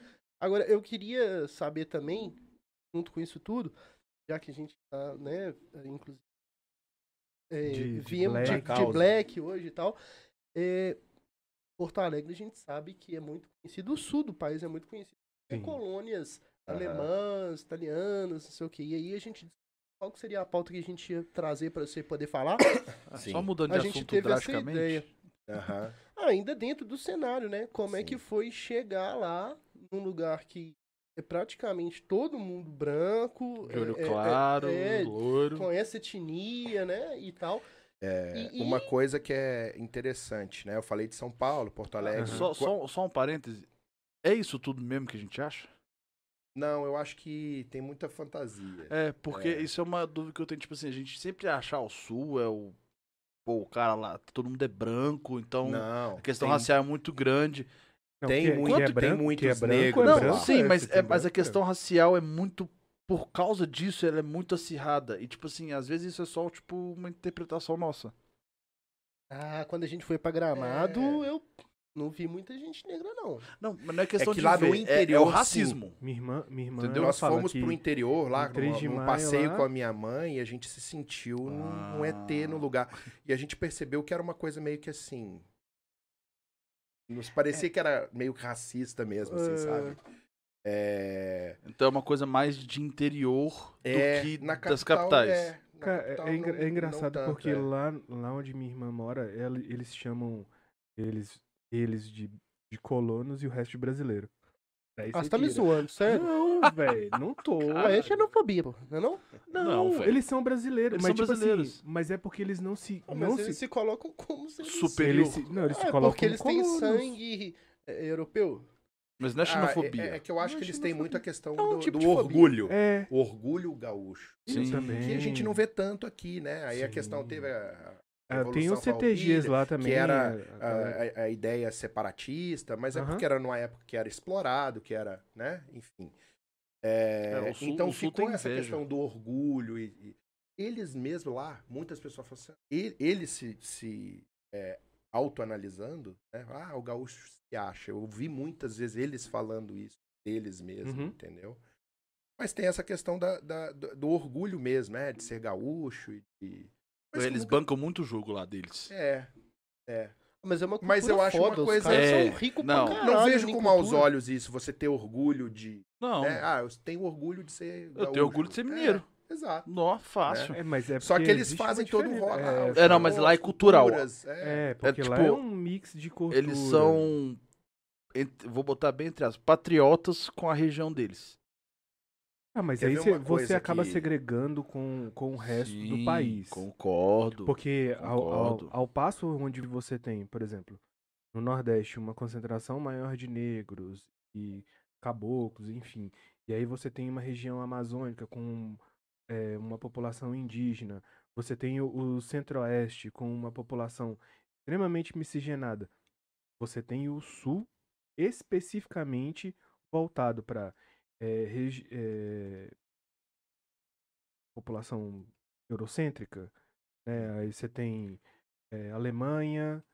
Speaker 3: Agora, eu queria saber também, junto com isso tudo, já que a gente tá, né, inclusive, é,
Speaker 1: De- de
Speaker 3: viemos de,
Speaker 1: black.
Speaker 3: de
Speaker 4: Causa.
Speaker 3: black hoje e tal, é, Porto Alegre a gente sabe que é muito conhecido, o sul do país é muito conhecido por
Speaker 1: Sim.
Speaker 3: colônias
Speaker 4: Aham.
Speaker 3: alemãs, italianas, não sei o que, e aí a gente qual que seria a pauta que a gente ia trazer para você poder falar?
Speaker 2: Ah,
Speaker 4: Sim.
Speaker 2: Só mudando de
Speaker 3: A gente
Speaker 2: assunto
Speaker 3: teve essa
Speaker 2: drasticamente.
Speaker 3: ideia.
Speaker 4: Aham.
Speaker 3: ainda dentro do cenário, né? Como é
Speaker 4: Sim.
Speaker 3: que foi chegar lá num lugar que é praticamente todo mundo branco,
Speaker 2: De olho
Speaker 3: é- é-
Speaker 2: claro, um
Speaker 3: é,
Speaker 2: loiro.
Speaker 4: Uhum.
Speaker 3: conhece etnia, né? E tal.
Speaker 4: É,
Speaker 3: E- e-
Speaker 4: Uma coisa que é interessante, né? Eu falei de São Paulo, Porto
Speaker 3: é,
Speaker 4: Alegre.
Speaker 2: Só,
Speaker 4: Qua-
Speaker 2: só, só um parêntese. É isso tudo mesmo que a gente acha?
Speaker 4: Não, eu acho que tem muita fantasia.
Speaker 2: É, porque
Speaker 4: É.
Speaker 2: isso é uma dúvida que eu tenho, tipo assim, a gente sempre acha ah, o sul é o. Pô, o cara lá, todo mundo é branco, então
Speaker 4: Não.
Speaker 2: a questão
Speaker 4: tem-
Speaker 2: racial é muito grande.
Speaker 1: não,
Speaker 4: tem
Speaker 1: que é- que
Speaker 4: muito-
Speaker 1: é
Speaker 4: tem
Speaker 1: branco, que
Speaker 4: muitos
Speaker 1: é branco,
Speaker 4: negros
Speaker 1: é
Speaker 2: não,
Speaker 1: branco,
Speaker 2: sim,
Speaker 1: é,
Speaker 2: mas,
Speaker 1: se
Speaker 2: é,
Speaker 1: tem
Speaker 2: mas a
Speaker 1: branco, é.
Speaker 2: questão racial é muito. Por causa disso, ela é muito acirrada. E, tipo assim, às vezes isso é só, tipo, uma interpretação nossa.
Speaker 3: Ah, quando a gente foi pra Gramado,
Speaker 2: É.
Speaker 3: eu não vi muita gente negra, não.
Speaker 2: Não, mas não é questão
Speaker 4: que
Speaker 2: de
Speaker 4: lá
Speaker 2: ver,
Speaker 4: no
Speaker 2: é- é,
Speaker 4: interior,
Speaker 2: o
Speaker 4: sim.
Speaker 2: racismo.
Speaker 1: Minha irmã, minha irmã
Speaker 2: Entendeu?
Speaker 1: ela
Speaker 4: Nós
Speaker 1: fala
Speaker 4: fomos
Speaker 1: que
Speaker 4: pro interior lá,
Speaker 1: em 3 de
Speaker 4: num, num
Speaker 1: maio
Speaker 4: passeio
Speaker 1: lá-
Speaker 4: com a minha mãe, e a gente se sentiu num, num ET no
Speaker 2: Ah.
Speaker 4: lugar. E a gente percebeu que era uma coisa meio que assim. Nos parecia que era meio que racista mesmo, assim,
Speaker 3: É.
Speaker 4: sabe? É.
Speaker 2: Então é uma coisa mais de interior
Speaker 4: é,
Speaker 2: do que
Speaker 4: na
Speaker 2: das
Speaker 4: capital,
Speaker 2: capitais.
Speaker 4: É, na
Speaker 1: Cara,
Speaker 4: capital
Speaker 1: é, engra-
Speaker 4: não-
Speaker 1: é engraçado
Speaker 4: não tanto,
Speaker 1: porque
Speaker 4: é.
Speaker 1: lá, lá onde minha irmã mora, ela- eles chamam eles, eles de, de colonos e o resto de brasileiro. Daí
Speaker 3: Ah,
Speaker 1: cê
Speaker 3: você tá me
Speaker 1: tira.
Speaker 3: zoando, sério?
Speaker 1: Não, velho, não tô.
Speaker 3: Ah, é xenofobia, pô, não é não?
Speaker 1: Não,
Speaker 2: velho.
Speaker 1: eles são brasileiros.
Speaker 2: tipo, Eles
Speaker 1: mas,
Speaker 2: são
Speaker 1: tipo assim,
Speaker 2: brasileiros.
Speaker 1: mas é porque eles não se.
Speaker 3: Ah,
Speaker 1: não
Speaker 3: Mas
Speaker 1: se,
Speaker 3: eles se colocam como se eles...
Speaker 2: Super-
Speaker 1: eles se- não, eles
Speaker 3: Ah,
Speaker 1: se
Speaker 3: é
Speaker 1: colocam
Speaker 3: porque eles têm
Speaker 1: colonos.
Speaker 3: sangue é, europeu.
Speaker 2: Mas não é
Speaker 4: Ah,
Speaker 2: xenofobia.
Speaker 4: é, é que eu acho
Speaker 3: Não é
Speaker 4: que eles têm muito a questão
Speaker 3: É um
Speaker 4: do,
Speaker 3: tipo
Speaker 4: do
Speaker 3: de fobia.
Speaker 4: orgulho.
Speaker 1: É.
Speaker 4: O orgulho gaúcho.
Speaker 1: Sim,
Speaker 2: Sim.
Speaker 1: também.
Speaker 4: Que a
Speaker 3: Hum.
Speaker 4: gente não vê tanto aqui, né? Aí a
Speaker 1: Sim.
Speaker 4: questão teve a, a
Speaker 1: Ah, tem
Speaker 4: Revolução
Speaker 1: os CTGs
Speaker 4: Farroupilha,
Speaker 1: lá também.
Speaker 4: era ah,
Speaker 1: a- a
Speaker 4: a,
Speaker 1: galera-
Speaker 4: a- a ideia separatista, mas é
Speaker 1: Aham.
Speaker 4: porque era numa época que era explorado, que era, né, enfim. É,
Speaker 2: É, o Sul-
Speaker 4: então
Speaker 2: o Sul
Speaker 4: ficou
Speaker 2: tem
Speaker 4: essa
Speaker 2: inveja.
Speaker 4: questão do orgulho. E, e- eles mesmo lá, muitas pessoas falam assim, ele- eles se, se é, autoanalisando, né? ah, o gaúcho se acha. Eu vi muitas vezes eles falando isso deles mesmos,
Speaker 1: Uhum.
Speaker 4: entendeu? Mas tem essa questão da- da- do, do orgulho mesmo, né? De ser gaúcho e de... Mas
Speaker 2: Eles
Speaker 4: como-
Speaker 2: bancam muito o jogo lá deles.
Speaker 4: É, é.
Speaker 3: Mas é uma cultura
Speaker 4: Mas eu acho uma
Speaker 3: foda, os
Speaker 4: coisa-
Speaker 3: caras
Speaker 2: É,
Speaker 3: são ricos
Speaker 2: não.
Speaker 3: pra
Speaker 4: Não
Speaker 3: caralho.
Speaker 4: vejo
Speaker 3: em
Speaker 4: com maus
Speaker 3: cultura.
Speaker 4: olhos isso, você ter orgulho de...
Speaker 2: Não,
Speaker 4: né? Ah, eu tenho orgulho de ser
Speaker 2: eu
Speaker 4: gaúcho.
Speaker 2: tenho orgulho de ser
Speaker 4: É,
Speaker 2: mineiro.
Speaker 4: exato.
Speaker 2: Nó, fácil.
Speaker 1: É, mas é
Speaker 4: Só
Speaker 1: porque
Speaker 4: que eles
Speaker 1: existe uma
Speaker 4: fazem todo o
Speaker 1: diferença.
Speaker 4: rock.
Speaker 2: É, não, mas lá é cultural.
Speaker 4: É,
Speaker 1: um É, porque lá
Speaker 2: tipo,
Speaker 1: é um mix de cultura.
Speaker 2: Eles são, ent- vou botar bem entre as patriotas com a região deles.
Speaker 1: Ah, mas
Speaker 4: Quer
Speaker 1: aí
Speaker 4: ver
Speaker 1: cê-
Speaker 4: uma
Speaker 1: você
Speaker 4: coisa
Speaker 1: acaba
Speaker 4: que-
Speaker 1: segregando com, com o resto do
Speaker 2: Sim,
Speaker 1: país.
Speaker 2: Concordo.
Speaker 1: Porque ao, ao-
Speaker 2: Concordo.
Speaker 1: ao passo onde você tem, por exemplo, no Nordeste, uma concentração maior de negros e caboclos, enfim. E aí você tem uma região amazônica com é, uma população indígena. Você tem o, o Centro-Oeste com uma população extremamente miscigenada. Você tem o Sul especificamente voltado eh, para eh, população eurocêntrica né? Aí você tem é, Alemanha,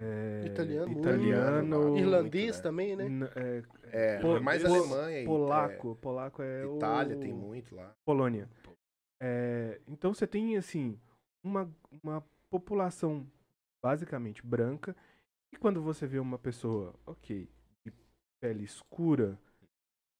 Speaker 1: é,
Speaker 3: Italiano,
Speaker 1: italiano,
Speaker 3: Irlandês
Speaker 4: né?
Speaker 3: também, né?
Speaker 1: n- é,
Speaker 4: É,
Speaker 1: Pol-
Speaker 4: mais
Speaker 1: pol-
Speaker 4: Alemanha. e-
Speaker 1: polaco, polaco é
Speaker 4: é,
Speaker 1: o-
Speaker 4: Itália tem muito lá.
Speaker 1: Polônia. É, então você tem assim uma, uma população basicamente branca e quando você vê uma pessoa, ok, de pele escura,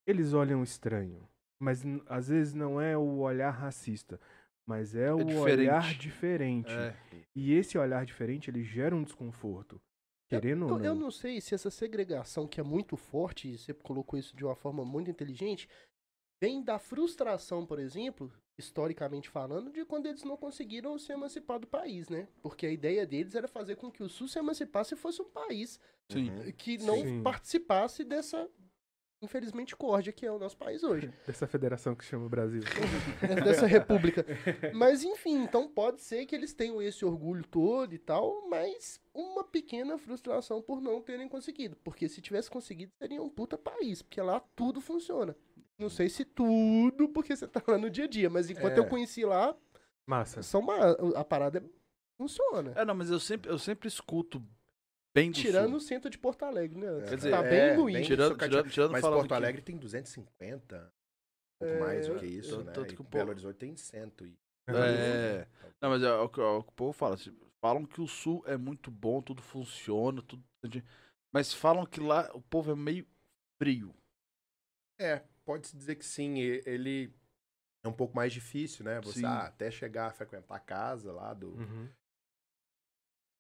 Speaker 1: eles olham estranho. Mas n- às vezes não é o olhar racista, mas é, o olhar
Speaker 2: diferente.
Speaker 1: diferente.
Speaker 2: É.
Speaker 1: E esse olhar diferente, ele gera um desconforto. Querendo ou
Speaker 3: Eu,
Speaker 1: não.
Speaker 3: eu não sei se essa segregação, que é muito forte, e você colocou isso de uma forma muito inteligente, vem da frustração, por exemplo, historicamente falando, de quando eles não conseguiram se emancipar do país, né? Porque a ideia deles era fazer com que o Sul se emancipasse e fosse um país
Speaker 2: Sim.
Speaker 4: Uhum.
Speaker 3: que não
Speaker 1: Sim.
Speaker 3: participasse dessa, infelizmente, corda que é o nosso país hoje.
Speaker 1: Dessa federação que chama o Brasil.
Speaker 3: dessa república. Mas enfim, então pode ser que eles tenham esse orgulho todo e tal, mas uma pequena frustração por não terem conseguido. Porque se tivesse conseguido, seria um puta país, porque lá tudo funciona. Não sei se tudo, porque você tá lá no dia a dia, mas enquanto
Speaker 4: É. Tá.
Speaker 3: eu conheci lá,
Speaker 1: Massa.
Speaker 3: são uma, a parada funciona.
Speaker 2: É, não, mas eu sempre, eu sempre escuto bem do
Speaker 3: Tirando
Speaker 2: sul.
Speaker 3: o centro de Porto Alegre, né?
Speaker 2: Quer dizer,
Speaker 3: tá bem
Speaker 4: é,
Speaker 3: ruim.
Speaker 4: bem-
Speaker 2: tirando,
Speaker 4: socadinho.
Speaker 2: tirando, tirando
Speaker 4: Mas
Speaker 2: falando
Speaker 4: Porto
Speaker 2: que-
Speaker 4: Alegre tem 250, um pouco
Speaker 3: É,
Speaker 4: mais do que isso,
Speaker 2: eu-
Speaker 4: né?
Speaker 2: tanto
Speaker 4: E
Speaker 2: que o po-
Speaker 4: Belo Horizonte tem 100 e...
Speaker 3: tá
Speaker 2: É.
Speaker 3: né?
Speaker 2: Não, mas é o que, é o que o povo fala. assim, Falam que o sul é muito bom, tudo funciona, tudo. Mas falam que lá o povo é meio frio.
Speaker 4: É, pode-se dizer que sim, e- ele é um pouco mais difícil, né? Você
Speaker 2: Sim.
Speaker 4: ah, até chegar a frequentar a casa lá do,
Speaker 1: Uhum.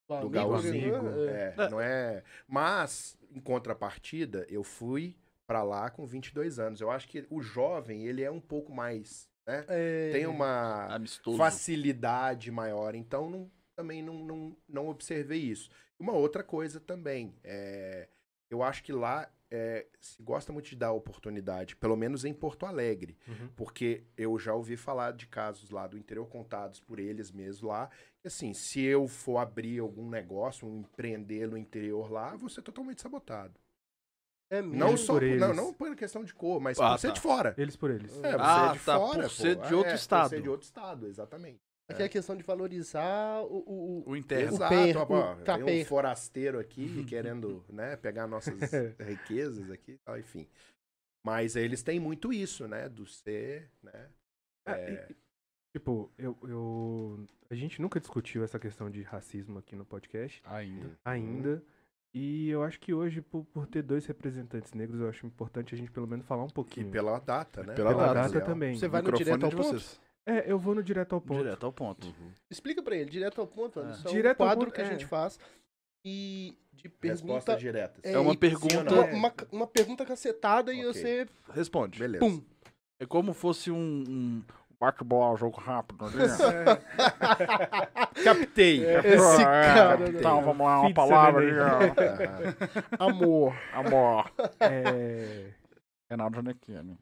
Speaker 4: do
Speaker 3: Amigo,
Speaker 4: Galzinho.
Speaker 3: né? É.
Speaker 4: É, não é. Mas, em contrapartida, eu fui pra lá com 22 anos. Eu acho que o jovem, ele é um pouco mais, né?
Speaker 3: É.
Speaker 4: Tem uma
Speaker 2: Amistoso.
Speaker 4: facilidade maior. Então, não- também não, não, não observei isso. Uma outra coisa também, é, eu acho que lá é, se gosta muito de dar oportunidade, pelo menos em Porto Alegre,
Speaker 1: Uhum.
Speaker 4: porque eu já ouvi falar de casos lá do interior contados por eles mesmos lá. que assim, se eu for abrir algum negócio, um empreender no interior lá, vou ser totalmente sabotado.
Speaker 3: É
Speaker 4: Não
Speaker 3: mesmo.
Speaker 4: só
Speaker 1: por
Speaker 4: por, não,
Speaker 1: eles.
Speaker 4: não por questão de cor, mas
Speaker 2: Ah,
Speaker 4: por ser
Speaker 2: tá.
Speaker 4: de fora.
Speaker 1: Eles por eles.
Speaker 4: É, você
Speaker 2: Ah,
Speaker 4: é de
Speaker 2: tá, por
Speaker 4: fora, pô.
Speaker 2: ser de outro
Speaker 4: É,
Speaker 2: estado.
Speaker 4: Por ser de outro estado, exatamente.
Speaker 3: Aqui é a questão de valorizar o- o- o,
Speaker 2: O interno.
Speaker 4: Exato,
Speaker 3: per-
Speaker 4: ó,
Speaker 3: o
Speaker 4: pô, tem
Speaker 3: taper.
Speaker 4: um forasteiro aqui querendo né, pegar nossas riquezas aqui, e tal, enfim. Mas eles têm muito isso, né? Do ser, né?
Speaker 1: Ah,
Speaker 4: é,
Speaker 1: e- Tipo, eu, eu. A gente nunca discutiu essa questão de racismo aqui no podcast
Speaker 2: Ainda.
Speaker 1: ainda. E eu acho que hoje, por, por ter dois representantes negros, eu acho importante a gente pelo menos falar um
Speaker 4: que
Speaker 1: pouquinho.
Speaker 4: pela data, né?
Speaker 2: Pela
Speaker 1: Pela
Speaker 2: data,
Speaker 1: data
Speaker 4: Legal.
Speaker 1: também.
Speaker 3: Você vai no direto ao ponto?
Speaker 1: É, eu vou no direto ao ponto.
Speaker 2: Direto ao ponto.
Speaker 3: Explica pra ele, direto ao ponto,
Speaker 2: É.
Speaker 3: Anderson. É um
Speaker 1: Direto ao
Speaker 3: quadro
Speaker 1: ponto,
Speaker 3: que a
Speaker 1: é.
Speaker 3: gente faz e de
Speaker 4: Resposta
Speaker 3: pergunta.
Speaker 4: direta.
Speaker 2: É uma
Speaker 3: e-
Speaker 2: pergunta-
Speaker 3: Uma, uma, uma pergunta cacetada e
Speaker 4: Ok.
Speaker 3: você.
Speaker 2: Responde.
Speaker 4: Beleza.
Speaker 3: Pum!
Speaker 2: É como fosse um. um Basketball, jogo rápido, né?
Speaker 4: Captei.
Speaker 3: Esse cara, né?
Speaker 2: É, Então, vamos lá, uma
Speaker 1: Pizza,
Speaker 2: palavra.
Speaker 1: neném.
Speaker 2: ali,
Speaker 4: é,
Speaker 2: ó.
Speaker 4: Aham.
Speaker 2: Amor, amor.
Speaker 1: É,
Speaker 2: Renato Janequini.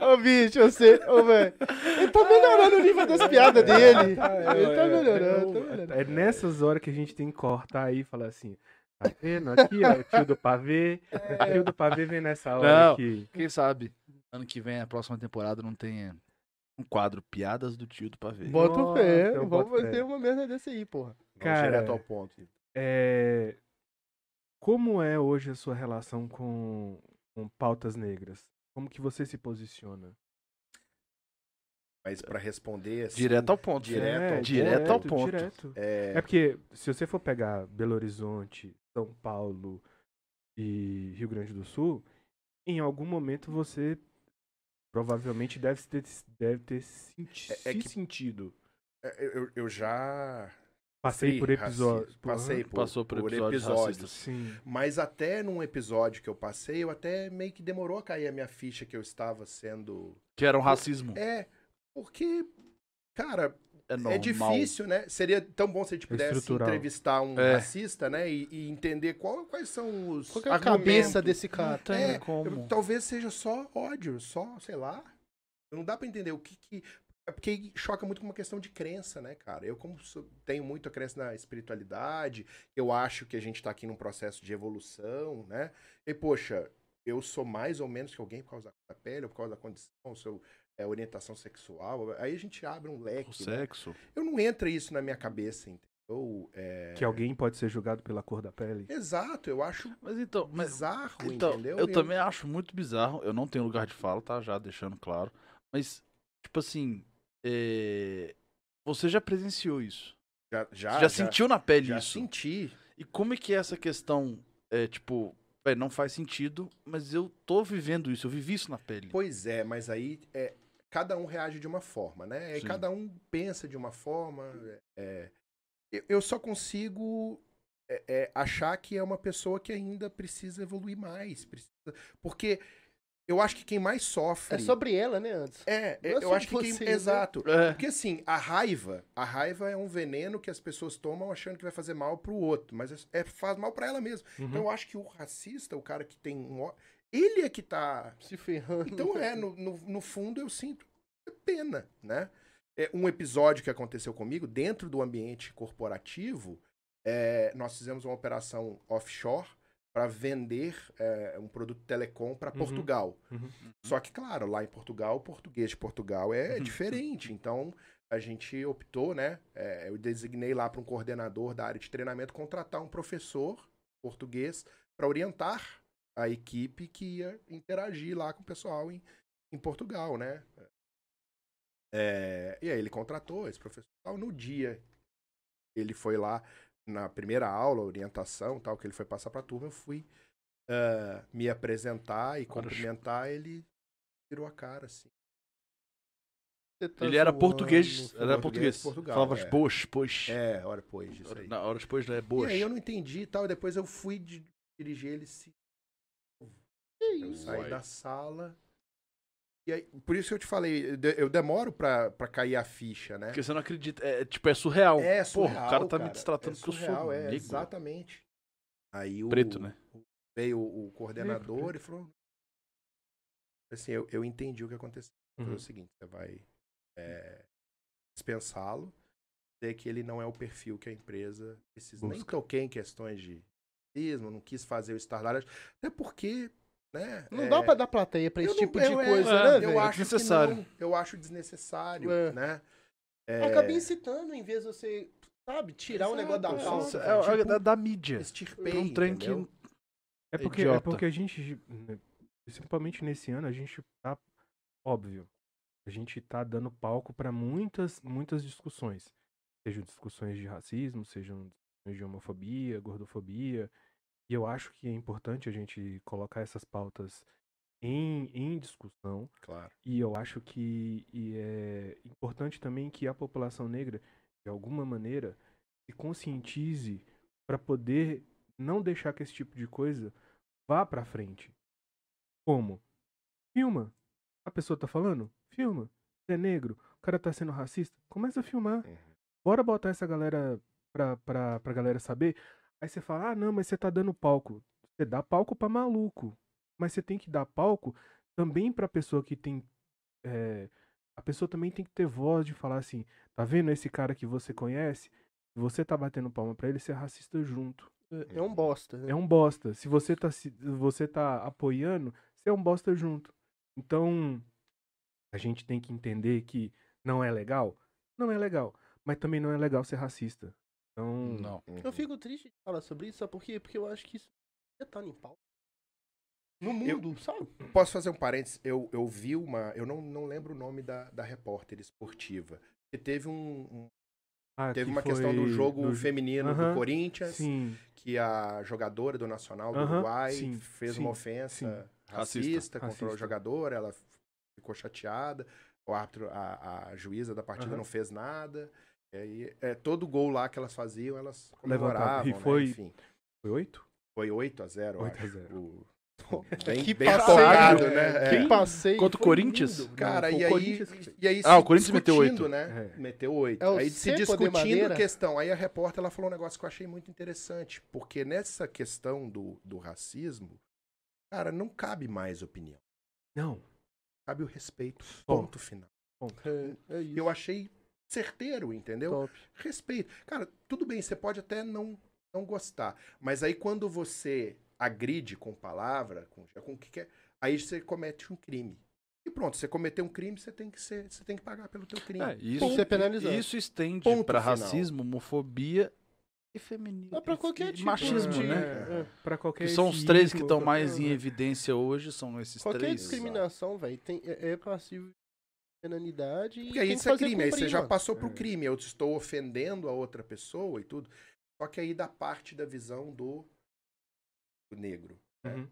Speaker 3: Ô, bicho, eu sei. Ô, velho. Ele tá melhorando o nível das piadas
Speaker 4: É.
Speaker 3: dele. Ele tá melhorando, tá melhorando.
Speaker 1: é nessas horas que a gente tem que cortar aí e falar assim: Tá vendo? Aqui, ó, o tio do pavê. O tio do pavê vem nessa hora
Speaker 2: Não.
Speaker 1: aqui.
Speaker 2: Quem sabe ano que vem, a próxima temporada, não tem um quadro Piadas do Tio do Pavê.
Speaker 3: Bota o pé,
Speaker 1: Nossa, eu
Speaker 3: vamos
Speaker 1: boto fé.
Speaker 3: fazer uma merda desse aí, porra.
Speaker 4: Vamos
Speaker 1: Cara.
Speaker 4: é, direto ao ponto.
Speaker 1: É, Como é hoje a sua relação com, com pautas negras? Como que você se posiciona?
Speaker 4: Mas pra responder assim,
Speaker 2: Direto ao ponto.
Speaker 4: Direto
Speaker 1: É,
Speaker 4: ao
Speaker 2: direto ao ponto.
Speaker 1: direto.
Speaker 4: é,
Speaker 1: É porque se você for pegar Belo Horizonte, São Paulo e Rio Grande do Sul, em algum momento você provavelmente deve ter, deve ter senti-
Speaker 4: É- é
Speaker 1: se
Speaker 4: que-
Speaker 1: sentido.
Speaker 4: é, eu, eu já
Speaker 1: Passei
Speaker 4: fui
Speaker 1: por episódios.
Speaker 4: raci- Passei por,
Speaker 2: Passou por episódios racistas.
Speaker 1: Sim.
Speaker 4: Mas até num episódio que eu passei, eu até meio que demorou a cair a minha ficha que eu estava sendo.
Speaker 2: Que era um racismo.
Speaker 4: É, porque, cara,
Speaker 2: É, normal.
Speaker 4: é difícil, né? Seria tão bom se a gente pudesse
Speaker 1: Estrutural.
Speaker 4: entrevistar um
Speaker 2: É.
Speaker 4: racista, né? E, e entender qual- quais são os.
Speaker 3: Qual que é a
Speaker 4: argumentos.
Speaker 3: cabeça desse cara?
Speaker 2: tem
Speaker 4: É,
Speaker 2: como.
Speaker 4: Eu- talvez seja só ódio, só, sei lá. Não dá pra entender o que que. É porque choca muito com uma questão de crença, né, cara? Eu, como sou- tenho muito a crença na espiritualidade, eu acho que a gente tá aqui num processo de evolução, né? E, poxa, eu sou mais ou menos que alguém por causa da pele, ou por causa da condição, seu, é, orientação sexual. Aí a gente abre um
Speaker 2: O
Speaker 4: leque. né?
Speaker 2: sexo.
Speaker 4: Eu não entra isso na minha cabeça, entendeu? É,
Speaker 1: Que alguém pode ser julgado pela cor da pele.
Speaker 4: Exato, eu acho
Speaker 2: Mas então, mas
Speaker 4: bizarro,
Speaker 2: Então,
Speaker 4: entendeu?
Speaker 2: eu, também acho muito bizarro. Eu não tenho lugar de fala, tá? Já deixando claro. Mas, tipo assim, é, você já presenciou isso.
Speaker 4: já, já,
Speaker 2: você já,
Speaker 4: tá, já-
Speaker 2: sentiu na pele
Speaker 4: já
Speaker 2: isso.
Speaker 4: senti.
Speaker 2: E como é que é essa questão, é, tipo, véi, não faz sentido, mas eu tô vivendo isso, eu vivi isso na pele.
Speaker 4: Pois é, mas aí é, cada um reage de uma forma, né? E
Speaker 2: Sim.
Speaker 4: cada um pensa de uma forma. é, eu, eu só consigo é, é, achar que é uma pessoa que ainda precisa evoluir mais. Precisa, porque eu acho que quem mais sofre.
Speaker 3: É sobre ela, né, antes?
Speaker 4: É,
Speaker 3: Não é
Speaker 4: eu
Speaker 3: sobre
Speaker 4: acho que quem.
Speaker 3: você, né?
Speaker 4: Exato.
Speaker 2: É,
Speaker 4: Porque assim, a raiva, a raiva é um veneno que as pessoas tomam achando que vai fazer mal pro outro, mas é, é- faz mal pra ela
Speaker 1: Uhum.
Speaker 4: mesmo. Então eu acho que o racista, o cara que tem um, ó- ele é que tá
Speaker 3: Se ferrando.
Speaker 4: então é, no, no, no fundo eu sinto pena, né? É, um episódio que aconteceu comigo dentro do ambiente corporativo, é, nós fizemos uma operação offshore para vender é, um produto telecom para
Speaker 1: Uhum.
Speaker 4: Portugal.
Speaker 1: Uhum.
Speaker 4: Só que, claro, lá em Portugal, o português de Portugal é
Speaker 2: Uhum.
Speaker 4: diferente. Então, a gente optou, né? é, eu designei lá para um coordenador da área de treinamento contratar um professor português para orientar a equipe que ia interagir lá com o pessoal em, em Portugal, né? É, e aí ele contratou esse professor e tal. No dia ele foi lá na primeira aula, orientação e tal, que ele foi passar pra turma, eu fui ah, me apresentar e
Speaker 2: Agora
Speaker 4: cumprimentar, ele virou a cara, assim.
Speaker 3: Você tá
Speaker 2: ele era
Speaker 3: zoando.
Speaker 2: português, era
Speaker 4: português,
Speaker 2: português.
Speaker 4: Portugal,
Speaker 2: Falava
Speaker 4: é.
Speaker 2: as boas, pois.
Speaker 4: É, hora pois disso aí.
Speaker 2: Na hora depois é
Speaker 4: E
Speaker 2: boas.
Speaker 4: aí eu não entendi e tal, e depois eu fui di- dirigir ele se
Speaker 3: Que
Speaker 4: Eu
Speaker 3: isso?
Speaker 4: saí
Speaker 2: Uai.
Speaker 4: da sala. E aí, por isso que eu te falei, eu de- eu demoro pra, pra cair a ficha, né?
Speaker 2: Porque você não acredita. É, tipo, é surreal.
Speaker 4: É,
Speaker 2: Porra,
Speaker 4: surreal,
Speaker 2: o cara tá me destratando
Speaker 4: é
Speaker 2: que eu
Speaker 4: surreal,
Speaker 2: sou
Speaker 4: é,
Speaker 2: negro.
Speaker 4: Exatamente. Aí o,
Speaker 2: Preto, né?
Speaker 4: veio o coordenador
Speaker 1: Negro,
Speaker 4: e falou... Assim, eu, eu entendi o que aconteceu.
Speaker 1: uhum.
Speaker 4: Foi o seguinte, você vai é, dispensá-lo, dizer que ele não é o perfil que a empresa precisa. Nem
Speaker 1: Busca.
Speaker 4: toquei em questões de racismo, não quis fazer o estardalhaço. Até porque, né...
Speaker 3: Não
Speaker 4: é,
Speaker 3: dá pra dar plateia pra esse
Speaker 4: eu não-
Speaker 3: tipo de
Speaker 4: eu- é,
Speaker 3: coisa,
Speaker 2: é,
Speaker 3: né,
Speaker 4: eu
Speaker 3: velho?
Speaker 4: acho
Speaker 2: Desnecessário.
Speaker 4: Que não, eu acho desnecessário,
Speaker 3: É.
Speaker 4: né? É,
Speaker 3: Acaba incitando em vez de você, sabe, tirar o
Speaker 4: Exato,
Speaker 3: negócio da
Speaker 4: é.
Speaker 3: pauta.
Speaker 2: É, é,
Speaker 4: tipo,
Speaker 2: da, da mídia.
Speaker 4: estirpei,
Speaker 2: É um trem que.
Speaker 4: entendeu?
Speaker 1: É porque, é
Speaker 2: Idiota.
Speaker 1: porque a gente, né, principalmente nesse ano, a gente tá, óbvio, a gente tá dando palco para muitas, muitas discussões. Sejam discussões de racismo, sejam discussões de homofobia, gordofobia. E eu acho que é importante a gente colocar essas pautas em, em discussão.
Speaker 4: Claro.
Speaker 1: E eu acho que e é importante também que a população negra, de alguma maneira, se conscientize para poder não deixar que esse tipo de coisa vá para frente. Como? Filma. A pessoa tá falando? Filma. Você é negro? O cara tá sendo racista? Começa a filmar.
Speaker 4: Uhum.
Speaker 1: Bora botar essa galera pra, pra, pra galera saber. Aí você fala, ah, não, mas você tá dando palco. Você dá palco pra maluco. Mas você tem que dar palco também pra pessoa que tem. é, a pessoa também tem que ter voz de falar assim: tá vendo esse cara que você conhece? Se você tá batendo palma pra ele, você é racista junto.
Speaker 3: É um bosta. né?
Speaker 1: É um bosta. Se você tá, se você tá apoiando, você é um bosta junto. Então, a gente tem que entender que não é legal? Não é legal. Mas também não é legal ser racista. Então,
Speaker 2: Não.
Speaker 4: Uhum.
Speaker 3: Eu fico triste de falar sobre isso, sabe por quê? Porque eu acho que isso já tá em pauta. No
Speaker 4: Eu-
Speaker 3: mundo, sabe?
Speaker 4: Posso fazer um parênteses? Eu, eu vi uma. Eu não, não lembro o nome da, da repórter esportiva. Que teve um. um-
Speaker 1: ah,
Speaker 4: teve
Speaker 1: que
Speaker 4: uma questão do
Speaker 1: foi
Speaker 4: jogo
Speaker 1: do-
Speaker 4: feminino
Speaker 1: Aham,
Speaker 4: do Corinthians.
Speaker 1: Sim,
Speaker 4: Que a jogadora do Nacional do
Speaker 1: Aham,
Speaker 4: Uruguai
Speaker 1: sim,
Speaker 4: fez
Speaker 1: sim,
Speaker 4: uma ofensa
Speaker 2: Racista.
Speaker 4: racista, contra o
Speaker 1: Racista.
Speaker 4: jogador. Ela ficou chateada. O árbitro, a, a juíza da partida
Speaker 1: Aham.
Speaker 4: não fez nada. E aí, é, todo gol lá que elas faziam, elas
Speaker 1: Levantava.
Speaker 4: comemoravam.
Speaker 1: E
Speaker 4: né?
Speaker 1: foi-
Speaker 4: Enfim,
Speaker 1: foi oito?
Speaker 4: foi 8 a 0 eu
Speaker 1: 8 a
Speaker 4: acho,
Speaker 1: 0.
Speaker 4: o-
Speaker 3: Que
Speaker 4: Bem, bem
Speaker 3: passeio,
Speaker 4: atolado,
Speaker 1: né?
Speaker 4: né?
Speaker 3: Que
Speaker 4: É.
Speaker 3: passeio.
Speaker 2: Contra o
Speaker 3: foi
Speaker 2: Corinthians?
Speaker 3: lindo.
Speaker 4: Cara,
Speaker 1: Não, foi
Speaker 4: e
Speaker 1: o
Speaker 4: aí,
Speaker 1: Corinthians que fez.
Speaker 4: e aí se
Speaker 2: Ah, o Corinthians meteu
Speaker 4: discutindo,
Speaker 2: oito.
Speaker 4: né?
Speaker 1: É.
Speaker 4: Meteu oito.
Speaker 3: É o
Speaker 4: aí se
Speaker 3: Seco de
Speaker 4: discutindo
Speaker 3: Madeira.
Speaker 4: a questão. Aí a repórter ela falou um negócio que eu achei muito interessante, porque nessa questão do, do racismo, cara, não cabe mais opinião.
Speaker 1: Não.
Speaker 4: Cabe o respeito.
Speaker 1: Bom.
Speaker 4: Ponto final.
Speaker 3: É, é isso.
Speaker 4: Eu achei certeiro, entendeu?
Speaker 3: Top.
Speaker 4: respeito. Cara, tudo bem, você pode até não, não gostar, mas aí quando você agride com palavra, com, com o que quer, aí você comete um crime. E pronto, você cometeu um crime, você tem que ser, você tem que pagar pelo teu crime.
Speaker 2: É, isso,
Speaker 3: Tem que ser penalizado.
Speaker 2: isso estende
Speaker 4: Ponto
Speaker 2: pra
Speaker 4: final.
Speaker 2: racismo, homofobia e feminismo.
Speaker 3: Mas pra qualquer
Speaker 2: e
Speaker 3: tipo
Speaker 2: machismo,
Speaker 3: de-
Speaker 2: né?
Speaker 3: é.
Speaker 1: Pra qualquer
Speaker 2: Que são os três que
Speaker 1: ídolo,
Speaker 2: estão
Speaker 1: qualquer-
Speaker 2: mais em evidência hoje, são esses
Speaker 3: Qualquer
Speaker 2: três.
Speaker 3: discriminação, velho, tem- é, é passivo de penalidade e
Speaker 4: Porque aí
Speaker 3: tem que
Speaker 4: isso é
Speaker 3: fazer
Speaker 4: crime, aí você
Speaker 3: cumprir,
Speaker 4: já
Speaker 3: mano.
Speaker 4: passou pro
Speaker 1: É.
Speaker 4: crime, eu estou ofendendo a outra pessoa e tudo. Só que aí da parte da visão do, do negro.
Speaker 1: Uhum.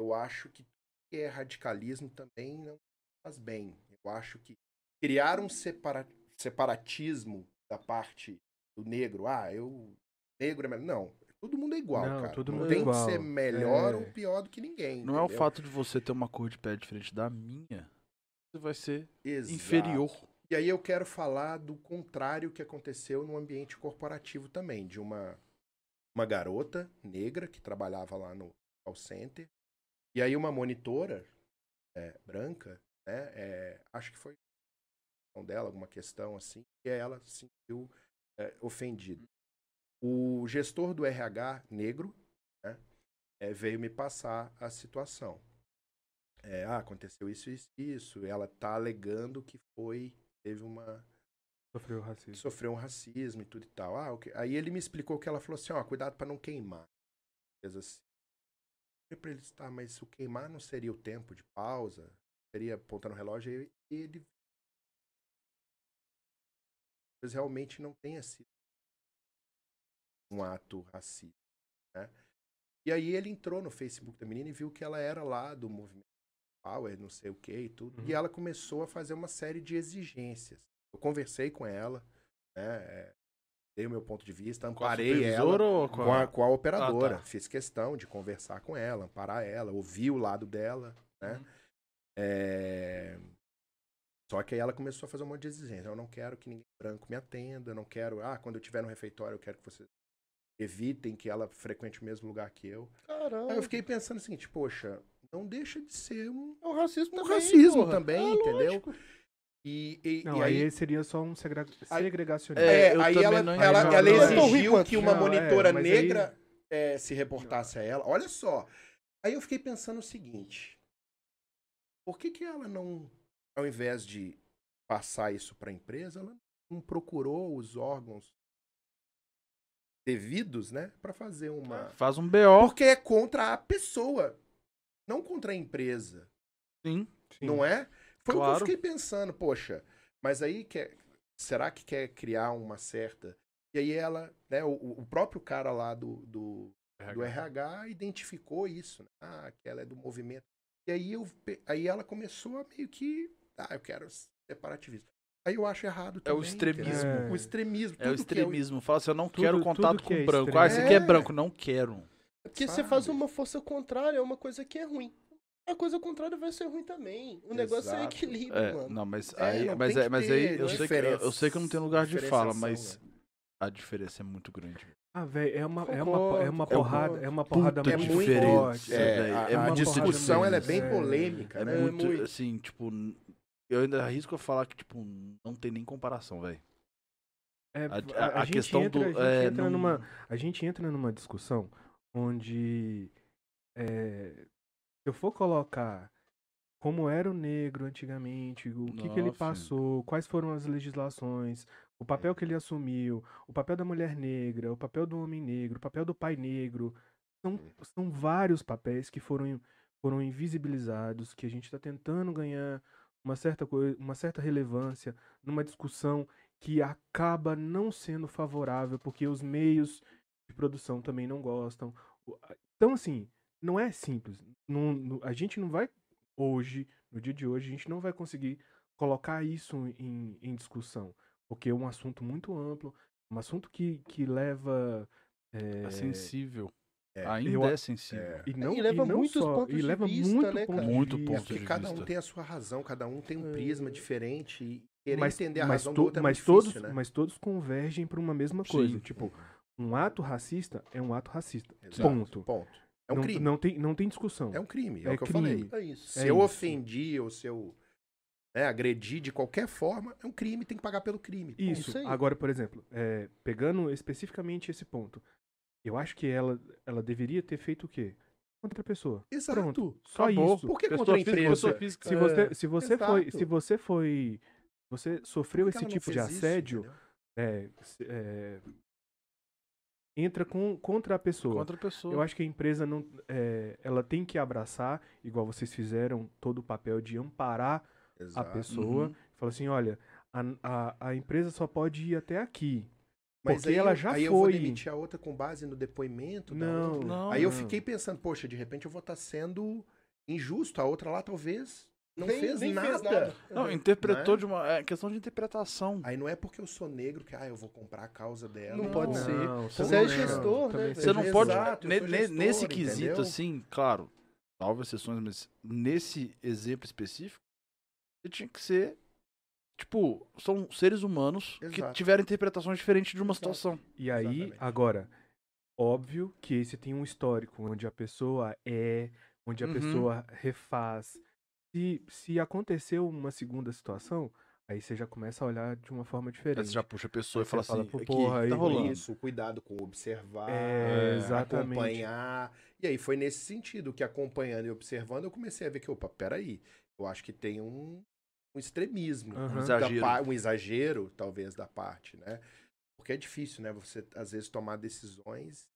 Speaker 4: eu acho que tudo que é radicalismo também não faz bem. Eu acho que criar um separa- separatismo da parte do negro, ah, eu negro é melhor. Não, todo mundo é igual,
Speaker 1: Não,
Speaker 4: cara.
Speaker 1: todo
Speaker 4: não
Speaker 1: mundo é
Speaker 4: tem
Speaker 1: igual.
Speaker 4: que ser melhor
Speaker 1: É.
Speaker 4: ou pior do que ninguém.
Speaker 2: Não é o
Speaker 4: entendeu?
Speaker 2: fato de você ter uma cor de pele diferente da minha, você vai ser
Speaker 4: Exato.
Speaker 2: inferior.
Speaker 4: E aí eu quero falar do contrário que aconteceu no ambiente corporativo também, de uma, uma garota negra que trabalhava lá no call center, e aí uma monitora é, branca, né, é, acho que foi questão dela, alguma questão assim, e ela se sentiu é, ofendida. O gestor do RH negro né, é, veio me passar a situação. É, ah, aconteceu isso, isso, isso. Ela tá alegando que foi teve uma
Speaker 1: Sofreu racismo.
Speaker 4: sofreu um racismo e tudo e tal. Ah, ok. Aí ele me explicou que ela falou assim, ó, cuidado pra não queimar. Fez assim. Eu falei pra ele, tá, mas o queimar não seria o tempo de pausa? Seria apontando o relógio e ele mas realmente não assim." tenha sido um ato racista, né? E aí ele entrou no Facebook da menina e viu que ela era lá do movimento Power, não sei o que e tudo,
Speaker 1: Uhum.
Speaker 4: e ela começou a fazer uma série de exigências. Eu conversei com ela, né? é, Dei o meu ponto de vista,
Speaker 2: Com a
Speaker 4: amparei ela
Speaker 2: supervisora ou
Speaker 4: com a, com a operadora.
Speaker 2: Ah, tá.
Speaker 4: Fiz questão de conversar com ela, amparar ela, ouvir o lado dela, né?
Speaker 2: Uhum.
Speaker 4: É, Só que aí ela começou a fazer um monte de exigência. Eu não quero que ninguém branco me atenda, eu não quero... Ah, quando eu estiver no refeitório, eu quero que vocês evitem que ela frequente o mesmo lugar que eu.
Speaker 3: Caralho.
Speaker 4: Aí eu fiquei pensando o seguinte, poxa, não deixa de ser um...
Speaker 3: É um racismo
Speaker 4: Um
Speaker 3: também,
Speaker 4: racismo
Speaker 3: porra.
Speaker 4: também,
Speaker 3: É,
Speaker 4: entendeu?
Speaker 3: lógico.
Speaker 4: E, e-
Speaker 1: Não,
Speaker 4: e
Speaker 1: aí, seria só um segrega-
Speaker 4: Aí-
Speaker 1: segregacionismo.
Speaker 2: É,
Speaker 4: É,
Speaker 2: eu
Speaker 4: aí
Speaker 2: também
Speaker 4: ela,
Speaker 2: não
Speaker 4: ela,
Speaker 2: imagino.
Speaker 4: ela
Speaker 1: Não, é.
Speaker 3: Tão ruim
Speaker 4: exigiu
Speaker 3: quanto-
Speaker 4: que uma
Speaker 1: Não, é,
Speaker 4: monitora
Speaker 1: mas aí-
Speaker 4: negra é, se reportasse a ela. Olha só. Aí eu fiquei pensando o seguinte: por que, que ela não, ao invés de passar isso para a empresa, ela não procurou os órgãos devidos, né, para fazer uma.
Speaker 2: Faz um BO,
Speaker 4: Porque é contra a pessoa, não contra a empresa.
Speaker 2: sim.
Speaker 4: Não é? Foi o
Speaker 2: Claro.
Speaker 4: que eu fiquei pensando, poxa, mas aí quer, será que quer criar uma certa. E aí ela, né, o, o próprio cara lá do, do,
Speaker 2: É,
Speaker 4: do RH identificou isso, né? ah, que ela é do movimento. E aí, eu, pe- aí ela começou a meio que, ah, eu quero separativista. Aí eu acho errado
Speaker 2: É
Speaker 4: também.
Speaker 2: o extremismo.
Speaker 4: entendeu? O extremismo.
Speaker 2: É o
Speaker 4: tudo que é
Speaker 2: extremismo. Fala assim, eu não
Speaker 1: Tudo-
Speaker 2: quero
Speaker 1: tudo
Speaker 2: contato
Speaker 1: que
Speaker 2: com
Speaker 1: é
Speaker 2: branco.
Speaker 1: extremo.
Speaker 2: Ah, esse aqui é
Speaker 4: É.
Speaker 2: branco, não quero.
Speaker 3: É Porque você
Speaker 4: Sabe?
Speaker 3: faz uma força contrária, é uma coisa que é ruim. A coisa contrária vai ser ruim também. O negócio é
Speaker 4: Exato.
Speaker 3: equilíbrio,
Speaker 2: É,
Speaker 3: mano.
Speaker 2: não, mas
Speaker 4: É,
Speaker 2: aí,
Speaker 4: não,
Speaker 2: mas,
Speaker 4: tem
Speaker 2: é,
Speaker 4: que
Speaker 2: mas
Speaker 4: ter
Speaker 2: aí eu sei, que, eu-
Speaker 4: diferença-
Speaker 2: eu sei que eu não tenho lugar de fala, mas
Speaker 4: diferenciação,
Speaker 2: a diferença é muito grande.
Speaker 1: Ah, velho, é uma, é uma,
Speaker 3: Concordo,
Speaker 1: é uma
Speaker 3: concordo.
Speaker 1: porrada, é uma porrada
Speaker 2: Puta
Speaker 4: É
Speaker 1: muito
Speaker 4: diferença,
Speaker 1: forte.
Speaker 2: é,
Speaker 4: É,
Speaker 2: velho,
Speaker 4: a,
Speaker 2: é
Speaker 4: a
Speaker 2: uma
Speaker 4: discussão
Speaker 2: porrada
Speaker 4: ela é
Speaker 2: mesmo,
Speaker 4: bem
Speaker 1: é.
Speaker 4: polêmica,
Speaker 2: É,
Speaker 4: né?
Speaker 2: muito,
Speaker 3: muito.
Speaker 2: assim, tipo, n- eu ainda arrisco a falar que, tipo, não tem nem comparação, velho.
Speaker 1: É,
Speaker 2: A- a- a
Speaker 1: gente
Speaker 2: questão
Speaker 1: entra-
Speaker 2: do-
Speaker 1: A gente,
Speaker 2: é,
Speaker 1: entra
Speaker 2: não-
Speaker 1: numa, a gente entra numa discussão onde. é, se eu for colocar como era o negro antigamente, o que, que ele
Speaker 2: Nossa.
Speaker 1: passou, quais foram as legislações, o papel que ele assumiu, o papel da mulher negra, o papel do homem negro, o papel do pai negro. São, são vários papéis que foram, foram invisibilizados, que a gente está tentando ganhar uma certa, coi- uma certa relevância numa discussão que acaba não sendo favorável, porque os meios de produção também não gostam. O- a- Então, assim, não é simples. Não- não- a gente não vai, hoje, no dia de hoje, a gente não vai conseguir colocar isso em, em discussão, porque é um assunto muito amplo, um assunto que, que leva. é,
Speaker 2: É sensível.
Speaker 4: É,
Speaker 2: Ainda
Speaker 1: eu a-
Speaker 2: é sensível.
Speaker 4: É.
Speaker 1: e não,
Speaker 3: E leva
Speaker 1: e não
Speaker 3: muitos
Speaker 1: só,
Speaker 3: pontos
Speaker 1: e
Speaker 3: de
Speaker 1: leva
Speaker 3: vista,
Speaker 1: muito
Speaker 3: né,
Speaker 1: ponto
Speaker 3: cara?
Speaker 1: de
Speaker 2: Muito
Speaker 1: vista.
Speaker 4: É
Speaker 2: ponto
Speaker 4: porque
Speaker 2: de
Speaker 4: cada um
Speaker 2: vista.
Speaker 4: tem a sua razão, cada um tem um
Speaker 1: É.
Speaker 4: prisma diferente e querer entender a
Speaker 1: mas
Speaker 4: razão
Speaker 1: to-
Speaker 4: do outro é
Speaker 1: mas
Speaker 4: muito difícil,
Speaker 1: todos,
Speaker 4: né?
Speaker 1: mas todos convergem para uma mesma coisa.
Speaker 2: Sim.
Speaker 1: Tipo, um ato racista é um ato racista.
Speaker 4: Exato.
Speaker 1: Ponto.
Speaker 4: Ponto. É um
Speaker 1: não,
Speaker 4: crime.
Speaker 1: Não tem, não tem discussão.
Speaker 4: É um crime, é,
Speaker 1: É
Speaker 4: o que
Speaker 1: crime.
Speaker 4: eu falei.
Speaker 3: É isso.
Speaker 4: Se
Speaker 1: É
Speaker 4: eu
Speaker 1: isso.
Speaker 4: ofendi ou se eu né, agredi de qualquer forma, é um crime, tem que pagar pelo crime. Ponto.
Speaker 1: Isso.
Speaker 3: isso aí.
Speaker 1: Agora, por exemplo, é, pegando especificamente esse ponto, eu acho que ela, ela deveria ter feito o quê? Contra a pessoa.
Speaker 4: Exato.
Speaker 1: Pronto. Só
Speaker 2: Acabou.
Speaker 1: isso.
Speaker 4: Por que
Speaker 2: Pessoa
Speaker 4: contra a
Speaker 2: física,
Speaker 4: empresa?
Speaker 2: pessoa física. é
Speaker 1: Se você, se você
Speaker 4: exato.
Speaker 1: foi, se você foi, você sofreu
Speaker 4: Por que
Speaker 1: esse
Speaker 4: ela não
Speaker 1: tipo de
Speaker 4: fez isso,
Speaker 1: assédio,
Speaker 4: entendeu?
Speaker 1: é, se- é, entra com contra a pessoa.
Speaker 2: Contra a pessoa.
Speaker 1: Eu acho que a empresa não, é, ela tem que abraçar, igual vocês fizeram, todo o papel de amparar
Speaker 4: Exato.
Speaker 1: a pessoa.
Speaker 2: Uhum.
Speaker 1: Fala assim, olha, a, a, a empresa só pode ir até aqui.
Speaker 4: Mas
Speaker 1: porque
Speaker 4: aí,
Speaker 1: ela
Speaker 4: eu-
Speaker 1: já
Speaker 4: aí eu vou
Speaker 1: foi.
Speaker 4: demitir a outra com base no depoimento da outra.
Speaker 1: Não.
Speaker 2: Não,
Speaker 4: Aí eu
Speaker 2: não.
Speaker 4: fiquei pensando, poxa, de repente eu vou estar sendo injusto. A outra lá talvez não
Speaker 3: Nem-
Speaker 4: fez,
Speaker 3: nem
Speaker 4: nada.
Speaker 3: fez nada.
Speaker 2: Não, interpretou
Speaker 4: Né?
Speaker 2: de uma. É questão de interpretação.
Speaker 4: Aí não é porque eu sou negro que, ah, eu vou comprar a causa dela.
Speaker 3: Não pode
Speaker 1: Não,
Speaker 3: ser.
Speaker 1: você
Speaker 3: Você é
Speaker 1: não-
Speaker 3: gestor,
Speaker 1: também
Speaker 3: né,
Speaker 1: você
Speaker 2: Você não
Speaker 4: Exato,
Speaker 2: pode.
Speaker 4: eu
Speaker 2: ne-
Speaker 4: sou
Speaker 2: ne-
Speaker 4: gestor,
Speaker 2: nesse quesito,
Speaker 4: entendeu?
Speaker 2: assim, claro, salvo exceções, mas nesse exemplo específico, você tinha que ser. Tipo, são seres humanos que
Speaker 4: Exato.
Speaker 2: tiveram interpretações diferentes de uma
Speaker 4: Exato.
Speaker 2: situação.
Speaker 1: E aí,
Speaker 4: Exatamente.
Speaker 1: agora, óbvio que esse tem um histórico, onde a pessoa é, onde a
Speaker 2: Uhum.
Speaker 1: pessoa refaz. Se, se aconteceu uma segunda situação, aí você já começa a olhar de uma forma
Speaker 2: Aí
Speaker 1: diferente.
Speaker 2: você já puxa a pessoa
Speaker 1: Aí
Speaker 2: e fala
Speaker 1: você fala,
Speaker 2: assim:
Speaker 1: pô,
Speaker 2: aqui,
Speaker 1: porra, aí-
Speaker 2: tá rolando.
Speaker 4: Isso, cuidado com observar,
Speaker 1: É,
Speaker 4: é,
Speaker 1: exatamente.
Speaker 4: acompanhar. E aí foi nesse sentido que acompanhando e observando eu comecei a ver que, opa, peraí, eu acho que tem um, um extremismo,
Speaker 1: Aham.
Speaker 2: Um
Speaker 4: da
Speaker 2: exagero.
Speaker 4: pa- um exagero, talvez, da parte, né? Porque é difícil, né? Você, às vezes, tomar decisões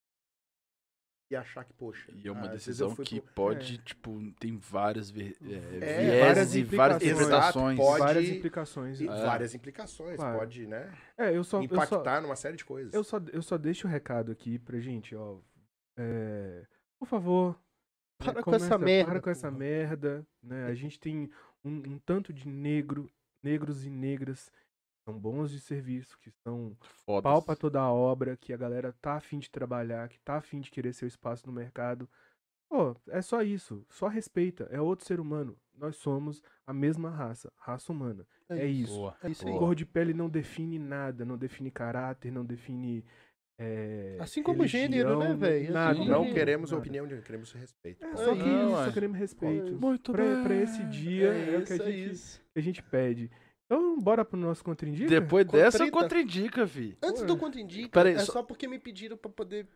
Speaker 4: e achar que, poxa...
Speaker 2: E é uma
Speaker 4: Ah, às vezes eu
Speaker 2: decisão
Speaker 4: fui
Speaker 2: que
Speaker 4: pro-
Speaker 2: pode, tipo, tem várias ver, é,
Speaker 4: É,
Speaker 2: viés
Speaker 1: várias
Speaker 2: e várias
Speaker 1: implicações.
Speaker 2: interpretações.
Speaker 4: Exato, pode-
Speaker 1: Várias implicações.
Speaker 4: e
Speaker 1: né?
Speaker 2: É.
Speaker 4: várias implicações,
Speaker 1: Claro.
Speaker 4: pode, né?
Speaker 1: É, eu só, eu só-
Speaker 4: impactar numa série de coisas.
Speaker 1: Eu só, eu só deixo o recado aqui pra gente, ó. É, por favor. né,
Speaker 3: Para com
Speaker 1: começa-
Speaker 3: essa merda,
Speaker 1: Para com essa
Speaker 3: porra.
Speaker 1: merda. Né? A gente tem um, um tanto de negro, negros e negras que são bons de serviço, que são
Speaker 2: Foda-se.
Speaker 1: pau pra toda a obra, que a galera tá afim de trabalhar, que tá afim de querer seu espaço no mercado. Pô, é só isso. Só respeita. É outro ser humano. Nós somos a mesma raça, raça humana.
Speaker 4: Né?
Speaker 1: É isso.
Speaker 2: Boa.
Speaker 3: É isso aí.
Speaker 2: Boa.
Speaker 1: Cor de pele não define nada, não define caráter, não define. é,
Speaker 3: Assim como gênero, né,
Speaker 1: religião,
Speaker 3: velho?
Speaker 1: nada.
Speaker 2: Assim
Speaker 4: Não
Speaker 2: Sim.
Speaker 4: queremos
Speaker 1: nada.
Speaker 4: opinião, de- queremos respeito.
Speaker 1: É, só, que,
Speaker 3: Não,
Speaker 1: só
Speaker 2: é.
Speaker 1: queremos respeito.
Speaker 2: Muito
Speaker 1: pra,
Speaker 2: bem.
Speaker 1: pra esse dia é, o que a
Speaker 3: isso, é
Speaker 1: gente,
Speaker 3: isso.
Speaker 1: que a gente pede. Então, bora pro nosso contraindica?
Speaker 2: Depois
Speaker 3: Contra-
Speaker 2: dessa, eu
Speaker 3: Trita.
Speaker 2: contraindica, vi.
Speaker 3: Antes
Speaker 1: Ué.
Speaker 3: do contraindica,
Speaker 2: Pera aí,
Speaker 3: é
Speaker 2: só-
Speaker 3: só porque me pediram pra poder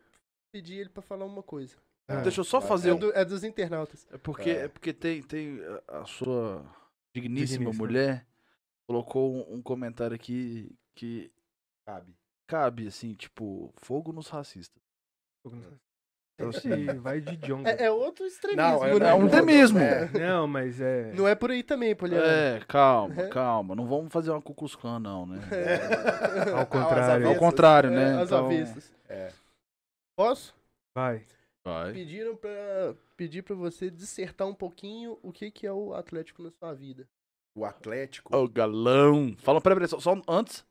Speaker 3: pedir ele pra falar uma coisa.
Speaker 1: Ah,
Speaker 2: Deixa eu só
Speaker 4: vai,
Speaker 2: fazer
Speaker 3: É,
Speaker 2: um.
Speaker 3: do- é dos internautas.
Speaker 2: É porque,
Speaker 4: É.
Speaker 2: é porque tem, tem a- a sua digníssima,
Speaker 1: Digníssima.
Speaker 2: mulher colocou um, um comentário aqui que
Speaker 4: Sabe?
Speaker 2: cabe, assim, tipo, fogo nos racistas. Então, assim,
Speaker 1: Ixi, vai de Jonga.
Speaker 3: É, é outro extremismo,
Speaker 2: é-
Speaker 3: né?
Speaker 2: é um
Speaker 3: Não-
Speaker 2: extremismo.
Speaker 4: É,
Speaker 1: Não, mas é.
Speaker 3: Não é por aí também, Poliana.
Speaker 2: é, calma,
Speaker 3: É.
Speaker 2: calma. Não vamos fazer uma cucuscã, não, né?
Speaker 1: É. Ao
Speaker 4: Às
Speaker 1: contrário.
Speaker 2: Ao
Speaker 4: avessas.
Speaker 2: contrário,
Speaker 3: É,
Speaker 2: né?
Speaker 3: As
Speaker 2: Então,
Speaker 3: avessas.
Speaker 4: é.
Speaker 3: Posso?
Speaker 1: Vai.
Speaker 2: Vai.
Speaker 3: Pediram pra pedir pra você dissertar um pouquinho o que, que é o Atlético na sua vida.
Speaker 4: O Atlético,
Speaker 2: Ô, galão. Fala, peraí, peraí, só, só antes.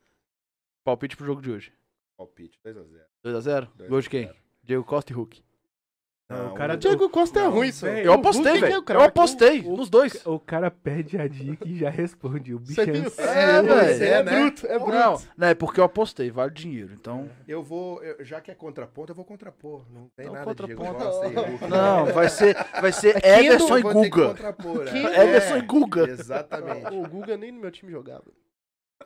Speaker 2: Palpite pro jogo de hoje.
Speaker 4: palpite, 2x0.
Speaker 2: 2x0?
Speaker 4: 2
Speaker 2: Gol
Speaker 4: a
Speaker 2: de quem?
Speaker 4: 0.
Speaker 2: Diego Costa e Hulk.
Speaker 1: o cara-
Speaker 3: Diego Costa é
Speaker 4: Não,
Speaker 3: ruim, só.
Speaker 1: velho.
Speaker 2: Eu
Speaker 1: O
Speaker 2: apostei,
Speaker 3: Hulk é
Speaker 2: velho.
Speaker 3: o
Speaker 2: Eu
Speaker 3: craque.
Speaker 2: apostei nos dois.
Speaker 1: O cara pede a dica e já responde. O bicho
Speaker 3: Você
Speaker 1: é
Speaker 3: viu?
Speaker 1: ansioso.
Speaker 2: É,
Speaker 3: pois
Speaker 2: velho.
Speaker 3: é,
Speaker 4: É,
Speaker 3: é
Speaker 4: né?
Speaker 3: bruto, é bruto.
Speaker 2: Não, não, é porque eu apostei, vale dinheiro, então.
Speaker 4: Eu vou, eu- já que é contraponto, eu vou contrapor. Não tem
Speaker 2: Não,
Speaker 4: nada de Diego
Speaker 2: contraponto.
Speaker 4: Costa e Hulk.
Speaker 2: Não, vai ser, vai ser
Speaker 3: É Kendo,
Speaker 2: Ederson
Speaker 4: Eu
Speaker 2: e
Speaker 4: vou ter que
Speaker 2: Guga.
Speaker 3: é.
Speaker 4: contrapor, é.
Speaker 3: Kendo.
Speaker 2: Ederson e Guga.
Speaker 4: Exatamente.
Speaker 3: O Guga nem no meu time jogava.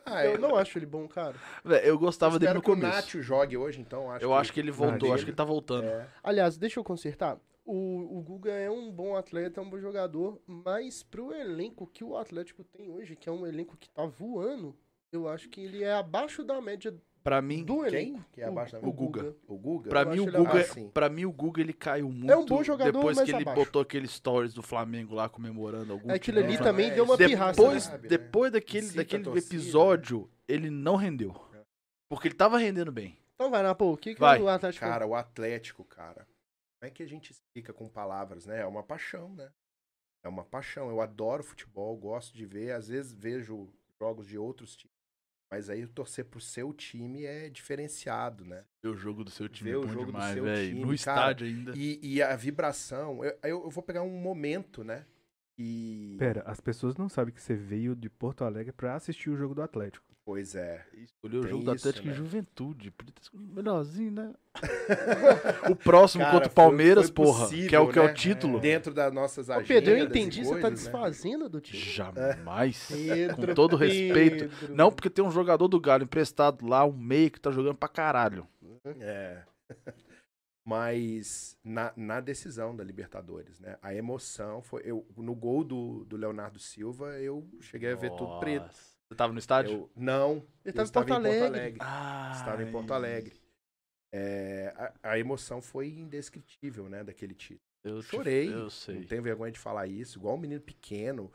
Speaker 4: Ah,
Speaker 3: eu não acho ele bom, cara.
Speaker 2: Véi, eu gostava dele
Speaker 4: espero
Speaker 2: no
Speaker 4: que o
Speaker 2: começo.
Speaker 4: Nacho jogue hoje, então. Acho
Speaker 2: eu acho que ele voltou,
Speaker 1: Nacho.
Speaker 2: acho que ele tá voltando.
Speaker 4: É.
Speaker 3: Aliás, deixa eu consertar. O, o Guga é um bom atleta, é um bom jogador, mas pro elenco que o Atlético tem hoje, que é um elenco que tá voando, eu acho que ele é abaixo da média
Speaker 2: Pra mim,
Speaker 3: do
Speaker 4: Quem?
Speaker 3: elenco.
Speaker 4: Que é abaixo da
Speaker 2: o
Speaker 4: minha-
Speaker 2: Guga.
Speaker 4: O Guga?
Speaker 2: Pra
Speaker 3: Eu
Speaker 2: mim,
Speaker 3: acho
Speaker 2: o
Speaker 3: ele É
Speaker 2: Guga,
Speaker 4: é
Speaker 2: é
Speaker 4: abaixo, sim.
Speaker 2: pra mim, o Guga ele caiu muito.
Speaker 3: um bom jogador,
Speaker 2: Depois
Speaker 3: mas
Speaker 2: que ele
Speaker 3: abaixo.
Speaker 2: botou aquele stories do Flamengo lá comemorando algum
Speaker 3: Aquilo
Speaker 2: título né?
Speaker 3: ali
Speaker 2: do
Speaker 3: também
Speaker 4: é,
Speaker 3: deu uma
Speaker 4: isso-
Speaker 3: pirraça.
Speaker 2: depois,
Speaker 3: né?
Speaker 4: sabe, né?
Speaker 2: depois daquele,
Speaker 4: Incita a
Speaker 2: daquele
Speaker 4: torcida. né? É.
Speaker 2: episódio, ele não rendeu. Porque ele tava rendendo bem.
Speaker 3: Então vai, Napo, o que, que
Speaker 2: Vai.
Speaker 3: o Atlético
Speaker 4: Cara, o Atlético, cara. Como é que a gente explica com palavras, né? É uma paixão, né? É uma paixão. Eu adoro futebol, gosto de ver. Às vezes vejo jogos de outros times. Mas aí torcer pro seu time é diferenciado, né?
Speaker 2: Ver o jogo do seu time
Speaker 4: Ver
Speaker 2: é
Speaker 4: o
Speaker 2: bom
Speaker 4: jogo do
Speaker 2: demais,
Speaker 4: seu
Speaker 2: velho.
Speaker 4: time,
Speaker 2: No
Speaker 4: cara.
Speaker 2: estádio ainda.
Speaker 4: E, e a vibração. Eu, eu eu vou pegar um momento, né? E.
Speaker 1: Pera, as pessoas não sabem que você veio de Porto Alegre pra assistir o jogo do Atlético.
Speaker 4: Pois é.
Speaker 2: Escolheu o
Speaker 4: Tem
Speaker 2: jogo do
Speaker 4: isso,
Speaker 2: Atlético e
Speaker 4: né?
Speaker 2: Juventude. Podia ter escolhido um melhorzinho, né? o próximo
Speaker 4: Cara,
Speaker 2: contra o
Speaker 4: foi-
Speaker 2: Palmeiras,
Speaker 4: foi
Speaker 2: porra.
Speaker 4: possível,
Speaker 2: que é o que é
Speaker 4: né?
Speaker 2: o título.
Speaker 4: Dentro das nossas
Speaker 3: Ô,
Speaker 4: agendas.
Speaker 3: Pedro,
Speaker 4: e
Speaker 3: eu entendi, você tá
Speaker 4: coisas, né?
Speaker 3: desfazendo do time.
Speaker 2: Jamais.
Speaker 4: É.
Speaker 3: Pedro,
Speaker 2: Com todo respeito.
Speaker 3: Pedro.
Speaker 2: Não, porque tem um jogador do Galo emprestado lá, um meio que tá jogando pra caralho.
Speaker 4: É. Mas na, na decisão da Libertadores, né? A emoção foi. Eu, no gol do, do Leonardo Silva, eu cheguei a ver tudo preto.
Speaker 2: Nossa. Você tava no estádio?
Speaker 4: Eu, não,
Speaker 3: Ele
Speaker 4: eu
Speaker 3: tava em Porto Alegre.
Speaker 2: Ah,
Speaker 4: Estava em Porto Alegre. É, a, a emoção foi indescritível, né? Daquele título.
Speaker 2: Eu te-
Speaker 4: Chorei.
Speaker 2: Eu
Speaker 4: Não
Speaker 2: sei.
Speaker 4: tenho vergonha de falar isso, igual um menino pequeno.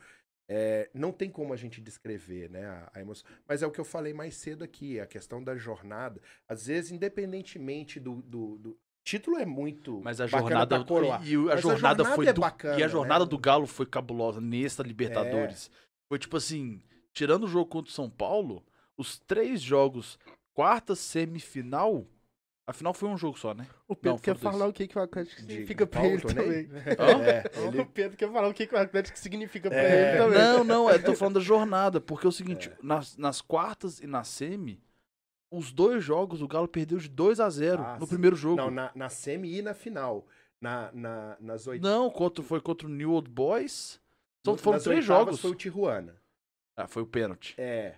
Speaker 4: É, não tem como a gente descrever né, a, a emoção. Mas é o que eu falei mais cedo aqui, a questão da jornada. Às vezes, independentemente do. do, do- título é muito.
Speaker 2: Mas a
Speaker 4: bacana
Speaker 2: jornada
Speaker 4: pra coroar.
Speaker 2: e, e a
Speaker 4: Mas a
Speaker 2: jornada
Speaker 4: jornada
Speaker 2: foi
Speaker 4: é
Speaker 2: do,
Speaker 4: bacana,
Speaker 2: e a jornada
Speaker 4: né? É.
Speaker 2: do Galo foi cabulosa nesta Libertadores. Foi tipo assim, tirando o jogo contra o São Paulo, os três jogos, quarta semifinal, a final foi um jogo só, né?
Speaker 3: O Pedro
Speaker 2: Não,
Speaker 3: quer
Speaker 2: foda-se.
Speaker 3: falar o que, que o Atlético
Speaker 4: De-
Speaker 3: significa
Speaker 4: de
Speaker 3: pra
Speaker 4: Paulo
Speaker 3: ele
Speaker 4: Torneio?
Speaker 3: também.
Speaker 4: É, ele-
Speaker 3: O Pedro quer falar o que, que o Atlético significa pra
Speaker 4: É.
Speaker 3: ele também.
Speaker 2: Não, não, eu tô falando da jornada, porque é o seguinte, nas, nas quartas e na semi, os dois jogos o Galo perdeu de 2 a 0
Speaker 4: Ah,
Speaker 2: no
Speaker 4: sim.
Speaker 2: primeiro jogo.
Speaker 4: Não, na, na semi e na final. Na, na, nas oit...
Speaker 2: Não, contra, foi contra o New Old Boys. Então
Speaker 4: no-
Speaker 2: foram
Speaker 4: nas
Speaker 2: três
Speaker 4: oitavas
Speaker 2: jogos.
Speaker 4: Foi o Tijuana.
Speaker 2: Ah, foi o pênalti.
Speaker 4: É.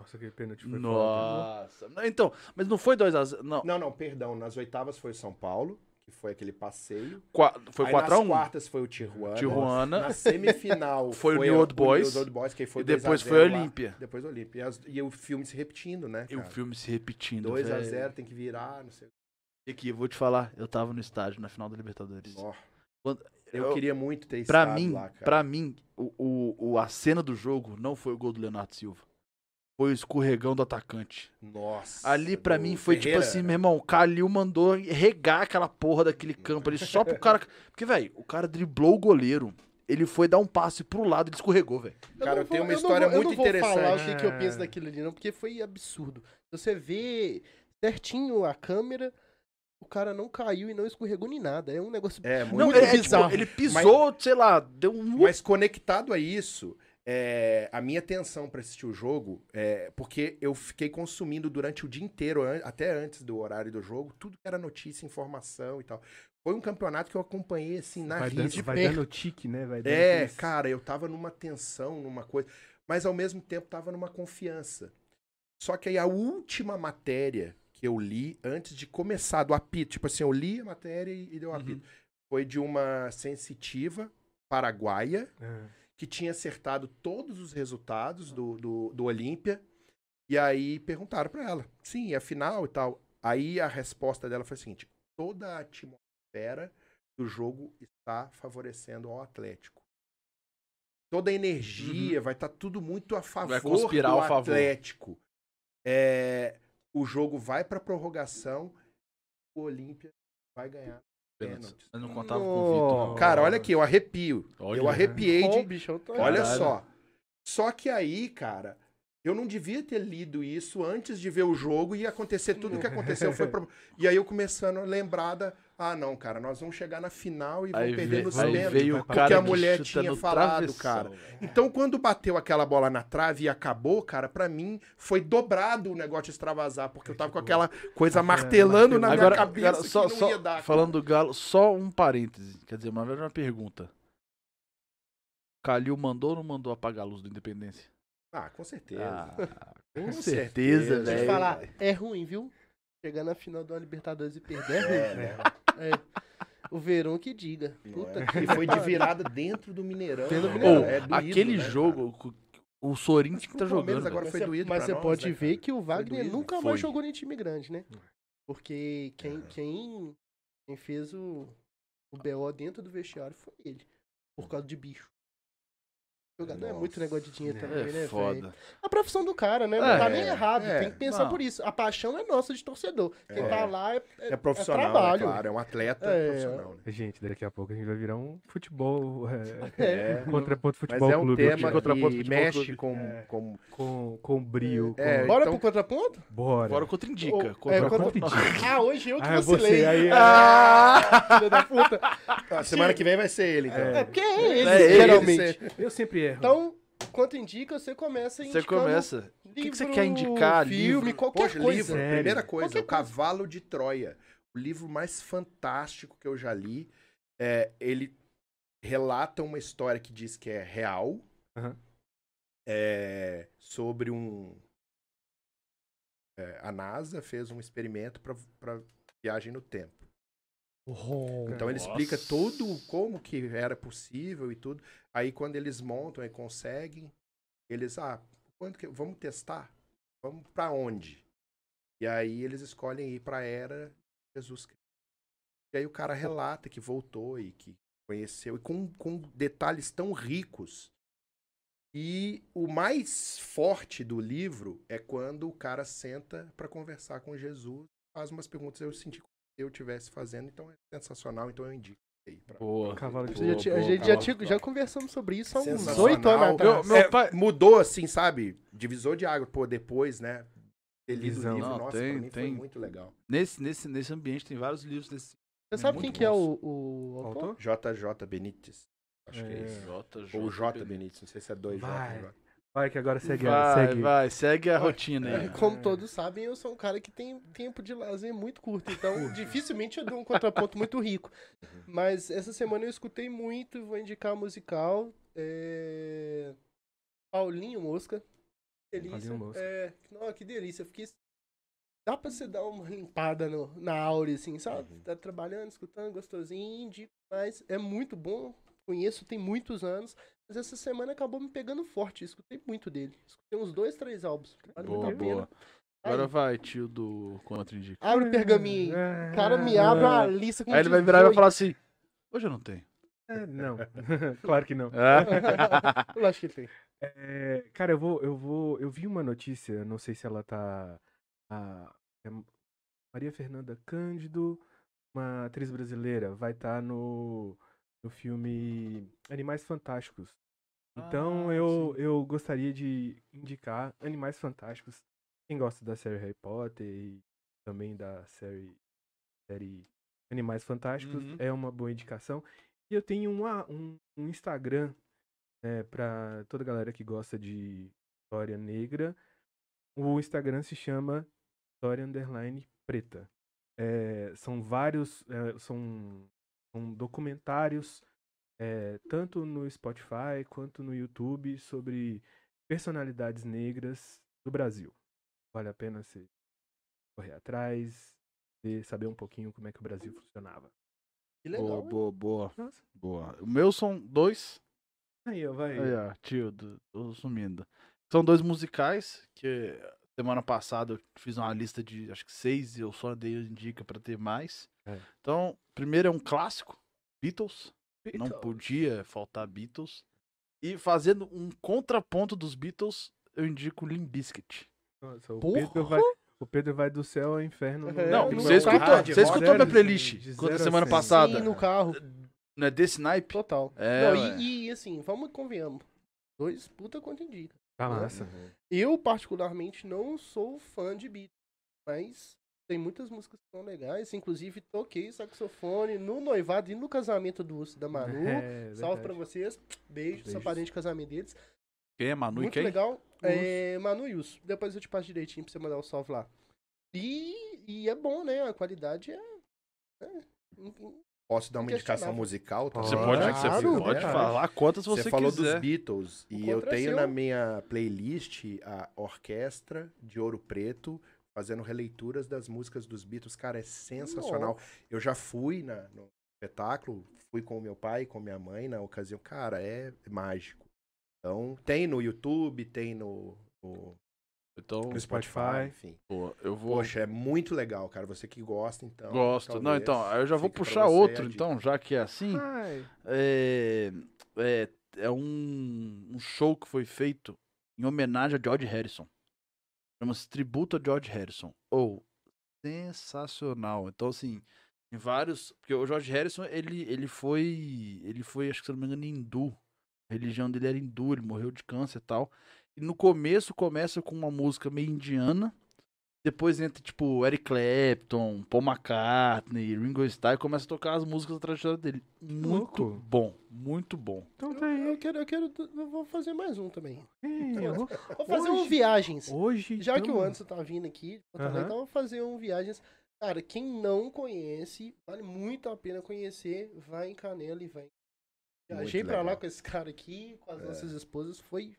Speaker 1: Nossa, aquele pênalti foi foda.
Speaker 2: Nossa. Não, Então, mas não foi 2 a 0 Não,
Speaker 4: Não, não, perdão. Nas oitavas foi o São Paulo, que foi aquele passeio.
Speaker 2: qua- foi
Speaker 4: Aí é,
Speaker 2: 4 a 1
Speaker 4: Nas quartas foi o Tijuana.
Speaker 2: Tijuana.
Speaker 4: Na semifinal
Speaker 2: Foi o New Old Boys.
Speaker 4: New Old Boys que foi
Speaker 2: E
Speaker 4: 2 a
Speaker 2: depois
Speaker 4: 0
Speaker 2: foi a
Speaker 4: lá.
Speaker 2: Olímpia.
Speaker 4: Depois a Olímpia. E, as- e o filme se repetindo, né?
Speaker 2: E o filme se repetindo.
Speaker 4: 2x0, tem que virar, não sei o
Speaker 2: E aqui, eu vou te falar, eu tava no estádio na final da Libertadores.
Speaker 4: que. Ó,
Speaker 2: Quando-
Speaker 4: Eu,
Speaker 2: eu-
Speaker 4: queria muito ter
Speaker 2: Pra
Speaker 4: estado
Speaker 2: mim,
Speaker 4: lá, cara.
Speaker 2: pra mim o, o, o- a cena do jogo não foi o gol do Leonardo Silva. Foi o escorregão do atacante.
Speaker 4: Nossa.
Speaker 2: Ali pra
Speaker 4: do
Speaker 2: mim foi
Speaker 4: Ferreira,
Speaker 2: tipo assim,
Speaker 4: né? Uhum.
Speaker 2: meu irmão, o Calil mandou regar aquela porra daquele campo ali só pro cara. Porque, velho, o cara driblou o goleiro. Ele foi dar um passe pro lado, ele escorregou, velho.
Speaker 4: Cara,
Speaker 3: não
Speaker 4: eu tenho uma
Speaker 3: não
Speaker 4: história
Speaker 3: eu não vou
Speaker 4: muito
Speaker 3: falar o
Speaker 4: interessante. Ah.
Speaker 3: que, que eu penso daquilo ali, não, porque foi absurdo. Se você
Speaker 4: É.
Speaker 3: vê certinho a câmera, o cara não caiu e não escorregou nem nada. É um negócio.
Speaker 4: É, muito
Speaker 2: Não, ele, é, tipo,
Speaker 3: bizarro.
Speaker 2: ele pisou, sei lá, deu um.
Speaker 4: Mas conectado a isso, é, a minha atenção pra assistir o jogo, é, porque eu fiquei consumindo durante o dia inteiro, an- até antes do horário do jogo, tudo que era notícia, informação e tal. Foi um campeonato que eu acompanhei assim na
Speaker 1: Vai,
Speaker 4: risca.
Speaker 1: dando, vai
Speaker 3: perto.
Speaker 1: dando tique, né? Vai dando
Speaker 4: É,
Speaker 1: aqueles-
Speaker 4: cara, eu tava numa tensão, numa coisa, mas ao mesmo tempo tava numa confiança. Só que aí a última matéria que eu li antes de começar do apito, tipo assim, eu li a matéria e, e deu o
Speaker 2: Uhum.
Speaker 4: apito, foi de uma sensitiva paraguaia
Speaker 1: É.
Speaker 4: que tinha acertado todos os
Speaker 2: Ah.
Speaker 4: resultados do, do, do Olímpia. E aí perguntaram pra ela, sim, é final e tal. Aí a resposta dela foi a seguinte: toda a atmosfera do jogo está favorecendo ao Atlético. Toda a energia vai estar tudo muito a favor
Speaker 2: Uhum. conspirar
Speaker 4: do
Speaker 2: ao favor.
Speaker 4: Atlético. É, o jogo vai pra prorrogação, o Olímpia vai ganhar pênaltis.
Speaker 2: Eu não contava com o
Speaker 1: Não.
Speaker 2: Vitor.
Speaker 4: Cara, olha aqui, eu arrepio.
Speaker 2: Olha. né?
Speaker 4: eu arrepiei de,
Speaker 3: Ó, bicho, eu tô-
Speaker 4: Olha
Speaker 2: Caralho.
Speaker 4: só. Só que aí, cara, eu não devia ter lido isso antes de ver o jogo e acontecer tudo o que aconteceu. Foi pro- E aí eu começando a lembrar da. Ah, não, cara, nós vamos chegar na final e
Speaker 2: Aí,
Speaker 4: vamos perder
Speaker 2: ve-
Speaker 4: nos
Speaker 2: aí
Speaker 4: pênaltis.
Speaker 2: veio o
Speaker 1: porque
Speaker 2: cara
Speaker 4: a
Speaker 2: que
Speaker 4: mulher
Speaker 2: chuta
Speaker 4: tinha
Speaker 2: no
Speaker 4: falado,
Speaker 2: travessão,
Speaker 4: cara.
Speaker 2: velho.
Speaker 4: Então, quando bateu aquela bola na trave e acabou, cara, pra mim foi dobrado o negócio de extravasar, porque eu tava com aquela coisa martelando na minha
Speaker 2: É, Agora,
Speaker 4: cabeça
Speaker 2: agora, só,
Speaker 4: que não
Speaker 2: só
Speaker 4: ia dar.
Speaker 2: falando do Galo, só um parêntese. Quer dizer, uma vez uma pergunta. Calil mandou ou não mandou apagar a luz do Independência?
Speaker 4: Ah, com certeza.
Speaker 2: Ah, Com
Speaker 4: certeza,
Speaker 2: certeza,
Speaker 3: Deixa eu te
Speaker 4: É,
Speaker 2: velho.
Speaker 3: falar, é ruim, viu? Chegar na final do Libertadores e perder é ruim.
Speaker 4: né?
Speaker 3: É. O Verão que diga.
Speaker 2: É.
Speaker 3: Puta que
Speaker 4: E foi de
Speaker 3: pariu.
Speaker 4: virada dentro do Mineirão.
Speaker 3: Dentro do
Speaker 4: né,
Speaker 3: Mineirão.
Speaker 2: Ou,
Speaker 4: cara? É doído,
Speaker 2: aquele
Speaker 4: né,
Speaker 2: jogo, o, o Sorin que tá
Speaker 4: o Palmeiras
Speaker 2: jogando.
Speaker 4: agora
Speaker 2: velho.
Speaker 4: foi
Speaker 3: cê-
Speaker 4: doído
Speaker 3: Mas
Speaker 4: pra
Speaker 3: você
Speaker 4: nós,
Speaker 3: pode
Speaker 4: né,
Speaker 3: ver
Speaker 4: cara?
Speaker 3: que o Wagner
Speaker 4: doído, né?
Speaker 3: nunca mais
Speaker 2: Foi. é.
Speaker 3: jogou em time grande, né? Porque quem, quem, quem fez o, o BO dentro do vestiário foi ele. Por causa de bicho. Jogador é muito
Speaker 4: Nossa.
Speaker 3: negócio de dinheiro também, né,
Speaker 2: É
Speaker 3: velho?
Speaker 2: foda.
Speaker 3: A profissão do cara, né? Não
Speaker 2: É,
Speaker 3: tá nem errado.
Speaker 4: é,
Speaker 3: Tem que pensar
Speaker 2: não.
Speaker 3: por isso. A paixão é nossa de torcedor. Quem
Speaker 4: É.
Speaker 3: tá lá é.
Speaker 4: É profissional, é
Speaker 3: trabalho.
Speaker 4: claro. É um atleta
Speaker 3: É.
Speaker 4: profissional, né?
Speaker 1: Gente, daqui a pouco a gente vai virar um futebol. É,
Speaker 4: É.
Speaker 1: contraponto
Speaker 4: Mas
Speaker 1: futebol
Speaker 4: é um
Speaker 1: clube.
Speaker 4: tema
Speaker 1: futebol
Speaker 2: Contraponto
Speaker 4: que
Speaker 2: Futebol
Speaker 4: mexe
Speaker 2: Clube.
Speaker 4: com,
Speaker 1: É.
Speaker 4: com...
Speaker 1: com, com brio.
Speaker 4: É,
Speaker 1: com-
Speaker 3: Bora
Speaker 4: então-
Speaker 3: pro contraponto?
Speaker 1: Bora.
Speaker 2: Agora contra indica.
Speaker 3: Ou- é,
Speaker 1: Bora
Speaker 3: contra-
Speaker 1: contra
Speaker 3: Ah, hoje eu que
Speaker 1: Ah, é
Speaker 3: vacilei.
Speaker 1: você, aí é-
Speaker 3: Ah, filha da puta.
Speaker 4: Ah, semana que vem vai ser ele, então.
Speaker 3: É porque é ele,
Speaker 2: É ele,
Speaker 3: geralmente.
Speaker 1: Eu sempre erro.
Speaker 3: Então, quanto indica, né? você começa
Speaker 2: Você
Speaker 3: indicando
Speaker 2: começa. O que, que você quer
Speaker 3: livro,
Speaker 2: indicar?
Speaker 3: filme,
Speaker 2: Livro?
Speaker 3: qualquer
Speaker 4: Poxa,
Speaker 3: coisa.
Speaker 4: livro,
Speaker 1: Sério.
Speaker 4: primeira coisa,
Speaker 3: Qualquer
Speaker 4: O Cavalo de Troia. O livro mais fantástico que eu já li. É, ele relata uma história que diz que é real.
Speaker 1: Aham.
Speaker 4: É, sobre um... é, a NASA fez um experimento para viagem no tempo. Então ele
Speaker 2: Nossa.
Speaker 4: explica todo o como que era possível e tudo. Aí quando eles montam e conseguem, eles ah, quando que vamos testar? Vamos pra onde? E aí eles escolhem ir pra era de Jesus Cristo. E aí o cara relata que voltou e que conheceu e com, com detalhes tão ricos. E o mais forte do livro é quando o cara senta pra conversar com Jesus, faz umas perguntas, eu senti eu estivesse fazendo, então é sensacional, então eu indico aí pra...
Speaker 2: Boa.
Speaker 1: Cavalo de
Speaker 3: Você já
Speaker 1: Boa,
Speaker 3: tinha-
Speaker 1: boa,
Speaker 3: a gente já,
Speaker 1: boa,
Speaker 3: tinha- já conversamos sobre isso há uns
Speaker 4: Sensacional.
Speaker 3: oito anos atrás.
Speaker 2: Meu- meu
Speaker 4: É,
Speaker 2: pai-
Speaker 4: Mudou assim, sabe? Divisor de água, pô, depois, né? Ter lido o
Speaker 1: Visão.
Speaker 4: livro,
Speaker 2: Não,
Speaker 4: nossa,
Speaker 2: tem-
Speaker 4: pra mim foi
Speaker 2: tem.
Speaker 4: muito legal.
Speaker 2: Nesse, nesse, nesse ambiente tem vários livros desse.
Speaker 3: Você sabe
Speaker 2: muito
Speaker 3: quem que é
Speaker 2: bom.
Speaker 3: o, o autor?
Speaker 1: Faltou?
Speaker 4: JJ Benítez, acho que é
Speaker 1: É.
Speaker 4: isso.
Speaker 2: JJ.
Speaker 4: Ou J Benítez, não sei se é dois
Speaker 1: Vai.
Speaker 4: J.
Speaker 1: Vai que agora segue.
Speaker 2: vai,
Speaker 1: segue.
Speaker 2: vai, segue a rotina aí.
Speaker 3: Como todos sabem, eu sou um cara que tem tempo de lazer muito curto, então dificilmente eu dou um contraponto muito rico. Mas essa semana eu escutei muito, vou indicar um musical. é, Paulinho Mosca. Delícia.
Speaker 1: Paulinho Mosca.
Speaker 3: É, não, que delícia. eu Fiquei... Dá pra você dar uma limpada no- na áurea, assim, sabe?
Speaker 4: Uhum.
Speaker 3: Tá trabalhando, escutando, gostosinho, indico, mas é muito bom. Conheço, tem muitos anos. Mas essa semana acabou me pegando forte. Escutei muito dele. Escutei uns dois, três álbuns. Vale muito
Speaker 2: Boa,
Speaker 3: a pena.
Speaker 2: boa. Agora vai, tio do Contraindica.
Speaker 3: Abre o pergaminho. aí.
Speaker 1: Ah,
Speaker 3: O cara me abre
Speaker 1: ah,
Speaker 3: uma lista com
Speaker 2: É. Aí ele vai virar e vai
Speaker 3: 18.
Speaker 2: falar assim: Hoje eu não tenho.
Speaker 1: é, Não, claro que não.
Speaker 3: Eu acho que ele tem.
Speaker 1: É, cara, eu vou, eu vou. Eu vi uma notícia, não sei se ela tá. a- é Maria Fernanda Cândido, uma atriz brasileira, vai estar no, no filme Animais Fantásticos. Então
Speaker 2: Ah,
Speaker 1: eu, eu gostaria de indicar Animais Fantásticos. Quem gosta da série Harry Potter e também da série, série Animais Fantásticos,
Speaker 2: Uhum.
Speaker 1: é uma boa indicação. E eu tenho uma, um, um Instagram é, para toda galera que gosta de história negra. O Instagram se chama História Underline Preta. É, são vários, é, são, são documentários, é, tanto no Spotify quanto no YouTube, sobre personalidades negras do Brasil. Vale a pena você correr atrás e saber um pouquinho como é que o Brasil funcionava.
Speaker 3: Que
Speaker 2: Boa,
Speaker 3: legal. hein?
Speaker 2: boa, boa.
Speaker 1: Nossa.
Speaker 2: Boa. O meu são dois.
Speaker 1: Aí, ó, vai.
Speaker 2: Aí, ó, tio, do, tô sumindo. São dois musicais que semana passada eu fiz uma lista de acho que seis e eu só dei um indica pra ter mais.
Speaker 1: É.
Speaker 2: Então, primeiro é um clássico, Beatles.
Speaker 1: Beatles.
Speaker 3: Então,
Speaker 2: Não podia faltar Beatles. E fazendo um contraponto dos Beatles, eu indico Limp Bizkit.
Speaker 1: Nossa, o,
Speaker 3: Porra!
Speaker 1: Pedro vai, o Pedro vai do céu ao inferno. no-
Speaker 3: É,
Speaker 2: Não,
Speaker 3: não
Speaker 2: você
Speaker 3: vai.
Speaker 2: escutou,
Speaker 4: Hard
Speaker 2: você
Speaker 4: rock,
Speaker 2: escutou minha
Speaker 1: zero-
Speaker 2: playlist
Speaker 1: de
Speaker 2: quando-
Speaker 1: zero a
Speaker 2: semana
Speaker 1: cem.
Speaker 2: passada.
Speaker 3: Sim, no carro.
Speaker 2: Não é desse naipe?
Speaker 3: Total.
Speaker 2: É,
Speaker 3: Não,
Speaker 2: ué.
Speaker 3: e, e, assim, vamos e convenhamos. Dois puta quanto indica.
Speaker 1: Tá massa.
Speaker 3: Eu, particularmente, não sou fã de Beatles, mas tem muitas músicas que são legais. Inclusive, toquei saxofone no noivado e no casamento do Urso e da Manu.
Speaker 1: É,
Speaker 3: um Salve pra
Speaker 1: verdade.
Speaker 3: vocês. Beijo,
Speaker 1: Beijos.
Speaker 3: sou parente de casamento deles.
Speaker 2: Quem é Manu e
Speaker 3: Muito
Speaker 2: quem?
Speaker 3: legal. É, Manu e Wilson. Depois eu te passo direitinho pra você mandar o salve lá. E, e é bom, né? A qualidade é. é, in- in-
Speaker 4: Posso dar uma indicação
Speaker 3: Inquestionável.
Speaker 4: musical?
Speaker 1: Pode.
Speaker 2: Você
Speaker 1: Olha,
Speaker 2: pode,
Speaker 1: claro,
Speaker 2: você pode
Speaker 1: verdade.
Speaker 2: falar quantas você,
Speaker 4: é. Você, falou
Speaker 2: quiser.
Speaker 4: dos Beatles. E eu
Speaker 3: Encontra
Speaker 4: tenho
Speaker 3: seu.
Speaker 4: na minha playlist a Orquestra de Ouro Preto fazendo releituras das músicas dos Beatles. Cara, é sensacional. Eu já fui na- no espetáculo, fui com meu pai, com minha mãe na ocasião. Cara, é mágico. Então, tem no YouTube, tem no, no-
Speaker 2: Então,
Speaker 4: no
Speaker 1: Spotify.
Speaker 4: Spotify, enfim.
Speaker 2: pô, eu vou.
Speaker 4: Poxa, é muito legal, cara. Você que gosta, então.
Speaker 2: gosto. Não,
Speaker 4: talvez
Speaker 2: então, eu já vou
Speaker 4: fique pra
Speaker 2: puxar
Speaker 4: você Ah. a
Speaker 2: outro,
Speaker 4: dica.
Speaker 2: então, já que é assim.
Speaker 1: Ai,
Speaker 2: É, é, é um, um show que foi feito em homenagem a George Harrison. Chama-se Tributo a George Harrison. Ou sensacional. Então, assim, em vários. Porque o George Harrison, ele, ele foi. Ele foi, acho que se eu não me engano, hindu. A religião dele era hindu, ele morreu de câncer e tal. E no começo começa com uma música meio indiana. Depois entra, tipo, Eric Clapton, Paul McCartney, Ringo Starr, e começa a tocar as músicas da trajetória dele. Muito
Speaker 1: louco.
Speaker 2: bom, muito bom.
Speaker 1: então tá
Speaker 3: Eu,
Speaker 1: aí.
Speaker 3: eu quero, eu quero, eu vou fazer mais um também.
Speaker 1: Ih, eu vou-
Speaker 3: Vou fazer um
Speaker 1: Hoje-
Speaker 3: viagens.
Speaker 1: Hoje.
Speaker 3: Já que o
Speaker 1: tamo-
Speaker 3: Anderson tá vindo aqui, eu
Speaker 1: Então,
Speaker 3: também,
Speaker 1: Aham.
Speaker 3: então eu vou fazer um viagens. Cara, quem não conhece, vale muito a pena conhecer, vai em Canela e vai. Viajei pra lá
Speaker 4: legal.
Speaker 3: com esse cara aqui, com as
Speaker 4: É.
Speaker 3: nossas esposas, foi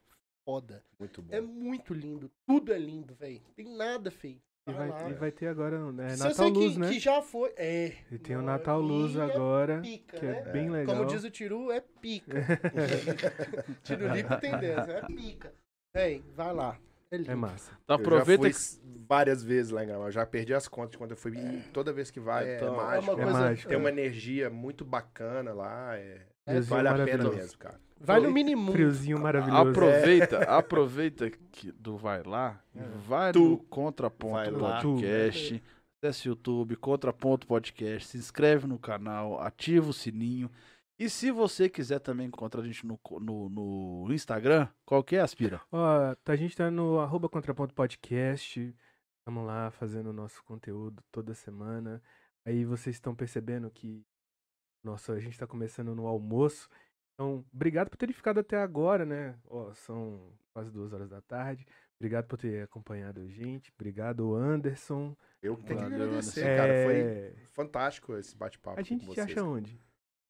Speaker 3: foda.
Speaker 4: Muito bom.
Speaker 3: É muito lindo, tudo é lindo, velho. Tem nada feio.
Speaker 1: E
Speaker 3: Vai
Speaker 1: vai,
Speaker 3: tá lá.
Speaker 1: e vai ter agora. É,
Speaker 3: Se eu
Speaker 1: Natal
Speaker 3: sei
Speaker 1: Luz,
Speaker 3: que,
Speaker 1: né?
Speaker 3: que já foi. É.
Speaker 1: E tem o
Speaker 3: Não,
Speaker 1: Natal Luz
Speaker 3: e é
Speaker 1: agora,
Speaker 3: Pica,
Speaker 1: que
Speaker 3: né?
Speaker 1: é bem legal.
Speaker 3: Como diz o Tiru, é pica. Tirulipo tem dessa, é pica. Véi, vai lá. É lindo.
Speaker 1: É massa.
Speaker 2: Então aproveita
Speaker 4: eu já fui várias vezes lá em Gramado. Já perdi as contas de quando eu fui. E toda vez que vai,
Speaker 2: Então,
Speaker 4: é
Speaker 2: é
Speaker 4: mágico.
Speaker 3: É uma
Speaker 1: É
Speaker 3: coisa.
Speaker 1: mágico.
Speaker 4: Tem uma energia muito bacana lá. é-
Speaker 3: É,
Speaker 1: Friozinho
Speaker 4: vale a pena
Speaker 1: maravilhoso.
Speaker 4: mesmo, cara.
Speaker 3: Vai no mínimo.
Speaker 1: Friozinho
Speaker 2: que.
Speaker 1: maravilhoso.
Speaker 2: Aproveita, aproveita que do Vai Lá, e vai
Speaker 4: Tu
Speaker 2: no Contraponto
Speaker 4: vai lá.
Speaker 2: Podcast. Acesse o YouTube, Contraponto Podcast, se inscreve no canal, ativa o sininho. E se você quiser também encontrar a gente no, co- no, no Instagram, qual que é, Aspira?
Speaker 1: Ó, tá- a gente tá no arroba contraponto podcast. Estamos lá fazendo o nosso conteúdo toda semana. Aí vocês estão percebendo que nossa, a gente tá começando no almoço. Então, obrigado por terem ficado até agora, né? Ó, são quase duas horas da tarde. Obrigado por ter acompanhado a gente. Obrigado, Anderson.
Speaker 4: Eu tenho que
Speaker 2: Valeu,
Speaker 4: agradecer,
Speaker 2: Anderson.
Speaker 4: cara. Foi
Speaker 1: É,
Speaker 4: fantástico esse bate-papo
Speaker 1: A gente
Speaker 4: com
Speaker 1: te
Speaker 4: vocês.
Speaker 1: acha onde?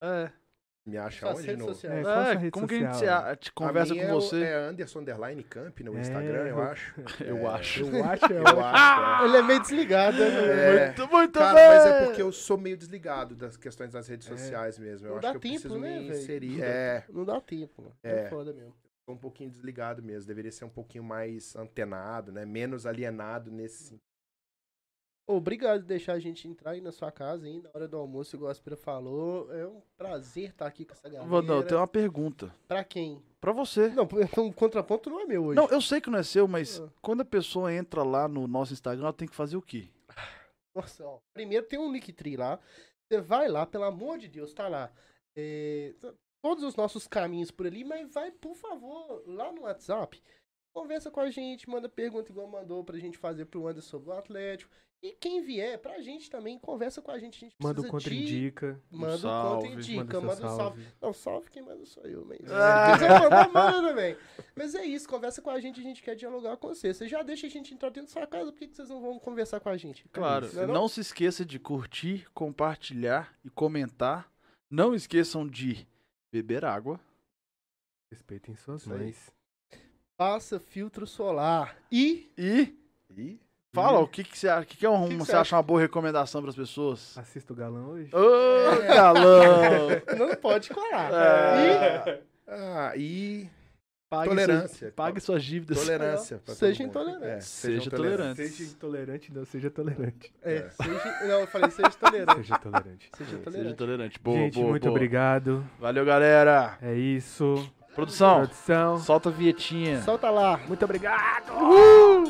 Speaker 2: É,
Speaker 4: Me acha
Speaker 3: Suas
Speaker 4: onde
Speaker 3: redes
Speaker 4: no...
Speaker 3: sociais.
Speaker 1: É,
Speaker 3: É,
Speaker 1: qual a sua rede
Speaker 2: como que a gente se
Speaker 1: social?
Speaker 2: a- te
Speaker 4: A
Speaker 2: conversa
Speaker 4: minha
Speaker 2: com
Speaker 4: é o-
Speaker 2: você?
Speaker 4: É Anderson Underline Camp no
Speaker 1: É,
Speaker 4: Instagram, eu
Speaker 1: eu-
Speaker 4: acho.
Speaker 2: Eu acho.
Speaker 1: Eu acho, é
Speaker 4: Eu
Speaker 1: ótimo.
Speaker 4: acho. é.
Speaker 3: Ele é meio desligado, né?
Speaker 4: É.
Speaker 2: Muito, muito
Speaker 4: Cara,
Speaker 2: bem!
Speaker 4: mas é porque eu sou meio desligado das questões das redes
Speaker 1: É.
Speaker 4: sociais mesmo. Eu
Speaker 3: Não
Speaker 4: acho
Speaker 3: dá
Speaker 4: que eu
Speaker 3: tempo,
Speaker 4: preciso
Speaker 3: né,
Speaker 4: me
Speaker 3: velho?
Speaker 4: inserir.
Speaker 3: Não dá
Speaker 4: É,
Speaker 3: Não dá tempo, mano. É,
Speaker 4: É.
Speaker 3: foda mesmo.
Speaker 4: tô um pouquinho desligado mesmo. Deveria ser um pouquinho mais antenado, né? Menos alienado nesse sentido.
Speaker 3: Ô, Obrigado por deixar a gente entrar aí na sua casa, hein? Na hora do almoço, igual a Aspira falou. É um prazer estar aqui com essa galera.
Speaker 2: Vandão, eu tenho uma pergunta
Speaker 3: Pra quem?
Speaker 2: pra você.
Speaker 3: Não, porque o contraponto não é meu hoje.
Speaker 2: Não, eu sei que não é seu, mas
Speaker 3: Ah.
Speaker 2: quando a pessoa entra lá no nosso Instagram, ela tem que fazer o quê?
Speaker 3: Nossa, ó. Primeiro tem um Linktree lá. Você vai lá, pelo amor de Deus, tá lá. É, t- todos os nossos caminhos por ali, mas vai, por favor, lá no WhatsApp. Conversa com a gente, manda pergunta igual mandou pra gente fazer pro Anderson sobre o Atlético. E quem vier, pra gente também, conversa com a gente. A gente
Speaker 1: Manda o
Speaker 3: precisa de-
Speaker 1: contra-indica.
Speaker 3: Manda o
Speaker 2: salve,
Speaker 3: contra-indica,
Speaker 1: seu
Speaker 3: manda o salve.
Speaker 1: salve.
Speaker 3: Não, salve quem manda sou eu, mas.
Speaker 2: Ah.
Speaker 3: Se você mandar, manda também. Mas é isso, conversa com a gente, a gente quer dialogar com você. Você já deixa a gente entrar dentro da sua casa, por que que vocês não vão conversar com a gente?
Speaker 2: Claro,
Speaker 3: Não é
Speaker 2: não,
Speaker 3: não?
Speaker 2: se esqueça de curtir, compartilhar e comentar. Não esqueçam de beber água.
Speaker 1: Respeitem suas
Speaker 4: Isso aí.
Speaker 1: mães.
Speaker 3: Passa filtro solar. E
Speaker 2: E
Speaker 4: E
Speaker 2: fala o que, que você acha. O que, que é um,
Speaker 3: que
Speaker 2: você
Speaker 3: você
Speaker 2: acha uma boa recomendação para as pessoas?
Speaker 1: Assista o galão hoje.
Speaker 2: Ô, galão!
Speaker 3: não pode colar.
Speaker 2: É.
Speaker 4: Ah, e
Speaker 2: Pague
Speaker 4: Tolerância.
Speaker 2: suas- pague suas dívidas.
Speaker 4: tolerância. pra
Speaker 3: Seja
Speaker 4: todo mundo.
Speaker 3: intolerante.
Speaker 4: É,
Speaker 2: Seja
Speaker 4: sejam
Speaker 2: tolerante.
Speaker 1: Seja intolerante, não seja tolerante.
Speaker 3: E, é, seja, não, eu falei, seja tolerante.
Speaker 1: Seja tolerante.
Speaker 3: Seja
Speaker 2: Seja
Speaker 3: tolerante.
Speaker 2: tolerante. Boa,
Speaker 1: Gente,
Speaker 2: boa,
Speaker 1: muito
Speaker 2: boa.
Speaker 1: obrigado.
Speaker 2: Valeu, galera.
Speaker 1: É isso.
Speaker 2: Produção,
Speaker 1: Produção.
Speaker 2: solta a vietinha.
Speaker 3: Solta lá.
Speaker 1: Muito obrigado.
Speaker 2: Uh!